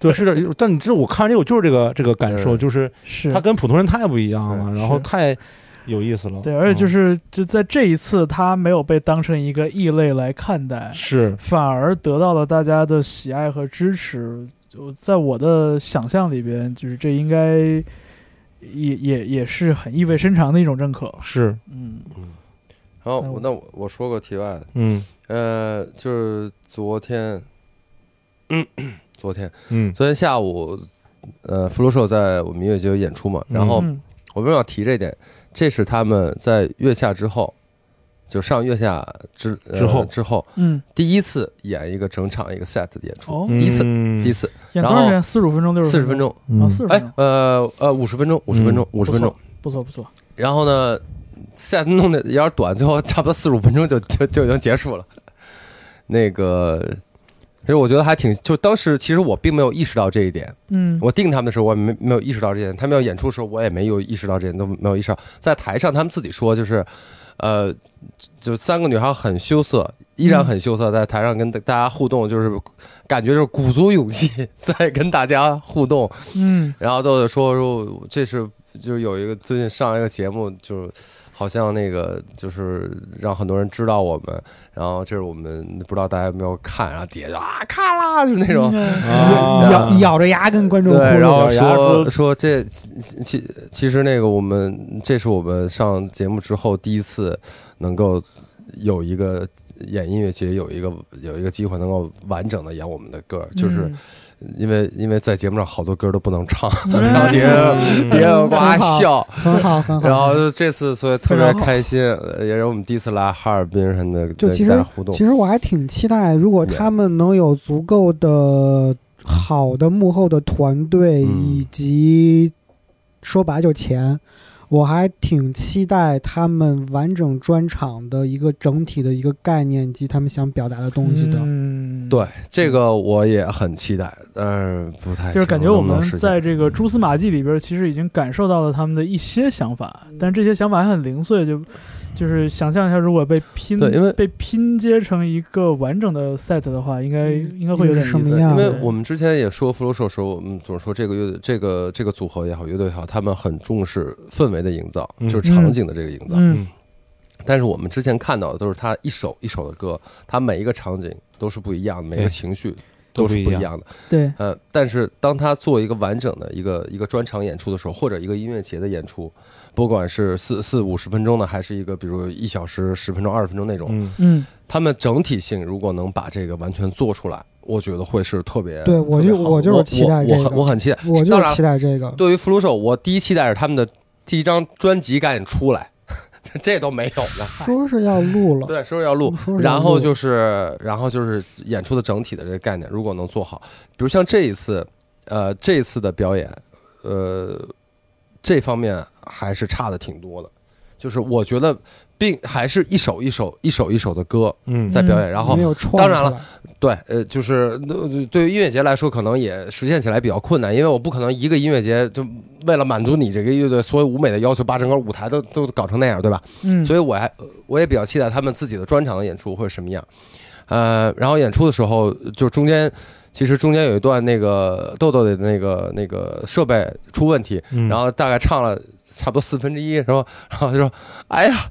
Speaker 4: 对，是有点。但你这我看完这个，我就是这个这个感受，
Speaker 2: 对
Speaker 4: 就是
Speaker 1: 是，
Speaker 4: 他跟普通人太不一样了，
Speaker 1: 对
Speaker 4: 然后
Speaker 1: 是
Speaker 4: 太有意思了。
Speaker 1: 对，而且就
Speaker 4: 嗯
Speaker 1: 是就在这一次，他没有被当成一个异类来看待，
Speaker 4: 嗯是
Speaker 1: 反而得到了大家的喜爱和支持。就在我的想象里边，就是这应该也也也是很意味深长的一种认可。
Speaker 4: 是，
Speaker 1: 嗯
Speaker 2: 然后
Speaker 1: 那我
Speaker 2: 那我我说个题外的，
Speaker 4: 嗯
Speaker 2: 呃，就是昨天， (clears throat) 昨天
Speaker 4: 嗯
Speaker 2: 昨天下午，呃，福禄寿在我们音乐节有演出嘛，然后
Speaker 1: 嗯
Speaker 2: 我为什么要提这点？这是他们在月下之后，就上月下之、呃
Speaker 4: 之后
Speaker 2: 之后
Speaker 1: 嗯，
Speaker 2: 第一次演一个整场一个 set 的演出，
Speaker 1: 哦，
Speaker 2: 第一次
Speaker 4: 嗯
Speaker 2: 第一次
Speaker 1: 演
Speaker 2: 然
Speaker 1: 多长
Speaker 2: 后
Speaker 1: 时间？四十五分钟，六十
Speaker 2: 四十分钟，
Speaker 1: 啊，四十分
Speaker 2: 哎
Speaker 1: 钟，，
Speaker 2: 呃呃，五十分钟，五十分钟，五十分钟。
Speaker 1: 嗯不错不错。
Speaker 2: 然后呢，set 弄得有点短，最后差不多四十五分钟就 (laughs) 就就已经结束了。那个，其实我觉得还挺，就当时其实我并没有意识到这一点。
Speaker 1: 嗯，
Speaker 2: 我定他们的时候，我也没没有意识到这一点；他们要演出的时候，我也没有意识到这一点，都没有意识到。在台上，他们自己说就是，呃，就三个女孩很羞涩，依然很羞涩，在台上跟大家互动，就是感觉就是鼓足勇气 (laughs) 在跟大家互动。
Speaker 1: 嗯
Speaker 2: 然后都得说说，这是就是有一个最近上了一个节目，就是好像那个就是让很多人知道我们，然后这是我们不知道大家有没有看，然后底下就啊看啦，就那种。
Speaker 1: 嗯
Speaker 4: 啊
Speaker 3: 咬咬着牙跟观众
Speaker 2: 对
Speaker 3: 呼，
Speaker 2: 然后
Speaker 4: 然后
Speaker 2: 说
Speaker 4: 说
Speaker 2: 说这其其其实那个我们这是我们上节目之后第一次能够有一个演音乐节有一个有一个机会能够完整的演我们的歌，就是因为因为在节目上好多歌都不能唱，
Speaker 1: 嗯
Speaker 2: 然后底
Speaker 4: 嗯
Speaker 2: 下底下哇笑，
Speaker 3: 很好很好。
Speaker 2: 然后就这次所以特别开心，呃也是我们第一次来哈尔滨什么的，
Speaker 3: 就
Speaker 2: 对
Speaker 3: 其实
Speaker 2: 大家互动
Speaker 3: 其，实我还挺期待，如果他们能有足够的好的幕后的团队，
Speaker 2: 嗯
Speaker 3: 以及说白了就是钱，我还挺期待他们完整专场的一个整体的一个概念以及他们想表达的东西的。
Speaker 1: 嗯，
Speaker 2: 对这个我也很期待，但是不太
Speaker 1: 就是
Speaker 2: 清楚
Speaker 1: 感觉我
Speaker 2: 能
Speaker 1: 们
Speaker 2: 不能实现
Speaker 1: 在这个蛛丝马迹里边，其实已经感受到了他们的一些想法，
Speaker 2: 嗯
Speaker 1: 但这些想法还很零碎，就就是想象一下，如果被拼，
Speaker 2: 对因为
Speaker 1: 被拼接成一个完整的 set 的话，应该
Speaker 3: 嗯
Speaker 1: 应该会有点意
Speaker 3: 是什
Speaker 1: 思
Speaker 3: 么样
Speaker 2: 因为
Speaker 1: 对
Speaker 2: 我们之前也说福禄寿时候，我们总说这个乐队、这个这个组合也好，乐队也好，他们很重视氛围的营造，
Speaker 4: 嗯
Speaker 2: 就是场景的这个营造。
Speaker 1: 嗯
Speaker 2: 但是我们之前看到的都是他一首一首的歌，他每一个场景都是不一样的，每个
Speaker 4: 对
Speaker 2: 情绪都
Speaker 4: 都不
Speaker 2: 是
Speaker 4: 一
Speaker 2: 不一
Speaker 4: 样
Speaker 2: 样的。
Speaker 1: 对，
Speaker 2: 呃，但是当他做一个完整的一个一个专场演出的时候，或者一个音乐节的演出，不管是四四五十分钟的，还是一个比如一小时、十分钟、二十分钟那种，
Speaker 4: 嗯
Speaker 1: 嗯
Speaker 2: 他们整体性如果能把这个完全做出来，我觉得会是特别
Speaker 3: 对我就
Speaker 2: 特别好
Speaker 3: 我就是期待这
Speaker 2: 我我
Speaker 3: 个
Speaker 2: 很我很期待。
Speaker 3: 我就
Speaker 2: 当
Speaker 3: 是
Speaker 2: 然
Speaker 3: 期待这个，
Speaker 2: 对于福禄寿，我第一期待是他们的第一张专辑赶紧出来， (laughs) 这都没有呢。
Speaker 3: 说是要录了，
Speaker 2: 对，说是要录
Speaker 3: 说，是要
Speaker 2: 然后
Speaker 3: 录
Speaker 2: 就是，然后就是演出的整体的这个概念，如果能做好，比如像这一次，呃，这一次的表演，呃，这方面还是差的挺多的。就是我觉得并还是一首一首一首一首的歌
Speaker 4: 嗯
Speaker 2: 在表演，
Speaker 3: 嗯
Speaker 2: 然后
Speaker 3: 没有创
Speaker 2: 当然
Speaker 3: 出
Speaker 2: 了
Speaker 3: 来，
Speaker 2: 对，呃，就是呃对于音乐节来说，可能也实现起来比较困难，因为我不可能一个音乐节就为了满足你这个乐队所有舞美的要求，把整个舞台都都搞成那样，对吧？
Speaker 1: 嗯，
Speaker 2: 所以我还呃我也比较期待他们自己的专场的演出会是什么样。呃，然后演出的时候，就中间其实中间有一段那个豆豆的那个那个设备出问题，
Speaker 4: 嗯
Speaker 2: 然后大概唱了差不多四分之一，然后然后就说：“哎呀，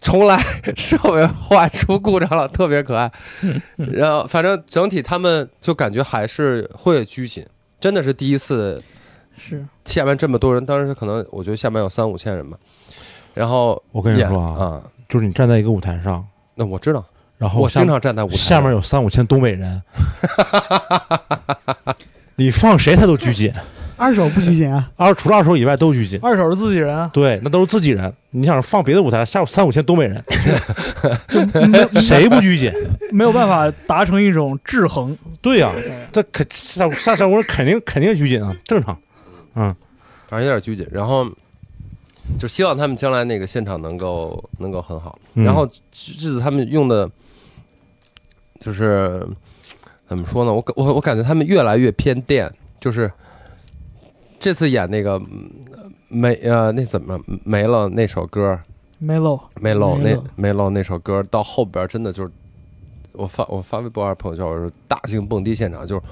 Speaker 2: 重来， (laughs) 设备坏出故障了，特别可爱。”
Speaker 4: 嗯
Speaker 2: 然后反正整体他们就感觉还是会拘谨，真的是第一次
Speaker 1: 是
Speaker 2: 下面这么多人，当时可能我觉得下面有三五千人吧。然后
Speaker 4: 我跟你
Speaker 2: 演
Speaker 4: 说啊，
Speaker 2: 啊、
Speaker 4: 就是你站在一个舞台上，
Speaker 2: 那我知道，
Speaker 4: 然后
Speaker 2: 我
Speaker 4: 哦下
Speaker 2: 经常站在舞台
Speaker 4: 下面有三五千东北人， (laughs) 你放谁他都拘谨，
Speaker 3: 二手不拘谨啊，
Speaker 4: 二除了二手以外都拘谨。
Speaker 1: 二手是自己人啊，
Speaker 4: 对，那都是自己人。你想放别的舞台，下有三五千东
Speaker 1: (laughs)
Speaker 4: 北人，
Speaker 1: 就没有
Speaker 4: 谁不
Speaker 1: (laughs)
Speaker 4: 拘谨？
Speaker 1: 没有办法达成一种制衡。
Speaker 4: 对呀、这肯上上上我肯定肯定拘谨啊，正常。嗯，
Speaker 2: 反正有点拘谨。然后就希望他们将来那个现场能够能够很好。
Speaker 4: 嗯
Speaker 2: 然后这次他们用的，就是怎么说呢？我感我我感觉他们越来越偏电，就是这次演那个嗯没呃那怎么没了那首歌
Speaker 1: Melo，
Speaker 2: 没漏
Speaker 3: 没
Speaker 2: 那
Speaker 3: 了
Speaker 2: 没漏那首歌到后边真的就是我发我发微博还是朋友圈，我说大型蹦迪现场就是。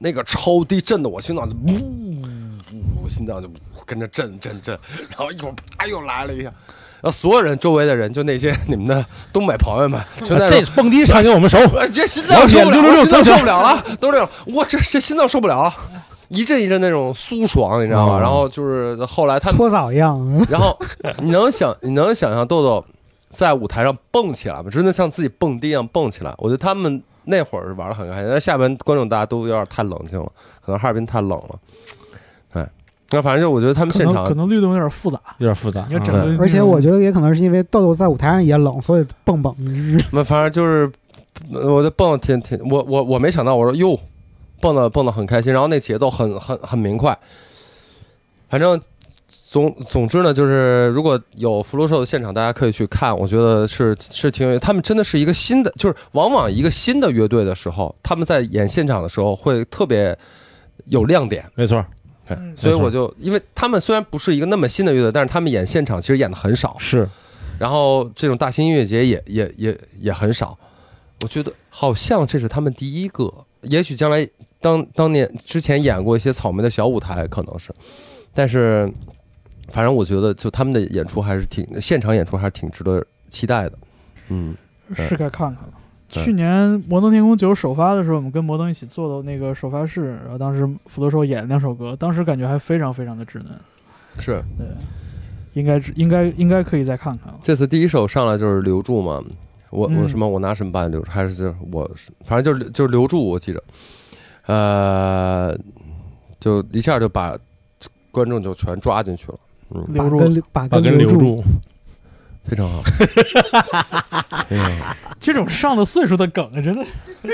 Speaker 2: 那个超低震的我心脏就呜，我心脏就跟着震震震，然后一会儿啪又来了一下，然后所有人周围的人就那些你们的东北朋友们全在
Speaker 4: 啊这蹦迪场景我
Speaker 1: (laughs)
Speaker 4: 们熟。
Speaker 2: 哎，这心脏受不了，
Speaker 4: 老
Speaker 2: 我
Speaker 4: 铁666
Speaker 2: 心脏受不了了，都这种，我这这心脏受不了了，一阵一阵那种酥爽，你知道吗？
Speaker 4: 哦
Speaker 2: 然后就是后来他们，
Speaker 3: 搓澡一样。嗯
Speaker 2: 然后你能想你能想象豆豆在舞台上蹦起来吗？真的像自己蹦迪一样蹦起来。我觉得他们那会儿玩的很开心，但是下边观众大家都有点太冷静了，可能哈尔滨太冷了，哎，那反正就我觉得他们
Speaker 1: 可
Speaker 2: 现
Speaker 1: 能
Speaker 2: 场嗯
Speaker 1: 可能律动有点复杂，
Speaker 4: 有点复杂啊
Speaker 1: 你要整个，
Speaker 3: 而且我觉得也可能是因为豆豆在舞台上也冷，所以蹦蹦。
Speaker 2: 那反正就是，呃我就蹦得挺挺，我我我没想到，我说哟，蹦的蹦的很开心，然后那节奏很很很明快，反正总总之呢，就是如果有福禄寿的现场，大家可以去看，我觉得是是挺有，他们真的是一个新的，就是往往一个新的乐队的时候，他们在演现场的时候会特别有亮点，
Speaker 4: 没错，
Speaker 1: 嗯
Speaker 2: 所以我就因为他们虽然不是一个那么新的乐队，但是他们演现场其实演的很少，
Speaker 4: 是
Speaker 2: 然后这种大型音乐节也也也也很少。我觉得好像这是他们第一个，也许将来当当年之前演过一些草莓的小舞台，可能是，但是反正我觉得就他们的演出还是挺现场演出还是挺值得期待的。嗯，
Speaker 1: 是该看看了。
Speaker 2: 对
Speaker 1: 去年《摩登天空九》首发的时候，我们跟摩登一起做的那个首发式，然后当时福多寿演了两首歌，当时感觉还非常非常的稚嫩，
Speaker 2: 是
Speaker 1: 应该应该应该可以再看看了。
Speaker 2: 这次第一首上来就是留住嘛，我我
Speaker 1: 嗯
Speaker 2: 什么我拿什么办留住，还是就是我反正就是就是留住，我记着，呃，就一下就把观众就全抓进去了，嗯，
Speaker 1: 留
Speaker 3: 把
Speaker 1: 住，
Speaker 3: 根把
Speaker 4: 把
Speaker 3: 根
Speaker 4: 根留
Speaker 3: 住，
Speaker 4: 住。 (laughs)
Speaker 2: 非常好。 (laughs) 啊嗯啊，
Speaker 1: 这种上了岁数的梗真
Speaker 2: (laughs)
Speaker 1: 的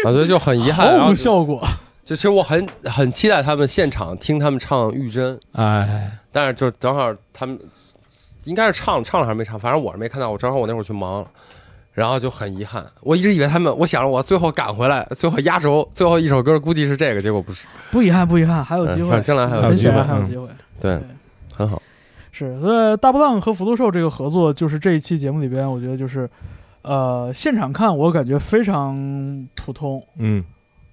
Speaker 2: 所以就很遗憾，然
Speaker 1: 毫
Speaker 2: 后
Speaker 1: 无
Speaker 2: 就
Speaker 1: 效
Speaker 2: (laughs)
Speaker 1: 果。
Speaker 2: 就其实我很很期待他们现场听他们唱《玉珍》，
Speaker 4: 哎，
Speaker 2: 但是就正好他们应该是唱唱了还是没唱，反正我是没看到，我正好我那会儿去忙了，然后就很遗憾，我一直以为他们，我想着我最后赶回来，最后压轴最后一首歌估计是这个，结果不是，
Speaker 1: 不遗憾，不遗憾，还有
Speaker 2: 嗯
Speaker 1: 机会，
Speaker 2: 反正将来还有
Speaker 1: 很
Speaker 4: 机会
Speaker 1: 显然还有
Speaker 4: 嗯
Speaker 1: 机会。
Speaker 2: 对，很好，
Speaker 1: 是，所以大波浪和福禄寿这个合作，就是这一期节目里边，我觉得就是，呃，现场看我感觉非常普通，
Speaker 4: 嗯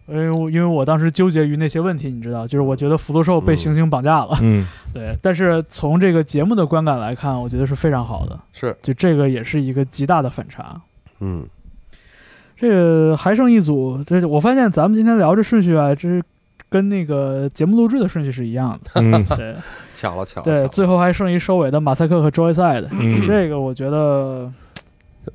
Speaker 1: 因为呃我因为我当时纠结于那些问题，你知道，就是我觉得福禄寿被行刑绑架了，
Speaker 4: 嗯，
Speaker 1: (laughs) 对，但是从这个节目的观感来看，我觉得是非常好的，
Speaker 2: 是，
Speaker 1: 就这个也是一个极大的反差。
Speaker 2: 嗯，
Speaker 1: 这个还剩一组，这我发现咱们今天聊这顺序啊，这是跟那个节目录制的顺序是一样
Speaker 4: (laughs)
Speaker 1: 的， (laughs)
Speaker 4: 嗯
Speaker 1: 对
Speaker 2: 巧了巧了，巧
Speaker 1: 对，
Speaker 2: 了
Speaker 1: 最后还剩一收尾的马赛克和 Joyside，
Speaker 4: 嗯
Speaker 1: 这个我觉得。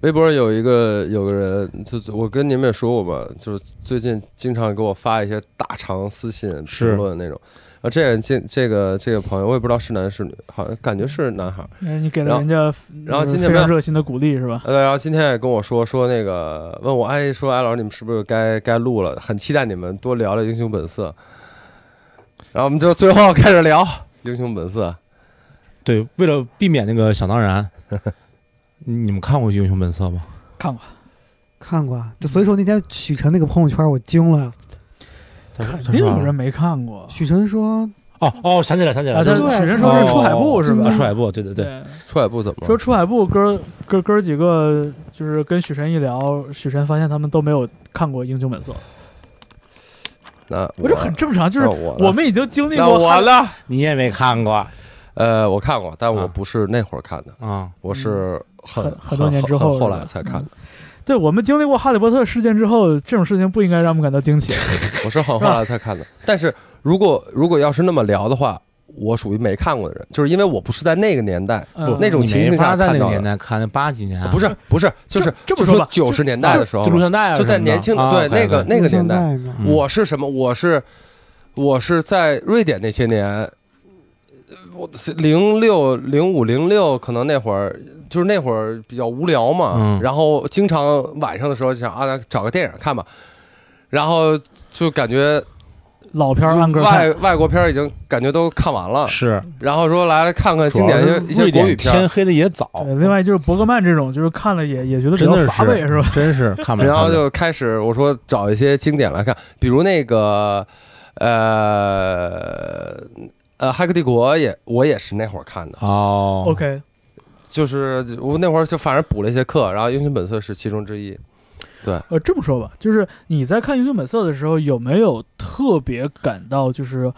Speaker 2: 微博上有一个有个人，就是我跟你们也说过吧，就是最近经常给我发一些大长私信
Speaker 4: 是
Speaker 2: 评论那种。啊，这人这这个这个朋友，我也不知道是男是女，好像感觉是男孩。儿。
Speaker 1: 嗯，你给了
Speaker 2: 然后
Speaker 1: 人家，
Speaker 2: 然后
Speaker 1: 就是
Speaker 2: 今天
Speaker 1: 非
Speaker 2: 没
Speaker 1: 常
Speaker 2: 有
Speaker 1: 热心的鼓励是吧？
Speaker 2: 呃，然后今天也跟我说说那个问我，哎，说哎老师你们是不是该该录了？很期待你们多聊聊《英雄本色》。然后我们就最后开始聊《英雄本色》。
Speaker 1: (laughs)
Speaker 4: 对，为了避免那个想当然，你们看过《英雄本色》吗？
Speaker 1: 看过，
Speaker 3: 看过啊。就所以说那天许晨那个朋友圈我惊了，
Speaker 2: 嗯
Speaker 4: 他
Speaker 1: 肯
Speaker 4: 他
Speaker 1: 定
Speaker 4: 说
Speaker 1: 有人没看过。
Speaker 3: 许晨说
Speaker 4: 哦哦，想起来想起来，
Speaker 1: 啊，他
Speaker 4: 就是
Speaker 3: 对
Speaker 1: 许人说是出海
Speaker 4: 哦
Speaker 1: 部是吧
Speaker 4: 啊，？出海部，对对对，
Speaker 1: 对，
Speaker 2: 出海部怎么
Speaker 1: 说
Speaker 2: 了？
Speaker 1: 出海部哥哥哥几个，就是跟许晨一聊，许晨发现他们都没有看过《英雄本色》，
Speaker 2: 那
Speaker 1: 我这很正常，就是
Speaker 2: 那我呢
Speaker 1: 我们已经经历
Speaker 2: 那
Speaker 1: 过
Speaker 2: 我
Speaker 1: 哈利，
Speaker 2: 呢？
Speaker 4: 你也没看过啊
Speaker 2: 呃，我看过，但我
Speaker 4: 啊
Speaker 2: 不是那会儿看的，
Speaker 4: 啊
Speaker 2: 我是很
Speaker 1: 嗯很很多年之后
Speaker 2: 后，
Speaker 1: 是
Speaker 2: 很
Speaker 1: 吧嗯
Speaker 2: 来才看的。
Speaker 1: 对我们经历过哈利波特事件之后，这种事情不应该让我们感到惊奇。
Speaker 2: 我是很后来才看的。但是如果如果要是那么聊的话，我属于没看过的人，就是因为我不是在那个年代，
Speaker 1: 嗯
Speaker 4: 不
Speaker 2: 那种
Speaker 4: 你
Speaker 2: 情
Speaker 4: 没
Speaker 2: 绪下
Speaker 4: 法在那
Speaker 2: 看
Speaker 4: 个
Speaker 2: 到
Speaker 4: 年
Speaker 2: 的
Speaker 4: 代看，那八几年啊
Speaker 2: 不是不是，就是
Speaker 1: 这
Speaker 2: 就
Speaker 1: 么说吧
Speaker 2: 说九十年代的时候
Speaker 4: 就录，像带啊
Speaker 2: 就在
Speaker 4: 什么的
Speaker 2: 年轻
Speaker 4: 啊
Speaker 2: 对
Speaker 4: 对
Speaker 2: 那个
Speaker 4: 对
Speaker 2: 那个年代，
Speaker 3: 代嘛，
Speaker 4: 嗯
Speaker 2: 我是什么？我是我是在瑞典那些年，呃我零六零五零六可能那会儿就是那会儿比较无聊嘛，
Speaker 4: 嗯
Speaker 2: 然后经常晚上的时候就想啊，那找个电影看吧，然后就感觉
Speaker 1: 老片儿按个看
Speaker 2: 外外国片儿已经感觉都看完了，
Speaker 4: 是
Speaker 2: 然后说来看看经典
Speaker 4: 主要
Speaker 2: 一些一
Speaker 4: 是
Speaker 2: 些
Speaker 4: 瑞典
Speaker 2: 国语片
Speaker 4: 天
Speaker 2: 儿，
Speaker 4: 黑的也早，
Speaker 1: 对，呃另外就是伯格曼这种，就是看了也也觉得比
Speaker 4: 真
Speaker 1: 较
Speaker 4: 的
Speaker 1: 乏味，是吧？
Speaker 4: 真是看不了。
Speaker 2: 然后
Speaker 4: 看不了
Speaker 2: 就开始我说找一些经典来看，比如那个呃呃《骇客帝国》也我也是那会儿看的，
Speaker 4: 哦
Speaker 1: OK，
Speaker 2: 就是我那会儿就反正补了一些课，然后《英雄本色》是其中之一。
Speaker 1: 呃，这么说吧，就是你在看《英雄本色》的时候，有没有特别感到就是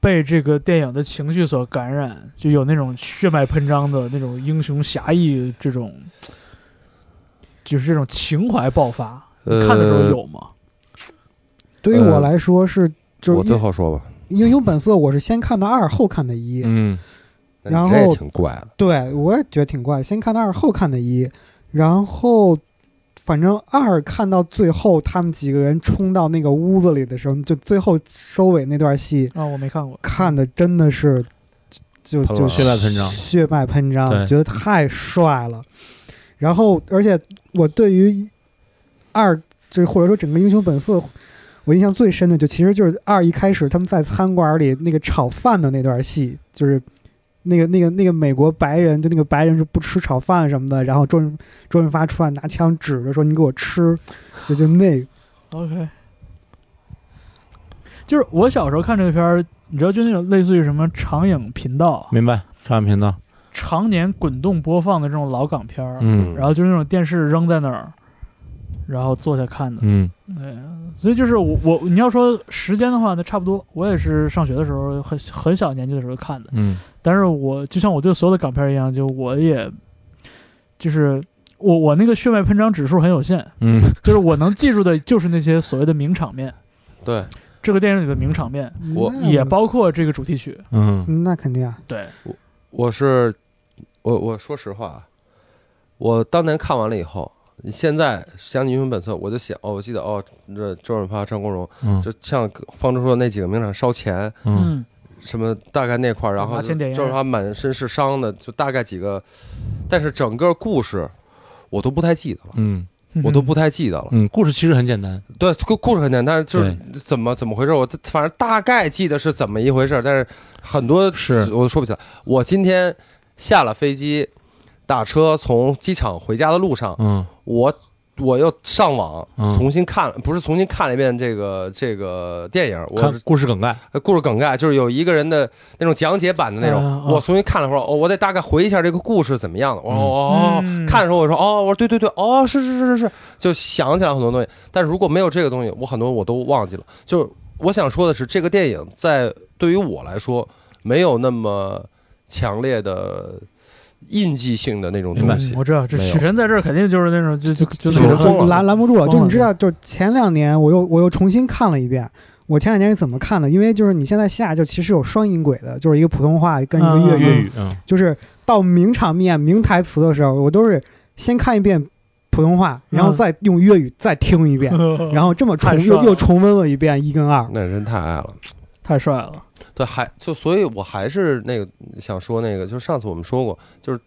Speaker 1: 被这个电影的情绪所感染，就有那种血脉喷张的那种英雄侠义这种，就是这种情怀爆发？你看的时候有吗？
Speaker 3: 对于我
Speaker 2: 呃
Speaker 3: 来说是就是
Speaker 2: 我最
Speaker 3: 英《
Speaker 2: 后说吧，
Speaker 3: 英雄本色》，我是先看的二，后看的一。
Speaker 4: 嗯，
Speaker 2: 那你
Speaker 3: 然
Speaker 2: 这也
Speaker 3: 后
Speaker 2: 挺怪的，
Speaker 3: 对，我也觉得挺怪，先看的二，后看的一，然后反正二看到最后，他们几个人冲到那个屋子里的时候，就最后收尾那段戏，
Speaker 1: 啊，我没看过。
Speaker 3: 看的真的是就
Speaker 2: 喷了
Speaker 3: 就
Speaker 4: 血脉喷张
Speaker 3: 血脉喷
Speaker 4: 对
Speaker 3: 张，觉得太帅了。然后，而且我对于二这或者说整个《英雄本色》，我印象最深的就其实就是二一开始他们在餐馆里那个炒饭的那段戏，就是那个那个那个美国白人，就那个白人是不吃炒饭什么的，然后周润周润发出来拿枪指着说：“你给我吃。”就就那个
Speaker 1: OK，就是我小时候看这个片儿，你知道，就那种类似于什么长影频道
Speaker 4: 明白。上频道，
Speaker 1: 常年滚动播放的这种老港片儿，
Speaker 4: 嗯
Speaker 1: 然后就是那种电视扔在那儿，然后坐下看的。
Speaker 4: 嗯，
Speaker 1: 所以就是我我你要说时间的话，那差不多。我也是上学的时候很很小年纪的时候看的，
Speaker 4: 嗯，
Speaker 1: 但是我就像我对所有的港片儿一样，就我也就是我我那个血脉喷张指数很有限，
Speaker 4: 嗯，
Speaker 1: 就是我能记住的就是那些所谓的名场面，
Speaker 2: 对
Speaker 1: 这个电影里的名场面，
Speaker 2: 我
Speaker 3: 那
Speaker 1: 也包括这个主题曲。
Speaker 4: 嗯，
Speaker 3: 那肯定啊，
Speaker 1: 对，
Speaker 2: 我是我我说实话，啊，我当年看完了以后，你现在想起《英雄本色》，我就想哦，我记得哦，这周润发、张国荣，
Speaker 4: 嗯，
Speaker 2: 就像方舟说的那几个名场烧钱
Speaker 4: 嗯，
Speaker 1: 嗯，
Speaker 2: 什么，大概那块儿，然后
Speaker 1: 拿
Speaker 2: 就
Speaker 1: 钱点烟
Speaker 2: 周润发满身是伤的，就大概几个，但是整个故事我都不太记得了，
Speaker 4: 嗯，
Speaker 2: 我都不太记得了。
Speaker 4: 嗯，故事其实很简单，
Speaker 2: 对，故故事很简单，就是怎么怎么回事，我反正大概记得是怎么一回事，但是很多
Speaker 4: 是
Speaker 2: 我都说不起来。我今天下了飞机，打车从机场回家的路上，
Speaker 4: 嗯，
Speaker 2: 我我又上网
Speaker 4: 嗯
Speaker 2: 重新看，不是重新看了一遍这个这个电影，我
Speaker 4: 看故事梗概，
Speaker 2: 呃故事梗概就是有一个人的那种讲解版的那种，
Speaker 1: 啊啊
Speaker 2: 我重新看了会儿，哦，我得大概回忆一下这个故事怎么样的。我说
Speaker 4: 嗯
Speaker 2: 哦，
Speaker 1: 嗯
Speaker 2: 看的时候我说哦，我说对对对，哦，是是是是是，就想起来很多东西。但是如果没有这个东西，我很多我都忘记了。就是我想说的是，这个电影在对于我来说没有那么强烈的印记性的那种东
Speaker 1: 嗯
Speaker 2: 西。
Speaker 1: 我知道，这
Speaker 2: 没有
Speaker 1: 许晨在这儿肯定就是那种就就就
Speaker 2: 许
Speaker 1: 那
Speaker 2: 晨
Speaker 1: 种
Speaker 2: 疯了
Speaker 3: 拦拦不住了。
Speaker 1: 疯了
Speaker 3: 就你知道，就前两年我又我又重新看了一遍。我前两年是怎么看的？因为就是你现在下就其实有双音轨的，就是一个普通话跟一个
Speaker 1: 嗯
Speaker 3: 粤
Speaker 4: 粤
Speaker 3: 语，
Speaker 4: 语，嗯，
Speaker 3: 就是到名场面、名台词的时候，我都是先看一遍普通话，然后
Speaker 1: 嗯
Speaker 3: 再用粤语再听
Speaker 1: (laughs)
Speaker 3: 一遍，然后这么
Speaker 1: 太
Speaker 3: 重
Speaker 1: 帅
Speaker 3: 又
Speaker 1: 了
Speaker 3: 又重温了一遍一跟二。
Speaker 2: 那人太爱了。
Speaker 1: 太帅了，
Speaker 2: 对，还就所以，我还是那个想说那个，就是上次我们说过，就是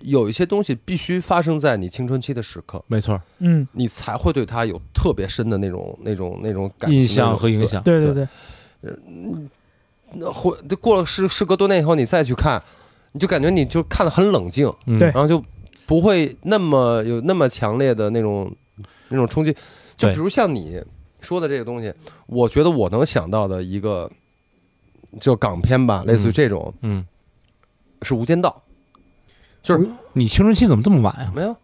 Speaker 2: 有一些东西必须发生在你青春期的时刻，
Speaker 4: 没错，
Speaker 1: 嗯，
Speaker 2: 你才会对它有特别深的那种、那种、那种感
Speaker 4: 印象和影
Speaker 2: 响。
Speaker 4: 响，
Speaker 1: 对对
Speaker 2: 对
Speaker 1: 对，
Speaker 2: 那回过了事事隔多年以后，你再去看，你就感觉你就看得很冷静，
Speaker 4: 嗯
Speaker 1: 对
Speaker 2: 然后就不会那么有那么强烈的那种那种冲击。就
Speaker 4: 对
Speaker 2: 比如像你说的这个东西，我觉得我能想到的一个就港片吧，类似于这种
Speaker 4: 嗯，
Speaker 2: 是《无间道
Speaker 4: 你青春期怎么这么晚》，啊呀？
Speaker 2: 没有，
Speaker 3: 《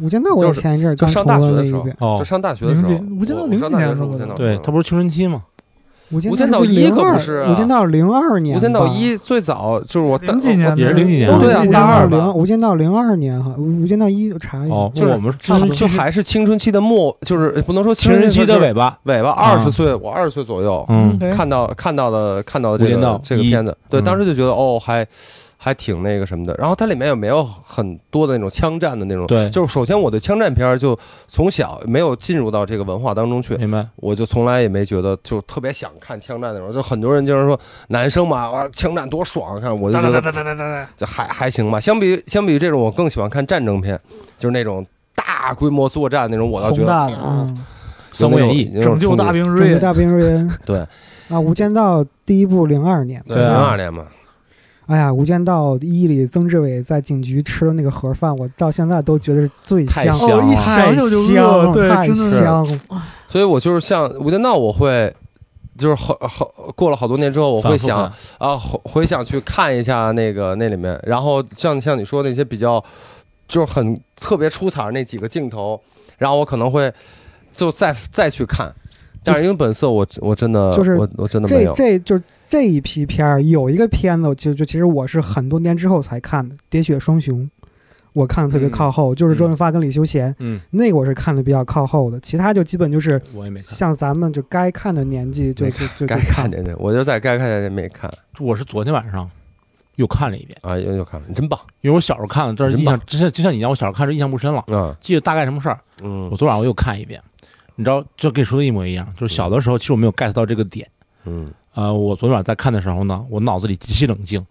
Speaker 3: 无间道》我也
Speaker 2: 就是
Speaker 3: 前一阵儿
Speaker 2: 就
Speaker 3: 刚
Speaker 2: 上
Speaker 3: 重
Speaker 2: 大学
Speaker 3: 温
Speaker 2: 的
Speaker 3: 了一
Speaker 2: 时候
Speaker 3: 遍，
Speaker 2: 就嗯
Speaker 4: 哦，
Speaker 2: 上大学的时候，
Speaker 1: 零几无间道
Speaker 2: 我
Speaker 1: 零
Speaker 2: 我
Speaker 1: 几
Speaker 2: 上大学
Speaker 1: 年
Speaker 2: 的时
Speaker 1: 是
Speaker 2: 候，
Speaker 1: 吧
Speaker 2: 无间道
Speaker 4: 对
Speaker 2: 看了
Speaker 4: 他不是青春期嘛，
Speaker 3: 《无
Speaker 2: 无
Speaker 3: 间
Speaker 2: 间
Speaker 3: 道》
Speaker 2: 道一
Speaker 3: 零
Speaker 2: 可
Speaker 3: 二，
Speaker 2: 不是啊
Speaker 3: 无间道》零二年
Speaker 2: 无
Speaker 3: 吧，
Speaker 2: 间道一最早就是我大
Speaker 1: 零几年
Speaker 4: 也是零几年
Speaker 2: 啊
Speaker 3: 对
Speaker 2: 对
Speaker 3: 啊
Speaker 2: 啊，
Speaker 3: 大
Speaker 2: 大
Speaker 3: 二
Speaker 2: 二
Speaker 3: 零，
Speaker 2: 吧
Speaker 3: 《无间道》零二年哈，《无间道一》查一下，
Speaker 4: 哦，
Speaker 2: 就是
Speaker 4: 我们
Speaker 3: 差不多
Speaker 2: 就还是青春期的末，就是呃不能说
Speaker 4: 青
Speaker 2: 春
Speaker 4: 春期
Speaker 2: 的
Speaker 4: 的尾巴，
Speaker 2: 尾巴，
Speaker 4: 啊
Speaker 2: 二十岁，我二十岁左右
Speaker 4: 嗯，
Speaker 1: 对
Speaker 2: 看到看到的看到的这
Speaker 4: 无间道
Speaker 2: 个这个
Speaker 4: 一
Speaker 2: 片子，对，
Speaker 4: 嗯
Speaker 2: 当时就觉得哦，还还挺那个什么的。然后它里面也没有很多的那种枪战的那种，
Speaker 4: 对
Speaker 2: 就是首先我对枪战片儿就从小没有进入到这个文化当中去，
Speaker 4: 明白，
Speaker 2: 我就从来也没觉得就特别想看枪战那种。就很多人就是说男生嘛，哇，枪战多爽，啊看我就觉得这还还行吧。相比相比于这种，我更喜欢看战争片，就是那种大规模作战那种，我倒觉
Speaker 1: 宏
Speaker 2: 得
Speaker 1: 大的，嗯
Speaker 4: 《三国演义》
Speaker 2: 义
Speaker 1: 拯救大兵
Speaker 3: 拯
Speaker 1: 瑞
Speaker 3: 救大兵瑞恩》
Speaker 2: 对
Speaker 3: 啊，《无间道》第一部零二年，
Speaker 2: 对
Speaker 4: 对
Speaker 2: 零
Speaker 4: 啊
Speaker 2: 二年嘛，
Speaker 3: 哎呀，《无间道一》里曾志伟在警局吃的那个盒饭，我到现在都觉得是最
Speaker 4: 太
Speaker 3: 香，
Speaker 4: 香
Speaker 1: 哦，一想
Speaker 3: 太
Speaker 1: 想就
Speaker 3: 香
Speaker 1: 饿，
Speaker 3: 了，
Speaker 1: 对，
Speaker 3: 太
Speaker 1: 真的是
Speaker 3: 香了。
Speaker 2: 所以我就是像《无间道》，我会就是好好过了好多年之后，我会
Speaker 4: 反复
Speaker 2: 想
Speaker 4: 看嗯
Speaker 2: 啊，回回想去看一下那个那里面，然后像像你说那些比较就是很特别出彩儿那几个镜头，然后我可能会就再再去看，但是因为本色我我真的
Speaker 3: 就是
Speaker 2: 我我真的没
Speaker 3: 这
Speaker 2: 有，
Speaker 3: 这就是这一批片儿，有一个片子，就就其实我是很多年之后才看的，《喋血双雄》，我看的特别靠后，就是周润发跟李修贤、
Speaker 4: 嗯，
Speaker 3: 那个，我是看的比较靠后的，其他就基本就是
Speaker 4: 我也没看，
Speaker 3: 像咱们就该看的年纪就
Speaker 2: 没
Speaker 3: 就就就
Speaker 2: 该看
Speaker 3: 看。
Speaker 2: 见的我就在该看见的没看
Speaker 4: 我是昨天晚上又看了一遍，
Speaker 2: 啊，又又看了，你真棒，
Speaker 4: 因为我小时候看的，但是印象就像就像你一样，我小时候看是印象不深了，
Speaker 2: 嗯
Speaker 4: 记得大概什么事儿。
Speaker 2: 嗯
Speaker 4: 我昨晚我又看一遍，你知道，这跟你说的一模一样，就是小的时候其实我没有 get 到这个点。
Speaker 2: 嗯，
Speaker 4: 呃，我昨天晚上在看的时候呢，我脑子里极其冷静。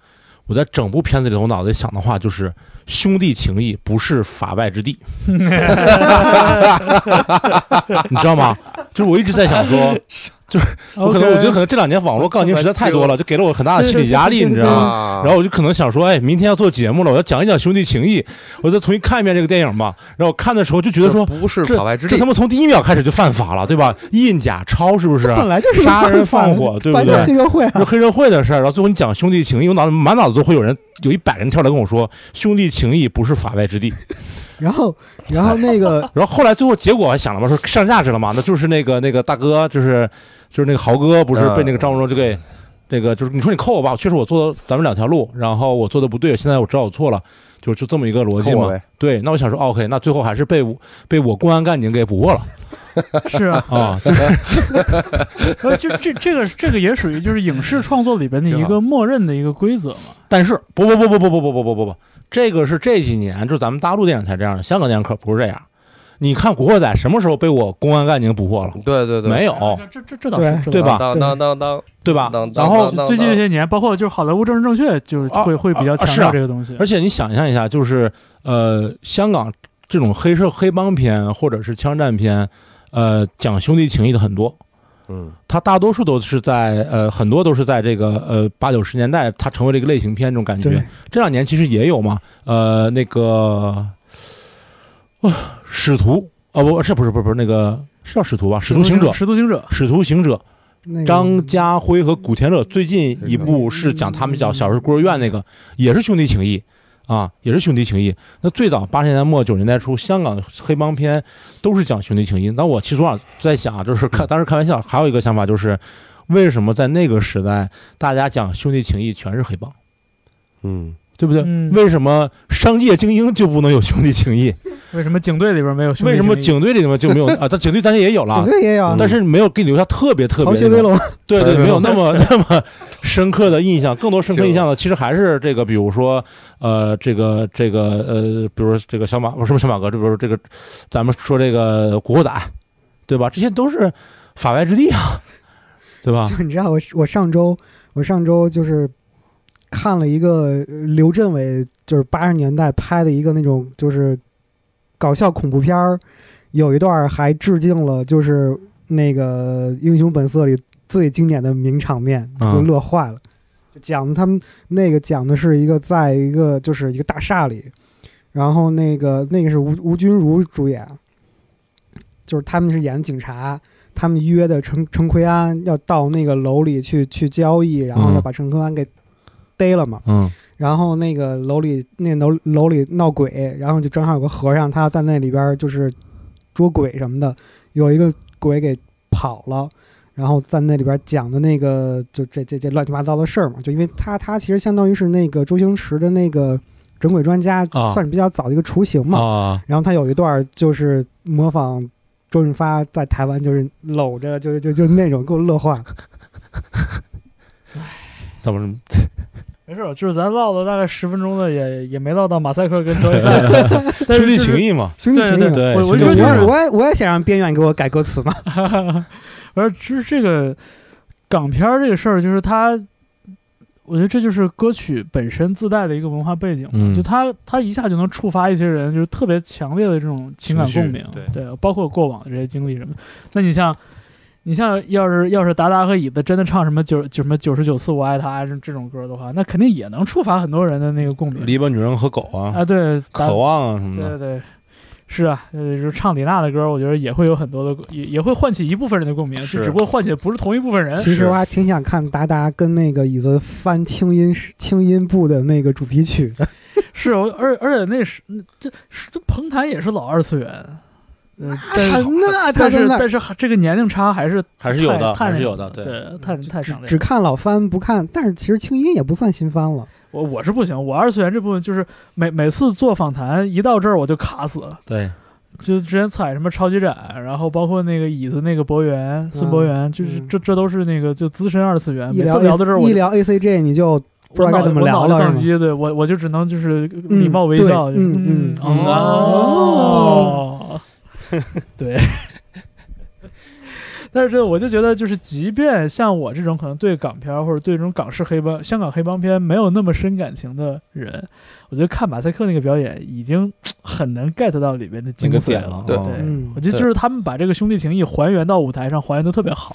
Speaker 4: 我在整部片子里头，我脑子里想的话就是兄弟情谊不是法外之地，你知道吗？就是我一直在想说，
Speaker 1: (laughs)
Speaker 4: 我可能我觉得可能这两年网络杠精实在太多了，就给了我很大的心理压力，你知道吗？
Speaker 2: 啊，
Speaker 4: 然后我就可能想说，哎，明天要做节目了，我要讲一讲兄弟情谊，我再重新看一遍这个电影吧。然后我看的时候就觉
Speaker 2: 觉
Speaker 4: 得说，
Speaker 2: 不是
Speaker 4: 这
Speaker 2: 法外之
Speaker 4: 这
Speaker 2: 地
Speaker 4: 他，妈从第一秒开始就犯法了，对吧？印假钞是不是？
Speaker 3: 本来就是
Speaker 4: 杀人
Speaker 3: 犯
Speaker 4: 放
Speaker 3: 法
Speaker 4: 火对不
Speaker 3: 反正
Speaker 4: 对
Speaker 3: 黑社会啊
Speaker 4: 就，黑社会的事儿，然后最后你讲兄弟情谊，我脑子满脑子都会有人，有一百人跳来跟我说兄弟情谊不是法外之地。
Speaker 3: 然后然后
Speaker 4: (laughs)
Speaker 3: 那个
Speaker 4: 然后后来最后结果还想了嘛，说上价值了嘛，那就是那个那个大哥，就是就是那个豪哥，不是被那个张荣就
Speaker 2: 嗯
Speaker 4: 给那个就是你说你扣我吧，确实我做的咱们两条路，然后我做的不对，现在我知道我错了，就就这么一个逻辑
Speaker 2: 扣我
Speaker 4: 嘛
Speaker 2: 呗。
Speaker 4: 对，那我想说哦，OK，那最后还是被我被我公安干警给捕获了
Speaker 1: 是啊，
Speaker 4: 啊，
Speaker 1: 呃就这这个这个也属于就是影视创作里边的一
Speaker 2: 挺
Speaker 1: 个
Speaker 2: 好
Speaker 1: 默认的一个规则嘛。
Speaker 4: 但是不不不不不不不不不不不，这个是这几年就是咱们大陆电影才这样的，香港电影可不是这样。你看《古惑仔》什么时候被我公安干警捕获了？
Speaker 2: 对对对，
Speaker 4: 没有，
Speaker 1: 这这这倒是
Speaker 4: 对吧
Speaker 2: 当当当当，
Speaker 4: 对吧
Speaker 2: 当？当
Speaker 4: 然后
Speaker 2: 当，当
Speaker 1: 最近这些年，包括就是好莱坞《政治正确》，就是会
Speaker 4: 啊
Speaker 1: 会比较
Speaker 4: 啊
Speaker 1: 强
Speaker 4: 是啊
Speaker 1: 调这个东西
Speaker 4: 而。且你想象一下，就是呃，香港这种黑社黑帮片或者是枪战片，呃，讲兄弟情谊的很多，
Speaker 2: 嗯
Speaker 4: 它大多数都是在呃，很多都是在这个呃八九十年代，它成为了一个类型片这种感觉
Speaker 3: 对。
Speaker 4: 这两年其实也有嘛，呃，那个哇，使徒哦不，是不是不是不是那个是叫使徒吧？使徒行者，
Speaker 1: 使徒行者，
Speaker 4: 使徒行者，
Speaker 3: 那个
Speaker 4: 张家辉和古天乐最近一部是讲他们讲小时候孤儿院那个，也是兄弟情谊啊，也是兄弟情谊。那最早八十年代末九十年代初，香港黑帮片都是讲兄弟情谊。那我其实昨晚在想啊，就是看当时开玩笑，还有一个想法就是，为什么在那个时代大家讲兄弟情谊全是黑帮，
Speaker 2: 嗯，
Speaker 4: 对不对？
Speaker 1: 嗯
Speaker 4: 为什么商界精英就不能有兄弟情谊？
Speaker 1: 为什么警队里边没有兄弟
Speaker 4: 为
Speaker 1: 情
Speaker 4: 什
Speaker 1: 谊？
Speaker 4: 么警队里面就没有啊？ (laughs) 但警队咱也有
Speaker 3: 警
Speaker 4: 了。
Speaker 3: 队也有啊，
Speaker 4: 但是没有给你留下特别特别
Speaker 3: 逃学
Speaker 4: 那种
Speaker 3: 威龙 (laughs)
Speaker 4: 对对，
Speaker 2: 对
Speaker 4: 没有那么那么深刻的印象，更多深刻印象的其实还是这个，比如说呃，这个这个呃，比如说这个小马，不是什么小马哥，这不是这个，咱们说这个古惑仔，对吧？这些都是法外之地啊，对吧？
Speaker 3: 就你知道我我上周我上周就是看了一个呃刘镇伟就是八十年代拍的一个那种就是搞笑恐怖片儿，有一段儿还致敬了就是那个《英雄本色》里最经典的名场面，
Speaker 4: 嗯
Speaker 3: 就乐坏了。讲的他们那个讲的是一个在一个就是一个大厦里，然后那个那个是吴吴君如主演，就是他们是演警察，他们约的陈陈奎安要到那个楼里去去交易，然后要
Speaker 4: 嗯
Speaker 3: 把陈奎安给逮了嘛。
Speaker 4: 嗯
Speaker 3: 然后那个楼里那楼楼里闹鬼，然后就正好有个和尚，他在那里边就是捉鬼什么的，有一个鬼给跑了，然后在那里边讲的那个就这这这乱七八糟的事儿嘛，就因为他他其实相当于是那个周星驰的那个整鬼专家，
Speaker 4: 啊
Speaker 3: 算是比较早的一个雏形嘛。
Speaker 4: 啊，
Speaker 3: 然后他有一段就是模仿周润发在台湾就是搂着就就就那种给我乐坏了，
Speaker 4: 怎么
Speaker 1: 没事儿，就是咱唠了大概十分钟了，也也没唠到马赛克
Speaker 4: (laughs)
Speaker 1: 跟德约赛，但
Speaker 4: 兄
Speaker 1: 是
Speaker 4: 弟
Speaker 1: 就是
Speaker 4: 情谊嘛？
Speaker 3: 兄弟
Speaker 1: 对
Speaker 3: 情
Speaker 1: 对
Speaker 3: 谊嘛。
Speaker 4: 对，
Speaker 1: 我我
Speaker 4: 兄弟
Speaker 1: 就是
Speaker 3: 我
Speaker 4: 情谊
Speaker 3: 也
Speaker 4: 嘛
Speaker 3: 我也我也想让边远给我改歌词嘛。
Speaker 1: (laughs) 而就是这个港片儿这个事儿，就是它，我觉得这就是歌曲本身自带的一个文化背景嘛，
Speaker 4: 嗯
Speaker 1: 就它它一下就能触发一些人，就是特别强烈的这种情感
Speaker 4: 情绪
Speaker 1: 共鸣，
Speaker 4: 对
Speaker 1: 包括过往的这些经历什么的。那你像。你像要是要是达达和椅子真的唱什么九九什么九十九次我爱他这这种歌的话，那肯定也能触发很多人的那个共鸣
Speaker 4: 篱笆女人和狗啊，
Speaker 1: 啊！对，达
Speaker 4: 渴望啊什么
Speaker 1: 对
Speaker 4: 的，
Speaker 1: 对对，是啊，呃，就是唱李娜的歌，我觉得也会有很多的，也也会唤起一部分人的共鸣，就是只不过唤起的嗯不是同一部分人。
Speaker 3: 其
Speaker 4: 是
Speaker 3: 实我还挺想看达达跟那个椅子翻轻音轻音部的那个主题曲的。
Speaker 1: 是，我而而且那是嗯这是这彭坦也是老二次元，呃，但是
Speaker 3: 那
Speaker 1: 但是
Speaker 3: 那
Speaker 1: 但是这个年龄差还是
Speaker 4: 还是有的
Speaker 1: 太
Speaker 4: 还是有
Speaker 1: 太那
Speaker 4: 的
Speaker 1: 个
Speaker 4: 对
Speaker 1: 了对，太太
Speaker 3: 只
Speaker 1: 强烈
Speaker 3: 只
Speaker 1: 了。
Speaker 3: 看老翻不看，但是其实轻音也不算新翻了。
Speaker 1: 我我是不行，我二次元这部分就是每每次做访谈一到这儿我就卡死了。
Speaker 4: 对，
Speaker 1: 就之前踩什么超级展，然后包括那个椅子那个博源孙博源，就是
Speaker 3: 嗯
Speaker 1: 这这都是那个就资深二次元。
Speaker 3: 一
Speaker 1: 呃每次
Speaker 3: 聊
Speaker 1: 聊到这儿，我
Speaker 3: 一
Speaker 1: 就
Speaker 3: 聊 A C G 你就不知道该怎么聊
Speaker 1: 我脑
Speaker 3: 了
Speaker 1: 袋
Speaker 3: 是
Speaker 1: 宕
Speaker 3: 吗？
Speaker 1: 机，对我我就只能就是礼貌微笑，
Speaker 3: 嗯
Speaker 1: 就是
Speaker 3: 对嗯
Speaker 4: 嗯
Speaker 1: 哦，对。 (laughs) 但是这我就觉得，就是即便像我这种可能对港片儿或者对这种港式黑帮、香港黑帮片没有那么深感情的人，我觉得看马赛克那个表演已经很能 get 到里面的
Speaker 4: 那
Speaker 1: 精
Speaker 4: 个
Speaker 1: 髓
Speaker 4: 点了，
Speaker 2: 对
Speaker 4: 啊
Speaker 1: 对，
Speaker 3: 嗯
Speaker 1: 我觉得就是他们把这个兄弟情谊还原到舞台上，还原的特别好。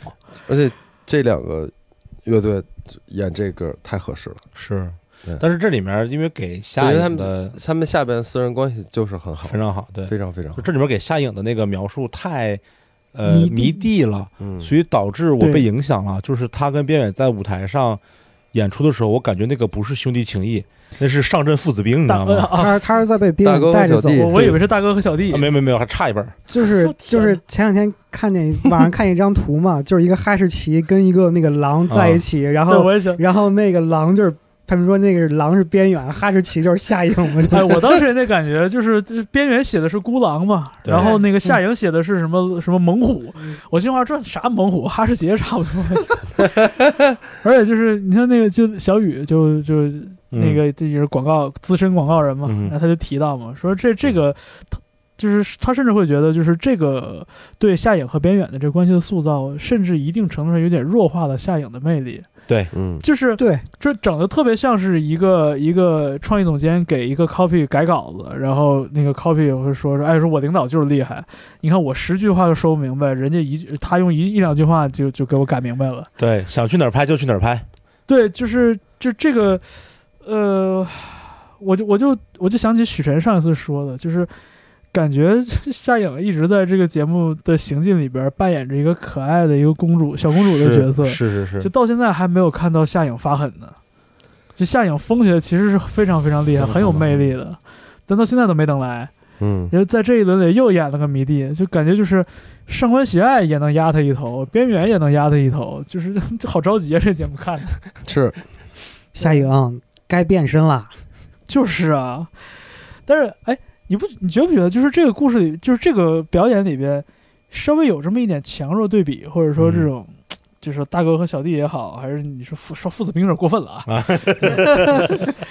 Speaker 2: 而且这两个乐队演这歌太合适了，
Speaker 4: 是
Speaker 2: 对。
Speaker 4: 但是这里面因为给夏
Speaker 2: 对因为他
Speaker 4: 颖
Speaker 2: 们
Speaker 4: 的
Speaker 2: 他们下边私人关系就是很好
Speaker 4: 非，常好，对，
Speaker 2: 非常非常好
Speaker 4: 就。这里面给夏颖的那个描述太呃
Speaker 3: 迷弟
Speaker 4: 迷弟了，
Speaker 2: 嗯，
Speaker 4: 所以导致我
Speaker 1: 对
Speaker 4: 被影响了。就是他跟边远在舞台上演出的时候，我感觉那个不是兄弟情谊，那是上阵父子兵，你知
Speaker 1: 大
Speaker 4: 道
Speaker 1: 呃
Speaker 4: 吗？
Speaker 1: 啊，
Speaker 3: 他他是在被别
Speaker 2: 大
Speaker 3: 人
Speaker 2: 哥和
Speaker 3: 带着
Speaker 2: 小
Speaker 3: 走，
Speaker 2: 弟
Speaker 1: 我我以为是大哥和小弟
Speaker 4: 啊，，没有没有没有，还差一辈儿。
Speaker 3: 就是
Speaker 1: 我天
Speaker 3: 就
Speaker 1: 哪
Speaker 3: 是前两天看见网上看见一张图嘛， (laughs) 就是一个哈士奇跟一个那个狼在一起，然
Speaker 1: 啊对，
Speaker 3: 后
Speaker 1: 我也想，
Speaker 3: 然后那个狼就是他们说那个狼是边远，哈士奇就是下影嘛，就
Speaker 1: (laughs) 哎，我当时也那感觉就是，就是边缘写的是孤狼嘛，
Speaker 4: 对
Speaker 1: 然后那个夏莹写的是什么什么猛虎，我心话这啥猛虎，哈士奇也差不多。 (laughs) 而且就是你看那个，就小雨就就
Speaker 4: 嗯
Speaker 1: 那个这也是广告资深广告人嘛，
Speaker 4: 嗯
Speaker 1: 然后他就提到嘛，说这这个他就是他甚至会觉得，就是这个对夏颖和边远的这个关系的塑造，甚至一定程度上有点弱化了夏颖的魅力。
Speaker 2: 嗯，
Speaker 1: 就是
Speaker 3: 对，
Speaker 1: 这整的特别像是一个一个创意总监给一个 copy 改稿子，然后那个 copy 会说说，哎，说我领导就是厉害，你看我十句话就说不明白，人家一句他用一一两句话就就给我改明白了。
Speaker 4: 对，想去哪儿拍就去哪儿拍。
Speaker 1: 对，就是就这个，呃，我就我就我就想起许晨上一次说的，就是感觉 (laughs) 夏颖一直在这个节目的行进里边扮演着一个可爱的一个公主小公主的
Speaker 4: 是
Speaker 1: 角色，
Speaker 4: 是是是
Speaker 1: 就到现在还没有看到夏颖发狠的。就夏颖疯起来其实是非常非常厉害，
Speaker 4: 非常
Speaker 1: 很有魅力的，但到现在都没等来。
Speaker 2: 嗯，
Speaker 1: 然后在这一轮里又演了个迷弟，就感觉就是上官喜爱也能压他一头，边缘也能压他一头，就是 (laughs) 就好着急啊！这节目看着
Speaker 2: 是
Speaker 3: 下影该变身了。
Speaker 1: 就是啊，但是哎，你不你觉不觉得就是这个故事里，就是这个表演里边稍微有这么一点强弱对比，或者说这种。就是大哥和小弟也好，还是你说父说父子兵有点过分了啊，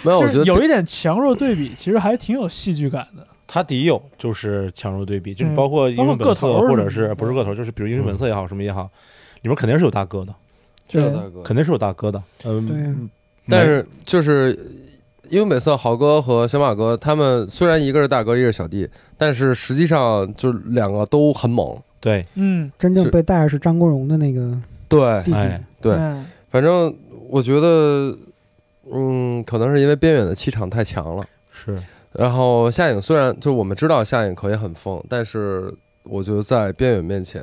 Speaker 2: 没有，我
Speaker 1: 就
Speaker 2: 觉
Speaker 1: 是
Speaker 2: 得
Speaker 1: 有一点强弱对比，其实还挺有戏剧感的。
Speaker 4: 他底有就是强弱对比，就是
Speaker 1: 嗯
Speaker 4: 包括英雄
Speaker 1: 包括个头
Speaker 4: 本色，
Speaker 1: 儿
Speaker 4: 或
Speaker 1: 什么
Speaker 4: 者是
Speaker 1: 的
Speaker 4: 不是个头，就是比如英雄本色也好，什么也好，里面肯定是有大哥的，
Speaker 2: 这
Speaker 1: 对
Speaker 2: 个大哥
Speaker 4: 肯定是有大哥的。嗯，
Speaker 3: 对呀
Speaker 2: 但是就是因为每次豪哥和小马哥他们虽然一个是大哥，一个是小弟，但是实际上就两个都很猛。
Speaker 4: 对，
Speaker 1: 嗯，
Speaker 3: 真正
Speaker 2: 是
Speaker 3: 被带着是张国荣的那个
Speaker 2: 对，
Speaker 3: 弟弟，
Speaker 4: 哎，
Speaker 2: 对
Speaker 1: 嗯
Speaker 2: 反正我觉得，嗯，可能是因为边远的气场太强了，
Speaker 4: 是
Speaker 2: 然后夏影虽然就是我们知道夏影可以很疯，但是我觉得在边远面前，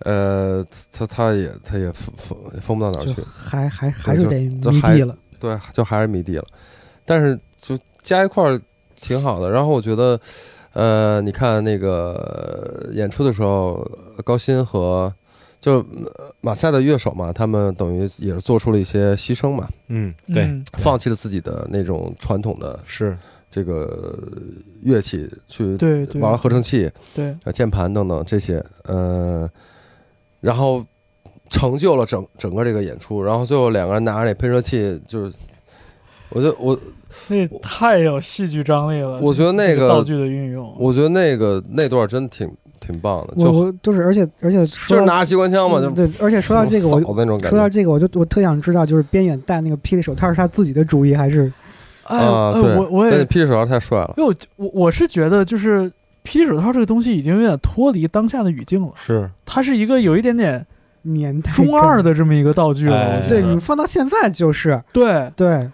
Speaker 2: 呃，他他也他也疯疯疯不到哪儿
Speaker 3: 就
Speaker 2: 去，
Speaker 3: 还还还是
Speaker 2: 就
Speaker 3: 得
Speaker 2: 就
Speaker 3: 迷
Speaker 2: 还
Speaker 3: 弟了。
Speaker 2: 对，就还是迷弟了。但是就加一块儿挺好的。然后我觉得，呃，你看那个呃演出的时候，高鑫和就呃马赛的乐手嘛，他们等于也是做出了一些牺牲嘛，
Speaker 4: 嗯，对，
Speaker 1: 嗯
Speaker 2: 放弃了自己的那种传统的
Speaker 4: 是
Speaker 2: 这个乐器去
Speaker 1: 对对
Speaker 2: 玩了合成器，
Speaker 1: 对，
Speaker 2: 啊，键盘等等这些，呃，然后成就了整整个这个演出，然后最后两个人拿着那喷射器，就是，我就我
Speaker 1: 那太有戏剧张力了。
Speaker 2: 我觉得那
Speaker 1: 这
Speaker 2: 个
Speaker 1: 道具的运用，
Speaker 2: 我觉得那个那段真挺挺棒的，
Speaker 3: 我
Speaker 2: 就
Speaker 3: 我就是，而且而且
Speaker 2: 就是
Speaker 3: 说到
Speaker 2: 拿着机关枪嘛，就
Speaker 3: 嗯对，而且说到这个，我
Speaker 2: 扫的那种感
Speaker 3: 说到
Speaker 2: 觉，
Speaker 3: 这个，我就我特想知道，就是边远戴那个霹雳手套是他自己的主意还是？
Speaker 1: 哎
Speaker 2: 啊，
Speaker 1: 哎
Speaker 2: 对，
Speaker 1: 我我也
Speaker 2: 但是霹雳手套太帅了，
Speaker 1: 因为我我我是觉得就是霹雳手套这个东西已经有点脱离当下的语境了，
Speaker 4: 是，
Speaker 1: 它是一个有一点
Speaker 2: (laughs)
Speaker 1: 点
Speaker 3: 年代
Speaker 1: 中二
Speaker 3: 的，
Speaker 1: 的这么一个道具了。
Speaker 4: 哎
Speaker 1: 我觉
Speaker 3: 对
Speaker 1: 得
Speaker 3: 你放到现在就是
Speaker 1: 对，
Speaker 3: 对，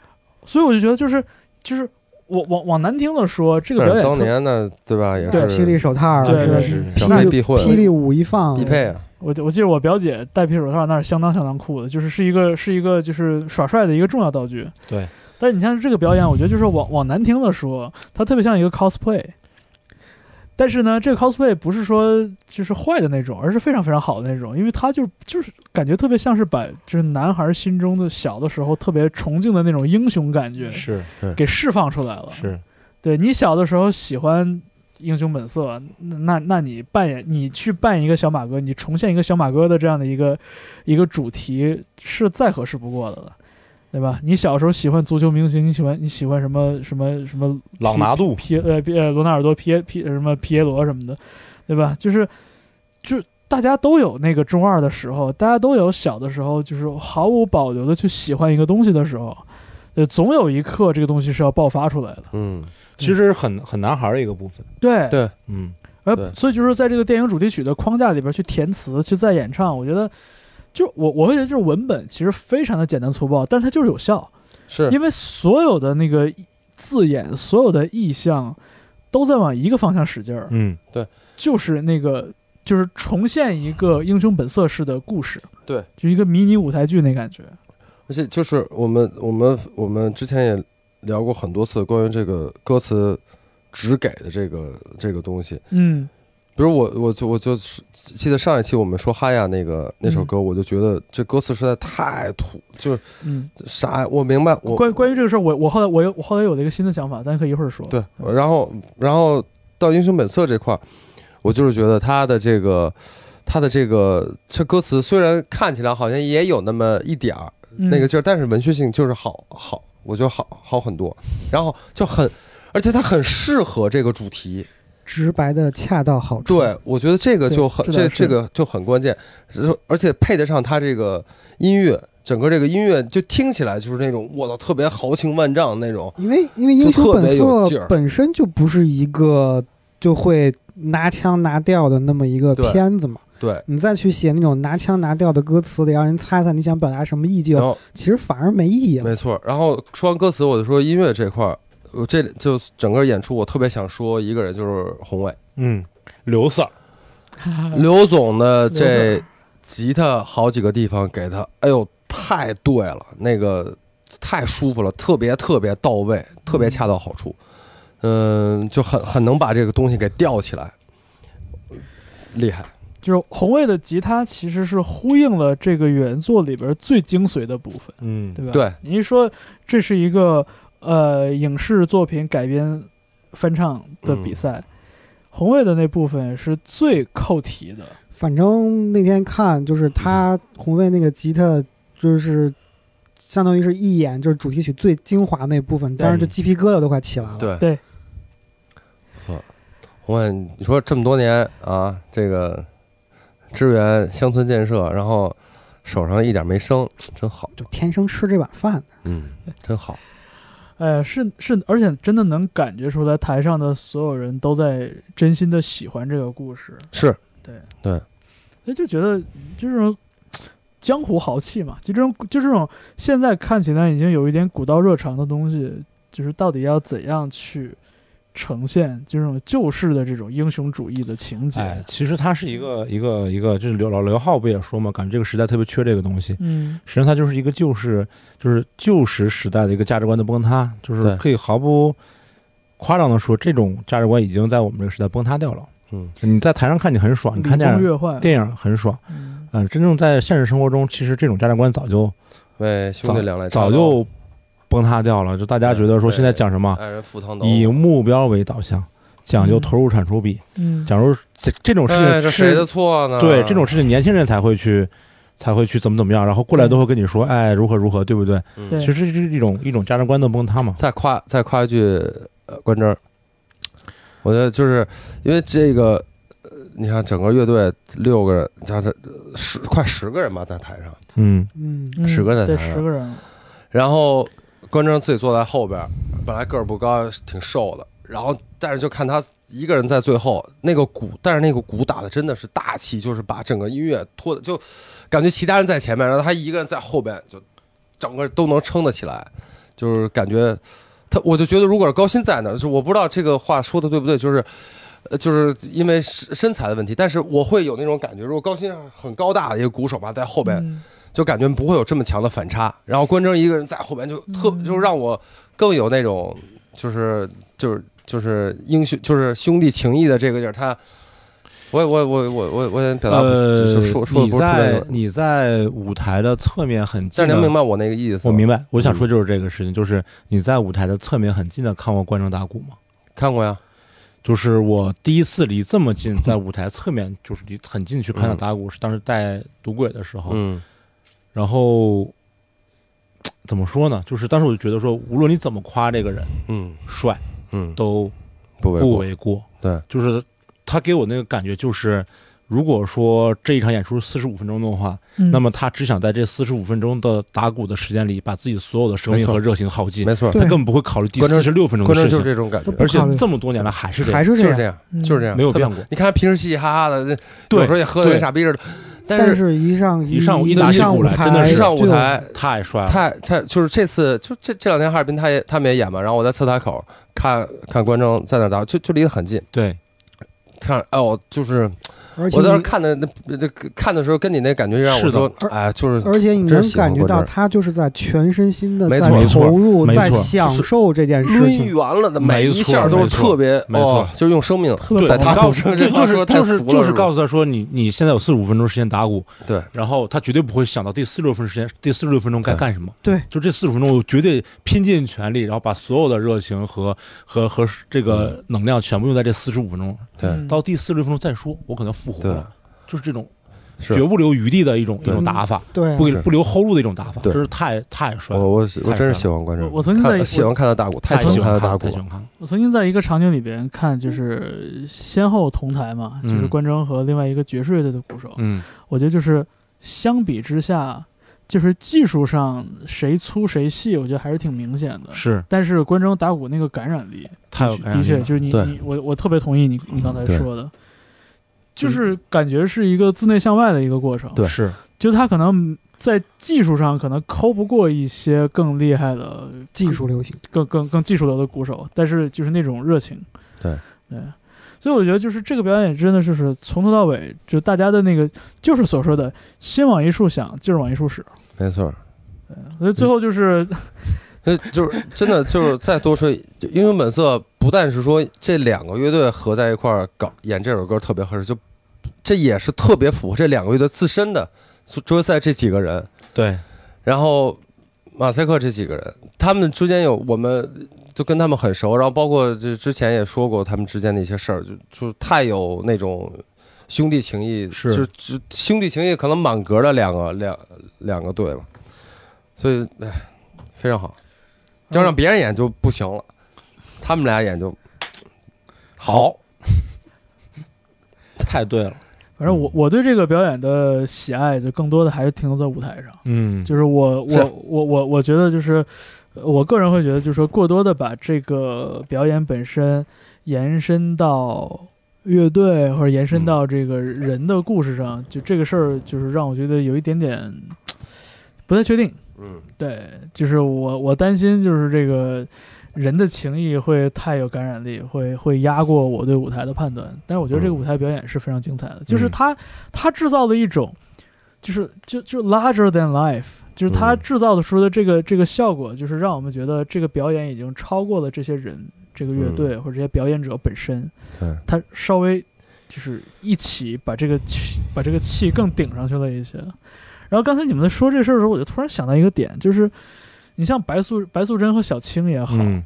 Speaker 1: 所以我就觉得就是就是我往往难听的说，这个表
Speaker 2: 但是
Speaker 1: 演
Speaker 2: 当
Speaker 1: 特
Speaker 2: 年呢，对吧，也
Speaker 1: 对
Speaker 3: 霹雳
Speaker 2: 是
Speaker 3: 手套啊，
Speaker 1: 对
Speaker 3: 是吧
Speaker 1: 是
Speaker 4: 是
Speaker 2: 想被
Speaker 3: 霹雳
Speaker 2: 避讳
Speaker 3: 霹雳舞一放
Speaker 2: 必，配啊，
Speaker 1: 我我记得我表姐戴皮手套那儿相当相当酷的，就是是一个是一个就是耍帅的一个重要道具。
Speaker 4: 对，
Speaker 1: 但是你像这个表演，我觉得就是往往难听的说，它特别像一个 cosplay。但是呢，这个 cosplay 不是说就是坏的那种，而是非常非常好的那种，因为它就就是感觉特别像是把就是男孩心中的小的时候特别崇敬的那种英雄感觉
Speaker 4: 是
Speaker 1: 给释放出来了。
Speaker 4: 是，
Speaker 1: 对你小的时候喜欢英雄本色，那那那你扮演你去扮演一个小马哥，你重现一个小马哥的这样的一个一个主题是再合适不过的了，对吧？你小时候喜欢足球明星，你喜欢你喜欢什么什么什么
Speaker 4: 朗拿度
Speaker 1: 皮呃皮呃罗纳尔多皮耶皮什么皮耶罗什么的，对吧？就是就大家都有那个中二的时候，大家都有小的时候，就是毫无保留的去喜欢一个东西的时候，呃，总有一刻这个东西是要爆发出来的。
Speaker 2: 嗯，
Speaker 4: 其实很很男孩儿的一个部分，
Speaker 1: 对
Speaker 2: 对，
Speaker 4: 嗯，
Speaker 1: 呃
Speaker 2: 对，
Speaker 1: 所以就是在这个电影主题曲的框架里边去填词、去再演唱，我觉得，就我我会觉得就是文本其实非常的简单粗暴，但它就是有效，
Speaker 2: 是
Speaker 1: 因为所有的那个字眼、所有的意象都在往一个方向使劲儿，
Speaker 4: 嗯，
Speaker 1: 就是那个就是重现一个英雄本色式的故事，
Speaker 2: 对，
Speaker 1: 就一个迷你舞台剧那感觉，
Speaker 2: 而且就是我们我们我们之前也聊过很多次关于这个歌词只给的这个这个东西，
Speaker 1: 嗯
Speaker 2: 比如我我就我就是记得上一期我们说哈亚那个那首歌，我就觉得这歌词实在太土，就是
Speaker 1: 嗯。
Speaker 2: 啥我明白我
Speaker 1: 关关于这个事儿，我我后来我有我后来有了一个新的想法，咱可以一会儿说。
Speaker 2: 对，然后然后到英雄本色这块儿，我就是觉得他的这个他的这个这歌词虽然看起来好像也有那么一点儿，
Speaker 1: 嗯， (laughs)
Speaker 2: 那个劲儿，但是文学性就是好好，我觉得好好很多，然后就很，而且它很适合这个主题。
Speaker 3: 直白的恰到好处。
Speaker 2: 对，我觉得这个就很
Speaker 1: 对
Speaker 2: 这
Speaker 1: 这倒是
Speaker 2: 这个就很关键，是而且配得上它这个音乐，整个这个音乐就听起来就是那种我操特别豪情万丈那种。
Speaker 3: 因为因为英
Speaker 2: 就
Speaker 3: 雄
Speaker 2: 特
Speaker 3: 本
Speaker 2: 别有劲
Speaker 3: 色
Speaker 2: 儿
Speaker 3: 本身就不是一个就会拿腔拿调的那么一个
Speaker 2: 对
Speaker 3: 片子嘛，
Speaker 2: 对，
Speaker 3: 你再去写那种拿腔拿调的歌词，得让人猜猜你想表达什么意境
Speaker 2: 然，后
Speaker 3: 其实反而没意义了。
Speaker 2: 没错，然后说完歌词，我就说音乐这块儿，我这就整个演出，我特别想说一个人就是宏伟。
Speaker 4: 嗯，刘 Sir，
Speaker 2: 刘总
Speaker 1: 嗯刘
Speaker 2: 的这吉他好几个地方给他，哎呦，太对了，那个太舒服了，特别特别到位，特别恰到好处，嗯，就很很能把这个东西给吊起来，厉害，
Speaker 1: 就是红卫的吉他其实是呼应了这个原作里边最精髓的部分，
Speaker 4: 嗯，
Speaker 1: 对吧？
Speaker 2: 对，
Speaker 1: 你一说这是一个呃影视作品改编翻唱的比赛，红卫的那部分是最扣题的，
Speaker 3: 反正那天看
Speaker 2: 嗯
Speaker 3: 就是他红卫那个吉他，就是相当于是一眼就是主题曲最精华那部分，当时就鸡皮疙瘩都快起来了。
Speaker 2: 对
Speaker 1: 对，
Speaker 2: 不错，红伟，你说这么多年啊，这个支援乡村建设，然后手上一点没生，真好，
Speaker 3: 就天生吃这碗饭的，
Speaker 2: 嗯，真好，
Speaker 1: 呃，是是，而且真的能感觉出来，台上的所有人都在真心的喜欢这个故事，
Speaker 2: 是
Speaker 1: 所以哎就觉得就这种江湖豪气嘛，就这种就这种现在看起来已经有一点古道热肠的东西，就是到底要怎样去呈现，就是那种旧式的这种英雄主义的情节。
Speaker 4: 哎，其实它是一个一个一个，就是刘老刘浩不也说嘛，感觉这个时代特别缺这个东西。
Speaker 1: 嗯，
Speaker 4: 实际上它就是一个旧式，就是旧时时代的一个价值观的崩塌，就是
Speaker 2: 对
Speaker 4: 可以毫不夸张的说，这种价值观已经在我们这个时代崩塌掉了。
Speaker 2: 嗯，
Speaker 4: 你在台上看你很爽，你看电
Speaker 1: 礼崩
Speaker 4: 影
Speaker 1: 乐坏，
Speaker 4: 电影很爽，
Speaker 1: 嗯
Speaker 4: 嗯、真正在现实生活中，其实这种价值观早就
Speaker 2: 为兄弟两肋插刀
Speaker 4: 早就崩塌掉了，就大家觉得说
Speaker 2: 对嗯
Speaker 4: 现在讲什么
Speaker 2: 爱人赴汤蹈火
Speaker 4: 以目标为导向，讲
Speaker 1: 嗯
Speaker 4: 究投入产出比，
Speaker 1: 嗯，
Speaker 4: 假如这这种事
Speaker 2: 哎，
Speaker 4: 情
Speaker 2: 这谁
Speaker 4: 是
Speaker 2: 的错呢？
Speaker 4: 对这种事情，年轻人才会去，才会去怎么怎么样，然后过来都会跟你说，哎，如何如何，对不对？
Speaker 2: 嗯
Speaker 1: 对
Speaker 4: 其实这是一种一种价值观的崩塌嘛。
Speaker 2: 再夸再夸一句，呃，关铮儿，我觉得就是因为这个，呃，你看整个乐队六个人，加上十快十个人吧，在台上，
Speaker 4: 嗯，
Speaker 3: 嗯
Speaker 1: 嗯
Speaker 2: 十个人
Speaker 1: 对
Speaker 2: 才
Speaker 1: 十个人，
Speaker 2: 然后关铮自己哎坐在后边儿，本来个儿不高，挺瘦的，然后但是就看他一个人在最后那个鼓，但是那个鼓打的真的是大气，就是把整个音乐拖的，就感觉其他人在前面，然后他一个人在后边，就整个都能撑得起来，就是感觉他，我就觉得如果是高鑫在那儿，就是我不知道这个话说的对不对，就是。呃，就是因为身身材的问题，但是我会有那种感觉，如果高鑫很高大的一个鼓手嘛，在后边，
Speaker 1: 嗯
Speaker 2: 就感觉不会有这么强的反差。然后关铮一个人在后边就特，
Speaker 3: 嗯
Speaker 2: 就是让我更有那种就是就是就是英雄就是兄弟情谊的这个劲儿。他，我我我我我我也表达不
Speaker 4: 呃，
Speaker 2: 就说说的
Speaker 4: 你
Speaker 2: 不是特别
Speaker 4: 在
Speaker 2: 多，
Speaker 4: 你在舞台的侧面很近
Speaker 2: 但
Speaker 4: 的，
Speaker 2: 是您明白我那个意思？
Speaker 4: 我明，白，我
Speaker 2: 嗯
Speaker 4: 想说就是这个事情，就是你在舞台的侧面很近的看过观众打鼓吗？
Speaker 2: 看过呀，
Speaker 4: 就是我第一次离这么近，在舞台侧面就是离很近去看到
Speaker 2: 嗯
Speaker 4: 打鼓，是当时带赌鬼的时候，
Speaker 2: 嗯
Speaker 4: 然后怎么说呢？就是当时我就觉得说，无论你怎么夸这个人
Speaker 2: 嗯
Speaker 4: 帅，
Speaker 2: 嗯，
Speaker 4: 都
Speaker 2: 不为
Speaker 4: 不
Speaker 2: 过，
Speaker 4: 为过。
Speaker 2: 对，
Speaker 4: 就是他给我那个感觉就是，如果说这一场演出四十五分钟的话，
Speaker 1: 嗯
Speaker 4: 那么他只想在这四十五分钟的打鼓的时间里，把自己所有的生
Speaker 2: 没
Speaker 4: 命
Speaker 2: 错
Speaker 4: 和热情耗尽，
Speaker 2: 没错，
Speaker 4: 他
Speaker 3: 对
Speaker 4: 根本不会考虑第
Speaker 2: 观众
Speaker 4: 四十六分钟
Speaker 2: 关
Speaker 4: 的
Speaker 2: 铮
Speaker 4: 事
Speaker 2: 就是
Speaker 4: 情。
Speaker 2: 这种感觉
Speaker 3: 都，不
Speaker 4: 而且
Speaker 3: 考虑
Speaker 4: 这么多年来还是这样
Speaker 3: 还，是
Speaker 2: 就是这
Speaker 3: 样，嗯
Speaker 2: 样，就是这样，
Speaker 4: 没有变
Speaker 2: 特别。
Speaker 4: 过。
Speaker 2: 你看他平时嘻嘻哈哈的，
Speaker 4: 对
Speaker 2: 有时候也喝的
Speaker 4: 对
Speaker 2: 跟傻逼似的，
Speaker 3: 但
Speaker 2: 是
Speaker 3: 是一上
Speaker 4: 一上一
Speaker 3: 一
Speaker 4: 打起
Speaker 3: 上
Speaker 4: 鼓
Speaker 3: 舞
Speaker 4: 来
Speaker 3: 台，
Speaker 4: 真的是
Speaker 2: 一上舞台，
Speaker 4: 太帅了，
Speaker 2: 他他就是这次就这这两天哈尔滨他也他们也演嘛，然后我在侧台口看看观众在那打，就就离得很近，
Speaker 4: 对，
Speaker 2: 看哎呦，就是
Speaker 3: 就，而且
Speaker 2: 我当时
Speaker 3: 你
Speaker 2: 看的那那看的时候跟你那感觉一样，
Speaker 4: 是
Speaker 2: 我
Speaker 4: 的
Speaker 2: 说哎就是
Speaker 3: 而且你
Speaker 2: 真
Speaker 3: 能
Speaker 2: 喜欢
Speaker 3: 感觉
Speaker 2: 过这
Speaker 3: 到
Speaker 2: 儿
Speaker 3: 他就是在全身心的
Speaker 2: 没
Speaker 3: 在
Speaker 2: 错
Speaker 4: 没错
Speaker 3: 投入，
Speaker 4: 没
Speaker 3: 在
Speaker 4: 错
Speaker 3: 享
Speaker 2: 是
Speaker 3: 受这件事
Speaker 2: 抡
Speaker 3: 情。
Speaker 2: 圆了的每
Speaker 4: 没错
Speaker 2: 一下都
Speaker 4: 没
Speaker 2: 是
Speaker 4: 错
Speaker 2: 特别
Speaker 4: 没错
Speaker 2: 哦，就是用生命，
Speaker 1: 特别
Speaker 2: 在
Speaker 1: 棒
Speaker 2: 他
Speaker 4: 告
Speaker 2: 口
Speaker 4: 诉
Speaker 2: 上
Speaker 4: 对，
Speaker 2: 这
Speaker 4: 就
Speaker 2: 话
Speaker 4: 是
Speaker 2: 说
Speaker 4: 就
Speaker 2: 太
Speaker 4: 是
Speaker 2: 俗了
Speaker 4: 就是
Speaker 2: 是吧
Speaker 4: 告诉他说你你现在有四十五分钟时间打鼓，
Speaker 2: 对，
Speaker 4: 然后他绝对不会想到第四十六分时间第四十六分钟该干什么，
Speaker 3: 对，
Speaker 4: 就这四十分钟我绝对拼尽全力，然后把所有的热情和和和这
Speaker 2: 嗯
Speaker 4: 个能量全部用在这四十五分钟，
Speaker 2: 对
Speaker 1: 嗯
Speaker 4: 到第四十六分钟再说，我可能复活
Speaker 2: 对
Speaker 4: 了，就是这种
Speaker 2: 是
Speaker 4: 绝不留余地的一种一
Speaker 2: 对
Speaker 4: 种打法，
Speaker 3: 对
Speaker 1: 嗯
Speaker 3: 啊，
Speaker 4: 不
Speaker 2: 是
Speaker 4: 不留后路的一种打法，
Speaker 2: 对
Speaker 4: 真是太太帅
Speaker 2: 我
Speaker 4: 了，
Speaker 2: 我
Speaker 4: 太
Speaker 2: 我
Speaker 4: 嗯帅
Speaker 2: 真
Speaker 4: 了
Speaker 2: 是喜欢观众，
Speaker 1: 我我曾经在
Speaker 2: 看喜欢看他打鼓，太
Speaker 4: 太喜
Speaker 2: 看
Speaker 4: 欢
Speaker 2: 他
Speaker 4: 看
Speaker 2: 打
Speaker 4: 了，
Speaker 2: 鼓
Speaker 4: 太喜
Speaker 2: 了，
Speaker 4: 欢看了，
Speaker 1: 我曾经在一个场景里边看，就是先后同台嘛，
Speaker 4: 嗯
Speaker 1: 就是关铮和另外一个爵士乐队的鼓手，
Speaker 4: 嗯，
Speaker 1: 我觉得就是相比之下，就是技术上谁粗谁细，我觉得还是挺明显的。
Speaker 4: 是
Speaker 1: 但是关铮打鼓那个感染力，
Speaker 4: 太有
Speaker 1: 的确
Speaker 4: 感
Speaker 1: 的
Speaker 4: 染力嗯
Speaker 1: 确
Speaker 4: 了
Speaker 1: 就是你
Speaker 2: 对嗯
Speaker 1: 你我我特别同意你你刚才
Speaker 2: 对
Speaker 1: 说的，就是感觉是一个自内向外的一个过程。
Speaker 2: 对
Speaker 4: 是
Speaker 1: 就他可能在技术上可能抠不过一些更厉害的
Speaker 3: 技术流行，
Speaker 1: 更更更技术流的鼓手，但是就是那种热情，
Speaker 2: 对
Speaker 1: 对，所以我觉得就是这个表演真的就是从头到尾，就大家的那个就是所说的心往一处想，劲儿往一处使，
Speaker 2: 没错。
Speaker 1: 所以最后就是、
Speaker 2: 那就是真的，就是再多说，就英雄本色不但是说这两个乐队合在一块儿搞演这首歌特别合适，就这也是特别符合这两个乐队自身的周赛这几个人，
Speaker 4: 对，
Speaker 2: 然后马赛克这几个人，他们之间有我们就跟他们很熟，然后包括这之前也说过他们之间的一些事儿，就就太有那种兄弟情谊，
Speaker 4: 是
Speaker 2: 就就兄弟情谊可能满格的两个两两个队了，所以哎非常好，要
Speaker 1: 呃
Speaker 2: 让别人演就不行了，他们俩演就好，
Speaker 4: 太对了，
Speaker 1: 反正我我对这个表演的喜爱，就更多的还是停留在舞台上。
Speaker 4: 嗯，
Speaker 1: 就是我
Speaker 2: 是
Speaker 1: 我我我我觉得就是，呃我个人会觉得就是说过多的把这个表演本身延伸到乐队或者延伸
Speaker 2: 嗯
Speaker 1: 到这个人的故事上，就这个事儿就是让我觉得有一点点不太确定。
Speaker 2: 嗯，
Speaker 1: 对，就是我我担心就是这个人的情谊会太有感染力，会会压过我对舞台的判断。但是我觉得这个
Speaker 2: 嗯
Speaker 1: 舞台表演是非常精彩的，就是他他制造的一种，就是就就 larger than life，就是他
Speaker 2: 嗯
Speaker 1: 制造的出的这个这个效果，就是让我们觉得这个表演已经超过了这些人、这个乐
Speaker 2: 嗯
Speaker 1: 队、或者这些表演者本身，
Speaker 2: 对，
Speaker 1: 他稍微就是一起把这个气把这个气更顶上去了一些。然后刚才你们在说这事儿的时候，我就突然想到一个点，就是你像白素白素贞和小青也好，
Speaker 4: 嗯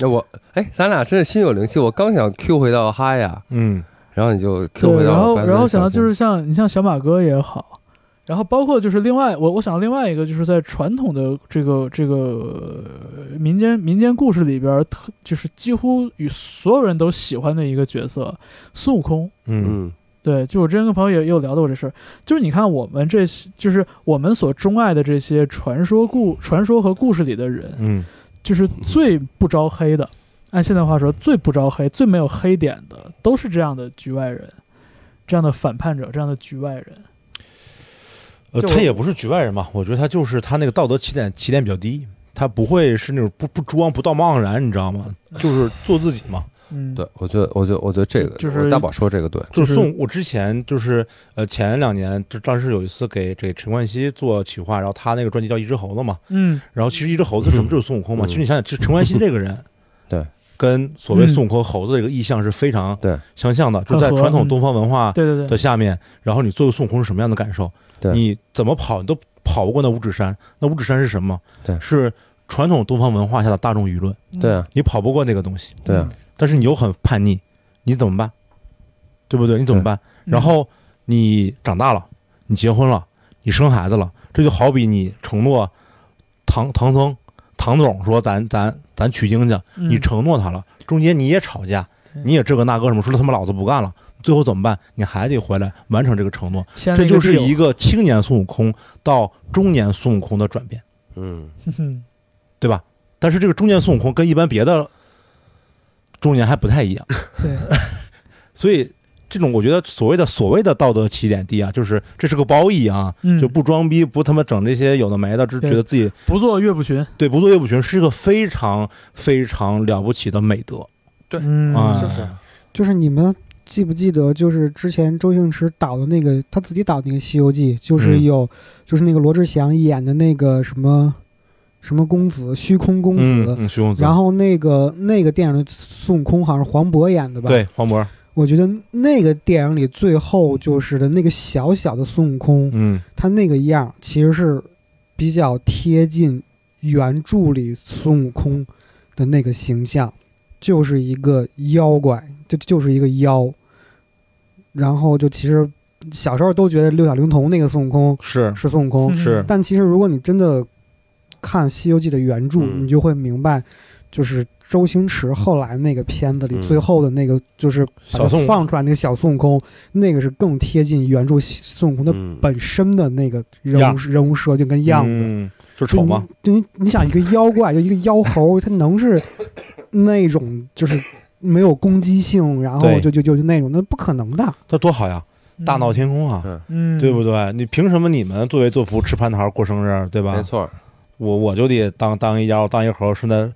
Speaker 2: 那我哎，咱俩真是心有灵犀。我刚想 Q 回到哈呀，
Speaker 4: 嗯
Speaker 2: 然后你就 Q
Speaker 1: 对，
Speaker 2: 回到
Speaker 1: 然后
Speaker 2: 白
Speaker 1: 然后
Speaker 2: 色
Speaker 1: 想到
Speaker 2: 小
Speaker 1: 就是像你像小马哥也好，然后包括就是另外我我想到另外一个就是在传统的这个这个呃民间民间故事里边儿，特就是几乎与所有人都喜欢的一个角色孙悟空。
Speaker 4: 嗯
Speaker 2: 嗯
Speaker 1: 对，就我之前跟朋友也也有聊到过这事儿，就是你看我们这些，就是我们所钟爱的这些传说故传说和故事里的人，
Speaker 4: 嗯
Speaker 1: 就是最不招黑的，按现在话说，最不招黑、最没有黑点的，都是这样的局外人，这样的反叛者，这样的局外人。
Speaker 4: 呃，
Speaker 1: 就
Speaker 4: 他也不是局外人嘛，我觉得他就是他那个道德起点起点比较低，他不会是那种不不猪汪不道貌岸然，你知道吗？就是做自己嘛。
Speaker 1: 嗯，
Speaker 2: 对，我觉得我觉得我觉得这个
Speaker 1: 就是嗯
Speaker 2: 我大宝说这个对，
Speaker 1: 就
Speaker 4: 就是是送我之前就是呃前两年，就当时有一次给给陈冠希做企划，然后他那个专辑叫《一只猴子》嘛，
Speaker 1: 嗯，
Speaker 4: 然后其实一只猴子是什么就是孙悟空嘛。
Speaker 2: 嗯，
Speaker 4: 其实你想想，就陈冠希这个人
Speaker 2: 对，
Speaker 4: 跟所谓孙悟空猴子这个意象是非常
Speaker 2: 对
Speaker 4: 相像的，就
Speaker 1: 很
Speaker 4: 在
Speaker 1: 合
Speaker 4: 传
Speaker 1: 嗯
Speaker 4: 统东方文化
Speaker 1: 对对对
Speaker 4: 的，下面，然后你做个孙悟空是什么样的感受
Speaker 2: 对？
Speaker 4: 你怎么跑你都跑不过那五指山，那五指山是什么？
Speaker 2: 对
Speaker 4: 是传统东方文化下的大众舆论，
Speaker 2: 对啊
Speaker 4: 你跑不过那个东西，
Speaker 2: 对啊，
Speaker 4: 但是你又很叛逆，你怎么办？对不对？你怎么办？
Speaker 1: 嗯
Speaker 4: 然后你长大了，你结婚了，你生孩子了，这就好比你承诺唐唐僧、唐总说咱咱咱取经去，
Speaker 1: 嗯
Speaker 4: 你承诺他了，中间你也吵架，
Speaker 1: 对
Speaker 4: 你也这个那个什么，说他妈老子不干了，最后怎么办？你还得回来完成这个承诺，
Speaker 1: 签了
Speaker 4: 这就
Speaker 1: 个
Speaker 4: 是
Speaker 1: deal
Speaker 4: 一个青年孙悟空到中年孙悟空的转变，
Speaker 2: 嗯
Speaker 1: 哼哼
Speaker 4: 对吧？但是这个中年孙悟空跟一般别的中年还不太一样，
Speaker 1: 对，
Speaker 4: 所以这种我觉得所谓的所谓的道德起点低啊，就是这是个褒义啊，
Speaker 1: 嗯
Speaker 4: 就不装逼，不他妈整这些有的没的，只
Speaker 1: 对
Speaker 4: 觉得自己
Speaker 1: 不做岳不群。
Speaker 4: (laughs) 对不做岳不群是一个非常非常了不起的美德。
Speaker 2: 对
Speaker 1: 嗯
Speaker 4: 啊
Speaker 2: 就是啊
Speaker 3: 就是你们记不记得，就是之前周星驰导的那个他自己导的那个《西游记》，就是
Speaker 4: 嗯
Speaker 3: 有、就是那个罗志祥演的那个什么什么公子，虚空公子。
Speaker 4: 嗯嗯，徐公子，
Speaker 3: 然后那个那个电影的孙悟空好像是黄渤演的吧？，
Speaker 4: 对黄渤，
Speaker 3: 我觉得那个电影里最后就是的那个小小的孙悟空，
Speaker 4: 嗯
Speaker 3: 他那个样儿其实是比较贴近原著里孙悟空的那个形象，就是一个妖怪，就就是一个妖。然后就其实小时候都觉得六小龄童那个孙悟空
Speaker 4: 是
Speaker 3: 是孙悟空，
Speaker 1: 嗯
Speaker 4: 是
Speaker 3: 但其实如果你真的看《西游记》的原著，
Speaker 2: 嗯
Speaker 3: 你就会明白，就是周星驰后来那个片子里、
Speaker 2: 嗯
Speaker 3: 最后的那个，就是把
Speaker 4: 小
Speaker 3: 它
Speaker 4: 孙悟空
Speaker 3: 放出来那个小孙悟空，那个是更贴近原著孙悟空的
Speaker 2: 嗯
Speaker 3: 本身的那个人
Speaker 4: 样
Speaker 3: 物人物设定跟样子。
Speaker 4: 嗯，就丑嘛，
Speaker 3: 就你？对你，你想一个妖怪，就一个妖猴，他能是那种就是没有攻击性，然后
Speaker 4: 对
Speaker 3: 就就就就那种，那不可能的。
Speaker 4: 这多好呀，大闹，天宫啊！
Speaker 1: 嗯，
Speaker 4: 对不对？你凭什么你们作威作福吃蟠桃过生日，对吧
Speaker 2: 没？错，
Speaker 4: 我我就得当当一妖当一猴，顺带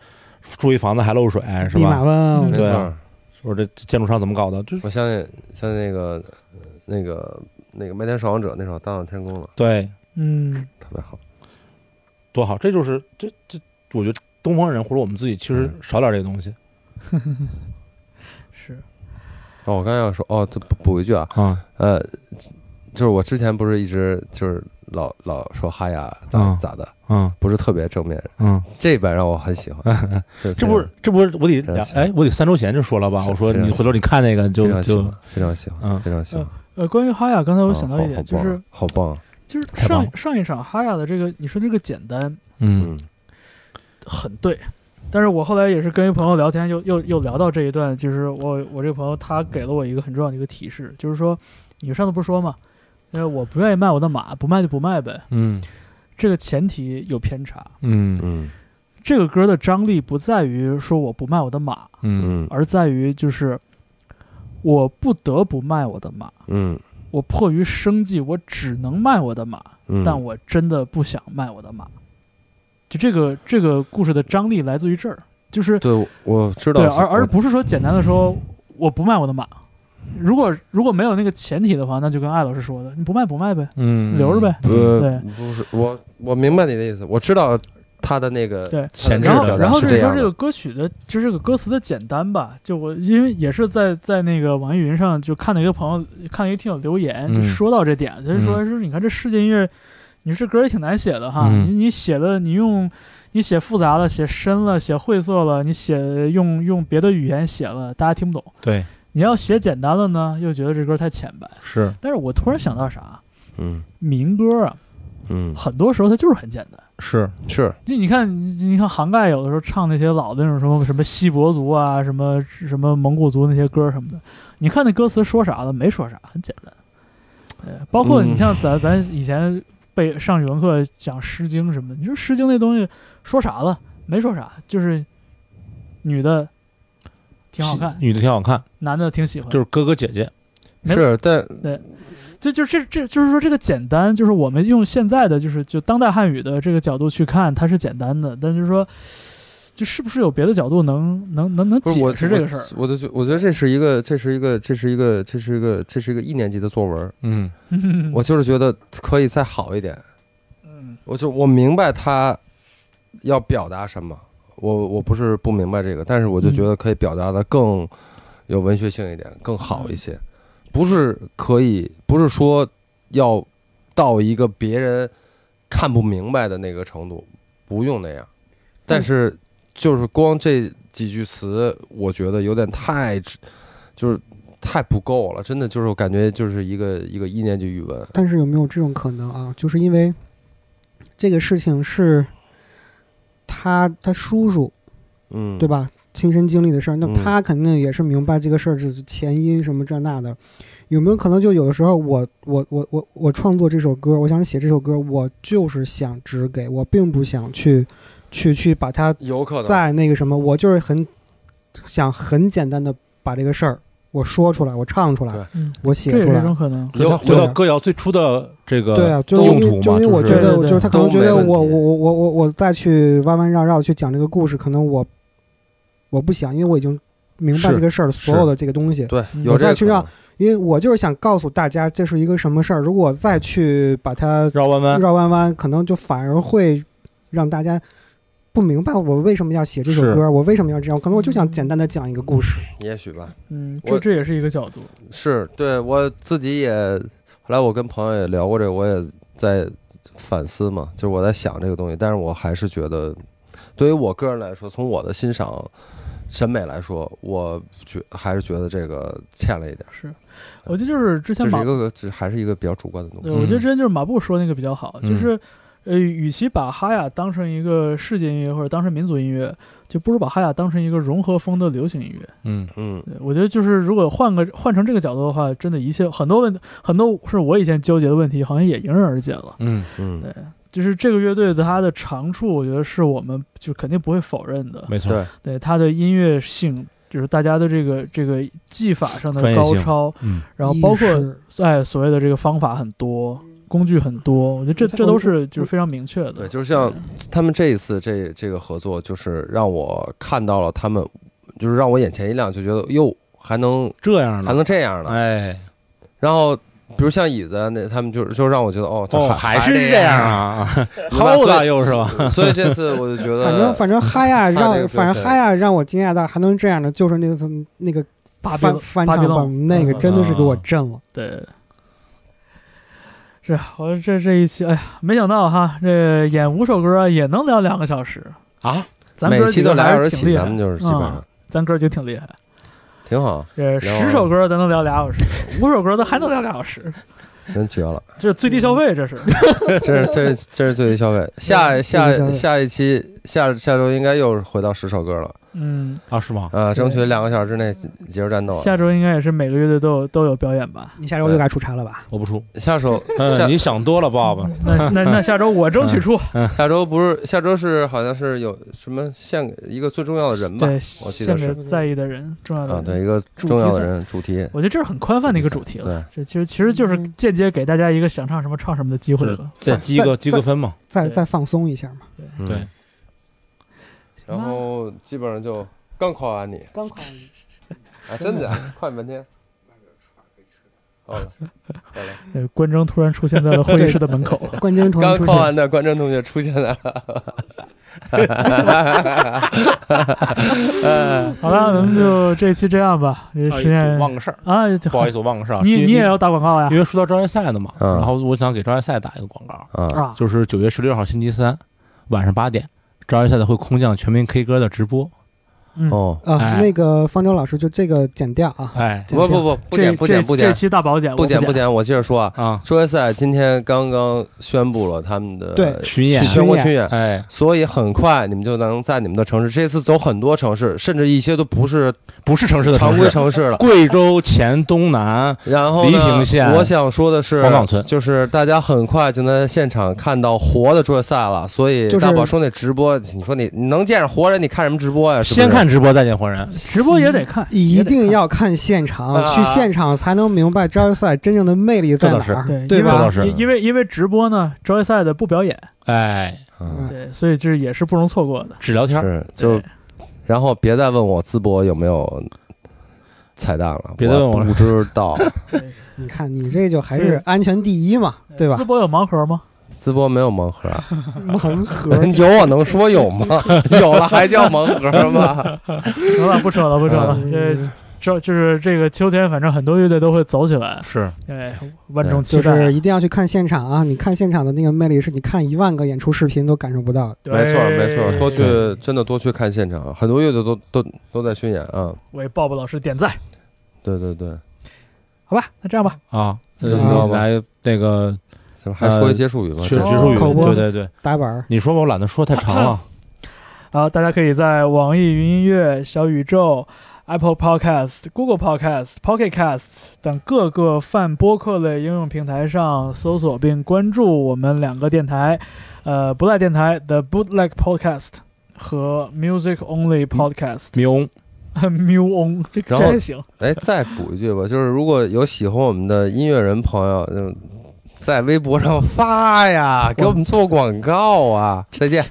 Speaker 4: 住一房子还漏水，是
Speaker 3: 弼马
Speaker 4: 吧？
Speaker 3: 温，
Speaker 2: 没
Speaker 4: 对
Speaker 2: 错
Speaker 4: 啊。我这建筑商怎么搞的？就是
Speaker 2: 我相信像那个呃那个那个《麦田守望者》那首《大闹天宫》了，
Speaker 4: 对，
Speaker 1: 嗯，
Speaker 2: 特别好。
Speaker 4: 多好！这就是这这，我觉得东方人或者我们自己其实少点这个东西
Speaker 1: 是，
Speaker 2: 哦，我刚才要说哦，补补一句啊，
Speaker 4: 啊。
Speaker 2: 呃，就是我之前不是一直就是老老说哈呀咋
Speaker 4: 嗯
Speaker 2: 咋的，
Speaker 4: 嗯
Speaker 2: 不是特别正面，
Speaker 4: 嗯，
Speaker 2: 这版让我很喜欢。
Speaker 4: (laughs)
Speaker 2: 就是
Speaker 4: 这不是这不是我得
Speaker 2: 非常喜欢
Speaker 4: 哎，我得三周前就说了吧？
Speaker 2: 是
Speaker 4: 我说
Speaker 2: 非常
Speaker 4: 你回头你看那个就
Speaker 2: 非常喜
Speaker 4: 就
Speaker 2: 欢，非常喜欢，
Speaker 4: 嗯
Speaker 2: 非常喜欢。
Speaker 1: 呃，关于哈雅，刚才我想到
Speaker 4: 啊
Speaker 2: 嗯
Speaker 1: 一点，就
Speaker 2: 好好
Speaker 1: 是
Speaker 2: 棒好棒，
Speaker 1: 就是
Speaker 4: 太棒
Speaker 1: 上上一场哈雅的这个，你说这个简单，
Speaker 4: 嗯
Speaker 2: 嗯
Speaker 1: 很对。但是我后来也是跟一朋友聊天，又又又聊到这一段，就是我我这个朋友他给了我一个很重要的一个提示，就是说，你上次不是说嘛，呃，我不愿意卖我的马，不卖就不卖呗，
Speaker 4: 嗯
Speaker 1: 这个前提有偏差。
Speaker 4: 嗯
Speaker 2: 嗯
Speaker 1: 这个歌的张力不在于说我不卖我的马，
Speaker 4: 嗯
Speaker 2: 嗯
Speaker 1: 而在于就是我不得不卖我的马，
Speaker 2: 嗯
Speaker 1: 我迫于生计，我只能卖我的马，
Speaker 2: 嗯，
Speaker 1: 但我真的不想卖我的马。就这个这个故事的张力来自于这儿，就是
Speaker 2: 对，我知道
Speaker 1: 对，
Speaker 2: 是，呃
Speaker 1: 而而
Speaker 2: 我
Speaker 1: 不是说简单的说我不卖我的马。如果如果没有那个前提的话，那就跟艾老师说的，你不卖不卖呗。
Speaker 4: 嗯，
Speaker 1: 留着呗
Speaker 2: 呃
Speaker 1: 对，
Speaker 2: 不是我，我明白你的意思，我知道他的那个
Speaker 1: 对
Speaker 4: 前置
Speaker 1: 然
Speaker 4: 的
Speaker 1: 后
Speaker 4: 表达
Speaker 1: 然后
Speaker 2: 是
Speaker 1: 就是
Speaker 2: 这
Speaker 1: 说
Speaker 2: 样
Speaker 1: 这个
Speaker 2: 的，
Speaker 1: 歌曲的，就是这个歌词的简单吧。就我因为也是在在那个网易云上就看到一个朋友，看到一个听友留言，就
Speaker 4: 嗯
Speaker 1: 说到这点，就是说
Speaker 2: 嗯
Speaker 1: 说你看这世界音乐，你这歌也挺难写的哈，
Speaker 4: 嗯
Speaker 1: 你你写的你用。你写复杂了，写深了，写晦涩了，你写用用别的语言写了，大家听不懂。
Speaker 4: 对，
Speaker 1: 你要写简单了呢，又觉得这歌太浅白。
Speaker 4: 是，
Speaker 1: 但是我突然想到啥，
Speaker 2: 嗯
Speaker 1: 民歌啊，
Speaker 2: 嗯，
Speaker 1: 很多时候它就是很简单。
Speaker 4: 是，
Speaker 2: 是
Speaker 1: 就你看，你你看杭盖有的时候唱那些老的那种什么什么锡伯族啊，什么什么蒙古族那些歌什么的，你看那歌词说啥了？没说啥，很简单。呃，包括你
Speaker 2: 嗯
Speaker 1: 像咱、咱以前背上语文课讲《诗经》什么的，你说《诗经》那东西说啥了？没说啥，就是女的挺好看，
Speaker 4: 女的挺好看，
Speaker 1: 男的挺喜欢，
Speaker 4: 就是哥哥姐姐，
Speaker 1: 没
Speaker 2: 是，但
Speaker 1: 就就这这就是说这个简单，就是我们用现在的就是就当代汉语的这个角度去看，它是简单的，但就是说，就是不是有别的角度能能能能
Speaker 2: 不是我
Speaker 1: 解释这个事儿？
Speaker 2: 我就觉我觉得这是一个，这是一个，这是一个，这是一个，这是一个一年级的作文，
Speaker 4: 嗯
Speaker 1: 嗯 (laughs)
Speaker 2: 我就是觉得可以再好一点。
Speaker 1: 嗯
Speaker 2: 我就我明白他要表达什么，我我不是不明白这个，但是我就觉
Speaker 1: 嗯
Speaker 2: 得可以表达的更有文学性一点，更好一
Speaker 1: 嗯
Speaker 2: 些，不是可以，不是说要到一个别人看不明白的那个程度，不用那样，
Speaker 1: 嗯
Speaker 2: 但是就是光这几句词，我觉得有点太直，就是太不够了，真的就是我感觉就是一个一个一年级语文，
Speaker 3: 但是有没有这种可能啊？就是因为这个事情是他他叔叔
Speaker 2: 嗯，
Speaker 3: 对吧亲身经历的事儿，那
Speaker 2: 嗯
Speaker 3: 他肯定也是明白这个事儿就是前因什么这那的。有没有可能就有的时候我我我我我创作这首歌，我想写这首歌，我就是想只给我，并不想去去去把它
Speaker 2: 有可能
Speaker 3: 再那个什么，我就是很想很简单的把这个事儿我说出来，我唱出
Speaker 2: 对
Speaker 3: 来，
Speaker 1: 嗯，
Speaker 3: 我
Speaker 1: 这
Speaker 3: 写
Speaker 1: 也
Speaker 3: 出
Speaker 1: 是一
Speaker 3: 来
Speaker 1: 种。可能。
Speaker 4: 就再回到歌谣最初的这个，
Speaker 3: 对啊，就
Speaker 4: 用
Speaker 3: 因
Speaker 4: 途
Speaker 3: 为就
Speaker 4: 嘛
Speaker 3: 因为我
Speaker 4: 就
Speaker 3: 觉
Speaker 4: 是
Speaker 3: 得，
Speaker 1: 对对
Speaker 3: 就是他可能
Speaker 2: 都
Speaker 3: 觉
Speaker 2: 没
Speaker 3: 得
Speaker 2: 问
Speaker 3: 我
Speaker 2: 题
Speaker 3: 我我我我我再去弯弯绕绕去讲这个故事，可能我我不想，因为我已经明白
Speaker 4: 是
Speaker 3: 这个事儿所有的这个东西，
Speaker 2: 对
Speaker 1: 嗯，
Speaker 2: 有
Speaker 3: 我
Speaker 2: 这
Speaker 3: 再
Speaker 2: 个
Speaker 3: 去
Speaker 2: 可能
Speaker 3: 让因为我就是想告诉大家这是一个什么事儿。如果再去把它
Speaker 4: 绕弯弯，
Speaker 3: 绕弯弯，可能就反而会让大家。不明白我为什么要写这首
Speaker 4: 是呃
Speaker 3: 歌，我为什么要这样？可能我就想简单的讲一个故事。
Speaker 2: 也许吧，
Speaker 1: 嗯，这
Speaker 2: 我
Speaker 1: 这也是一个角度。
Speaker 2: 是对我自己也，后来我跟朋友也聊过这个，我也在反思嘛，就是我在想这个东西，但是我还是觉得，对于我个人来说，从我的欣赏审美来说，我觉还是觉得这个欠了一点，
Speaker 1: 是，我觉得就是之
Speaker 2: 呃这
Speaker 1: 前
Speaker 2: 是
Speaker 1: 马
Speaker 2: 一个只还是一个比较主观的东
Speaker 1: 对，
Speaker 2: 西。
Speaker 1: 我觉得
Speaker 4: 嗯
Speaker 1: 之前就是马布说那个比较好，就
Speaker 4: 嗯
Speaker 1: 是，呃，与其把哈雅当成一个世界音乐或者当成民族音乐，就不如把哈雅当成一个融合风的流行音乐。
Speaker 4: 嗯
Speaker 2: 嗯，
Speaker 1: 对我觉得就是如果换个换成这个角度的话，真的一切很多问很多是我以前纠结的问题，好像也迎刃而解了。
Speaker 4: 嗯
Speaker 2: 嗯，
Speaker 1: 就是这个乐队的它的长处，我觉得是我们就肯定不会否认的。
Speaker 4: 没错，
Speaker 2: 对，
Speaker 1: 对它的音乐性，就是大家的这个这个技法上的
Speaker 4: 专业
Speaker 1: 高
Speaker 4: 性
Speaker 1: 超，
Speaker 4: 嗯，
Speaker 1: 然后包括
Speaker 3: 意识
Speaker 1: 哎所谓的这个方法很多，工具很多，我觉得
Speaker 3: 嗯
Speaker 1: 这这都是就是非常明确的。
Speaker 2: 对，就是像他们这一次这这个合作，就是让我看到了他们，就是让我眼前一亮，就觉得哟，还能
Speaker 4: 这样
Speaker 2: 还
Speaker 4: 的，
Speaker 2: 能这样呢。
Speaker 4: 哎，
Speaker 2: 然后比如像椅子那，他们就就让我觉得哦，他
Speaker 4: 哦，
Speaker 2: 还
Speaker 4: 是
Speaker 2: 这
Speaker 4: 样。 (laughs) 啊，
Speaker 2: 明白所
Speaker 4: 厚
Speaker 2: 以
Speaker 4: 道又是吧？
Speaker 2: 所以这次我就觉得，
Speaker 3: 反正反正哈呀
Speaker 2: 这个
Speaker 3: 让
Speaker 2: 比
Speaker 3: 反
Speaker 2: 较
Speaker 3: 正
Speaker 2: 深
Speaker 3: 哈呀让我惊讶到还能这样的，就是那次那个
Speaker 1: 巴比
Speaker 3: 翻
Speaker 1: 伦
Speaker 3: 翻
Speaker 1: 巴比
Speaker 3: 唱
Speaker 1: 伦
Speaker 3: 版那个
Speaker 1: 嗯
Speaker 3: 真的是给我震了。
Speaker 1: 对，是啊我这这一期，哎呀，没想到哈，这演五首歌啊也能聊两个小时，
Speaker 4: 啊，
Speaker 1: 咱
Speaker 2: 每
Speaker 1: 哥
Speaker 2: 期
Speaker 1: 几
Speaker 2: 都
Speaker 1: 个
Speaker 2: 俩
Speaker 1: 还
Speaker 2: 小
Speaker 1: 是
Speaker 2: 时
Speaker 1: 挺
Speaker 2: 起，
Speaker 1: 厉
Speaker 2: 咱
Speaker 1: 害
Speaker 2: 们，就是基
Speaker 1: 嗯
Speaker 2: 本上
Speaker 1: 咱哥几个挺厉害。
Speaker 2: 挺好，
Speaker 1: 这
Speaker 2: 聊
Speaker 1: 十首歌咱能聊俩小时，五首歌咱还能聊俩小时，
Speaker 2: 真
Speaker 1: (laughs)
Speaker 2: 绝了！
Speaker 1: 这是最低消费，这是。
Speaker 2: 这是这是这是最低消费。下
Speaker 3: 最低消
Speaker 2: 下
Speaker 3: 费
Speaker 2: 下一期下下周应该又是回到十首歌了
Speaker 1: (laughs) 嗯，
Speaker 4: 啊是吗？
Speaker 2: 啊，争取
Speaker 1: 对
Speaker 2: 两个小时之内结束战斗啊。
Speaker 1: 下周应该也是每个乐队都有都有表演吧？
Speaker 3: 你下周又该出差了吧？
Speaker 4: 我不 (laughs) 出，
Speaker 2: 下首
Speaker 4: 嗯，
Speaker 2: 下
Speaker 4: 你想多了，爸爸，
Speaker 1: 那那那下周我争
Speaker 2: 嗯
Speaker 1: 取出，
Speaker 2: 下周不是下周是好像是有什么献给一个最重要的人吧？
Speaker 1: 对，
Speaker 2: 我记得
Speaker 1: 献
Speaker 2: 是
Speaker 1: 给在意的人，重要的
Speaker 2: 啊，
Speaker 1: 人
Speaker 2: 对一个
Speaker 1: 主
Speaker 2: 重
Speaker 1: 题
Speaker 2: 要的
Speaker 1: 赛
Speaker 2: 人主题。
Speaker 1: 我觉得这是很宽泛的一个主题了。
Speaker 2: 对，
Speaker 1: 这其实其实就是
Speaker 3: 嗯
Speaker 1: 间接给大家一个想唱什么唱什么的机会
Speaker 4: 是
Speaker 1: 了。
Speaker 4: 再积个积个分嘛，
Speaker 3: 再
Speaker 1: 对
Speaker 3: 再放松一下嘛。
Speaker 2: 嗯
Speaker 4: 对，
Speaker 2: 然后基本上就刚夸完你
Speaker 3: 刚夸
Speaker 2: 啊，真的假
Speaker 1: 嗯
Speaker 2: 的？夸你半
Speaker 4: (laughs)
Speaker 2: 天。好了，好了，
Speaker 1: 呃关征突然出现在了会议室的
Speaker 2: (laughs)
Speaker 1: 门口。
Speaker 3: (sniffs) 冠军同
Speaker 2: 刚
Speaker 3: 学出
Speaker 2: 夸
Speaker 3: 现，
Speaker 2: 完的观众同学出现了，
Speaker 1: 好了，咱们就这期这样吧，因为时间
Speaker 4: 哎忘个事儿，
Speaker 1: 啊，
Speaker 4: 不好意思，我忘个事儿 (laughs) 啊。
Speaker 1: 你
Speaker 4: 因为
Speaker 1: 你也要打广告呀
Speaker 4: 因？为说到招业赛的嘛，
Speaker 2: 嗯
Speaker 4: 然后我想给招业赛打一个广告，
Speaker 2: (laughs) 啊
Speaker 1: 啊，
Speaker 4: 就是九月十六号星期三晚上八点，招业赛的会空降全民 K 歌的直播。
Speaker 1: 嗯，
Speaker 2: 哦，
Speaker 3: 啊，
Speaker 4: 哎
Speaker 3: 那个方舟老师就这个剪掉啊，
Speaker 4: 哎
Speaker 3: 剪
Speaker 2: 不
Speaker 3: 掉
Speaker 2: 不不不
Speaker 1: 这
Speaker 2: 剪不剪
Speaker 1: 这
Speaker 2: 不
Speaker 1: 这
Speaker 2: 剪
Speaker 1: 期大保检，
Speaker 2: 不剪
Speaker 1: 我
Speaker 2: 不
Speaker 1: 不剪，
Speaker 2: 剪，我接着说啊，
Speaker 4: 啊，
Speaker 2: 桌球赛今天刚刚宣布了他们的
Speaker 3: 对
Speaker 4: 巡演
Speaker 2: 全国巡演，
Speaker 4: 哎，
Speaker 2: 所以很快你们就能在你们的城市，这次走很多城市，甚至一些都不是
Speaker 4: 不是城市的
Speaker 2: 常规
Speaker 4: 市
Speaker 2: 城市了。
Speaker 4: (laughs) 贵州黔东南，
Speaker 2: 然后
Speaker 4: 黎
Speaker 2: 呢
Speaker 4: 平县，
Speaker 2: 我想说的是
Speaker 4: 黄岗村，
Speaker 2: 就是大家很快就能在现场看到活的桌球赛了。所以
Speaker 3: 就是
Speaker 2: 大宝说那直播，你说你你能见着活人，你看什么直播呀？是不是
Speaker 4: 先看直播再见活人。
Speaker 1: 直播也得看，
Speaker 3: 一
Speaker 1: 也得看
Speaker 3: 定要看现场，
Speaker 2: 啊
Speaker 3: 去现场才能明白招赛真正的魅力在哪
Speaker 4: 这倒
Speaker 3: 儿，
Speaker 1: 对
Speaker 3: 对
Speaker 1: 因为
Speaker 4: 这
Speaker 3: 吧
Speaker 4: 倒？是
Speaker 1: 因因为因为直播呢，职业赛的不表演，
Speaker 4: 哎，
Speaker 2: 嗯
Speaker 1: 对，所以这也是不容错过的。
Speaker 4: 只聊天儿，
Speaker 2: 是就
Speaker 1: 对
Speaker 2: 然后别再问我淄博有没有彩蛋了，
Speaker 4: 别再问我
Speaker 2: 不知道 (laughs)
Speaker 3: 你看你这就还
Speaker 1: 所以
Speaker 3: 是安全第一嘛，对吧
Speaker 1: 淄？博有盲盒吗？
Speaker 2: 淄博没有盲
Speaker 4: (laughs)
Speaker 2: 盒，
Speaker 3: (laughs)
Speaker 1: (laughs)
Speaker 3: 盲盒
Speaker 4: 嗯
Speaker 2: 有我能说有吗？ (laughs) 有了还叫盲盒吗？
Speaker 1: 行了，不扯了，不扯
Speaker 4: 嗯
Speaker 1: 了。
Speaker 3: 嗯
Speaker 1: 这这就是这个秋天，反正很多乐队都会走起来，
Speaker 4: 是
Speaker 1: 哎，万众期
Speaker 3: 就
Speaker 1: 待。
Speaker 3: 是一定要去看现场啊！你看现场的那个魅力，是你看一万个演出视频都感受不到的。
Speaker 1: 对
Speaker 2: 没错没错，多去真的多去看现场，很多乐队都都都在巡演啊。
Speaker 1: 为 Bob 老师点赞，
Speaker 2: 对对对，
Speaker 1: 好吧？那这样吧，
Speaker 4: 啊，这
Speaker 3: 啊
Speaker 4: 来那个
Speaker 2: 咱们还说一些术语吧。
Speaker 4: 学
Speaker 2: 这
Speaker 4: 学术语，
Speaker 3: 口播
Speaker 4: 对对对，
Speaker 3: 打板儿，
Speaker 4: 你说吧，我懒得说太长了。
Speaker 1: 啊，大家可以在网易云音乐、小宇宙、Apple Podcast、Google Podcast、Pocket Casts 等各个泛播客类应用平台上搜索并关注我们两个电台，呃，不赖电台 The Bootleg Podcast 和 Music Only Podcast。
Speaker 4: 迷翁，
Speaker 1: (laughs) 喵翁，这这
Speaker 2: 嗯然后
Speaker 1: 还行。
Speaker 2: 哎，再补一句吧，就是如果有喜欢我们的音乐人朋友，就在微博上发呀，给我们做广告啊！再见。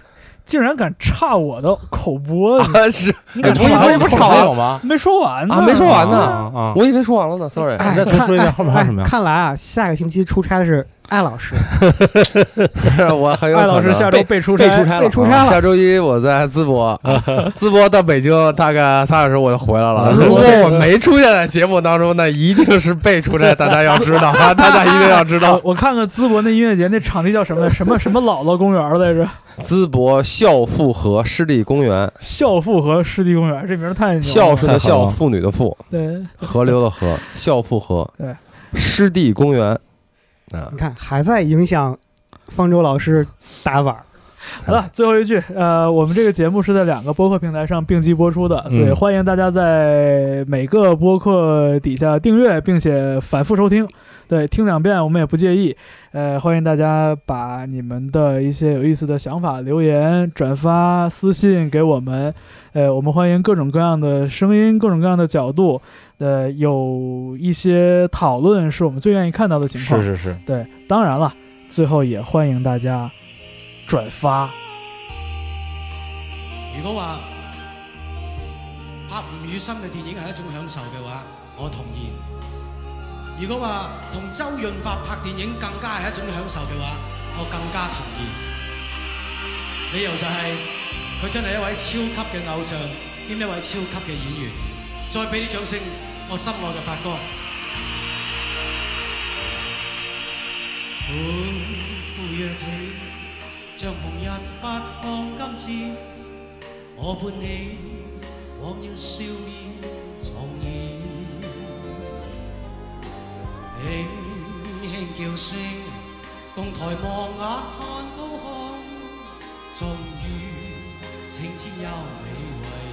Speaker 1: 竟然敢差我的口播，你
Speaker 2: 啊， (laughs) 是
Speaker 1: 你敢
Speaker 2: 哎
Speaker 1: 差
Speaker 2: 不是
Speaker 1: 我的口
Speaker 2: 不是不
Speaker 1: 播
Speaker 2: 是吵啊
Speaker 4: 有吗？
Speaker 1: 没说完呢，
Speaker 2: 啊没说完呢
Speaker 4: 啊
Speaker 2: 我以为说完了呢，sorry。
Speaker 3: (laughs) 哎，
Speaker 4: 再
Speaker 3: 看
Speaker 4: 说一遍
Speaker 3: 哎
Speaker 4: 后面还有什么呀
Speaker 3: 哎看来啊，下个星期出差的是艾老师，
Speaker 2: 我很有哎可
Speaker 1: 艾
Speaker 2: 能。
Speaker 1: 老师下周被出差，
Speaker 4: 被出差了
Speaker 3: 被出差了。
Speaker 2: 下周一我在淄博，淄博到北京大概仨小时我就回来了。
Speaker 1: 淄博
Speaker 2: 如果我没出现在节目当中，那一定是被出差，大家要知道， (laughs) 啊，大家一定要知道
Speaker 1: 我。我看看淄博那音乐节那场地叫什么来？什么什么姥姥公园来着？
Speaker 2: 淄博孝妇河湿地公园，
Speaker 1: 孝妇河湿地公园，这名儿太牛了。
Speaker 2: 孝顺的
Speaker 4: 哎太好
Speaker 2: 孝，
Speaker 4: 了
Speaker 2: 妇女的妇，
Speaker 1: 对，
Speaker 2: 河流的河，孝妇
Speaker 4: (laughs)
Speaker 2: 河
Speaker 1: 对，
Speaker 2: 湿地公园啊
Speaker 3: 你，看，还在影响方舟老师打板儿。
Speaker 1: 好了，最后一句，呃，我们这个节目是在两个播客平台上并机播出的，
Speaker 4: 嗯
Speaker 1: 所以欢迎大家在每个播客底下订阅，并且反复收听。对，听两遍我们也不介意。呃，欢迎大家把你们的一些有意思的想法、留言、转发、私信给我们。呃，我们欢迎各种各样的声音，各种各样的角度。呃，有一些讨论是我们最愿意看到的情况。
Speaker 4: 是是是，
Speaker 1: 对，当然了，最后也欢迎大家转发。
Speaker 5: 如果話拍吳宇森嘅電影係一種享受嘅話，我同意。如果話同周潤發拍電影更加係一種享受嘅話，我更加同意。理由就係、佢真係一位超級嘅偶像，兼一位超級嘅演員。再俾啲掌聲，我心愛嘅發哥。歡呼躍起，像紅日發放金箭。我伴你往日笑面重現，輕輕叫聲，共抬望眼看高空，終於青天優美為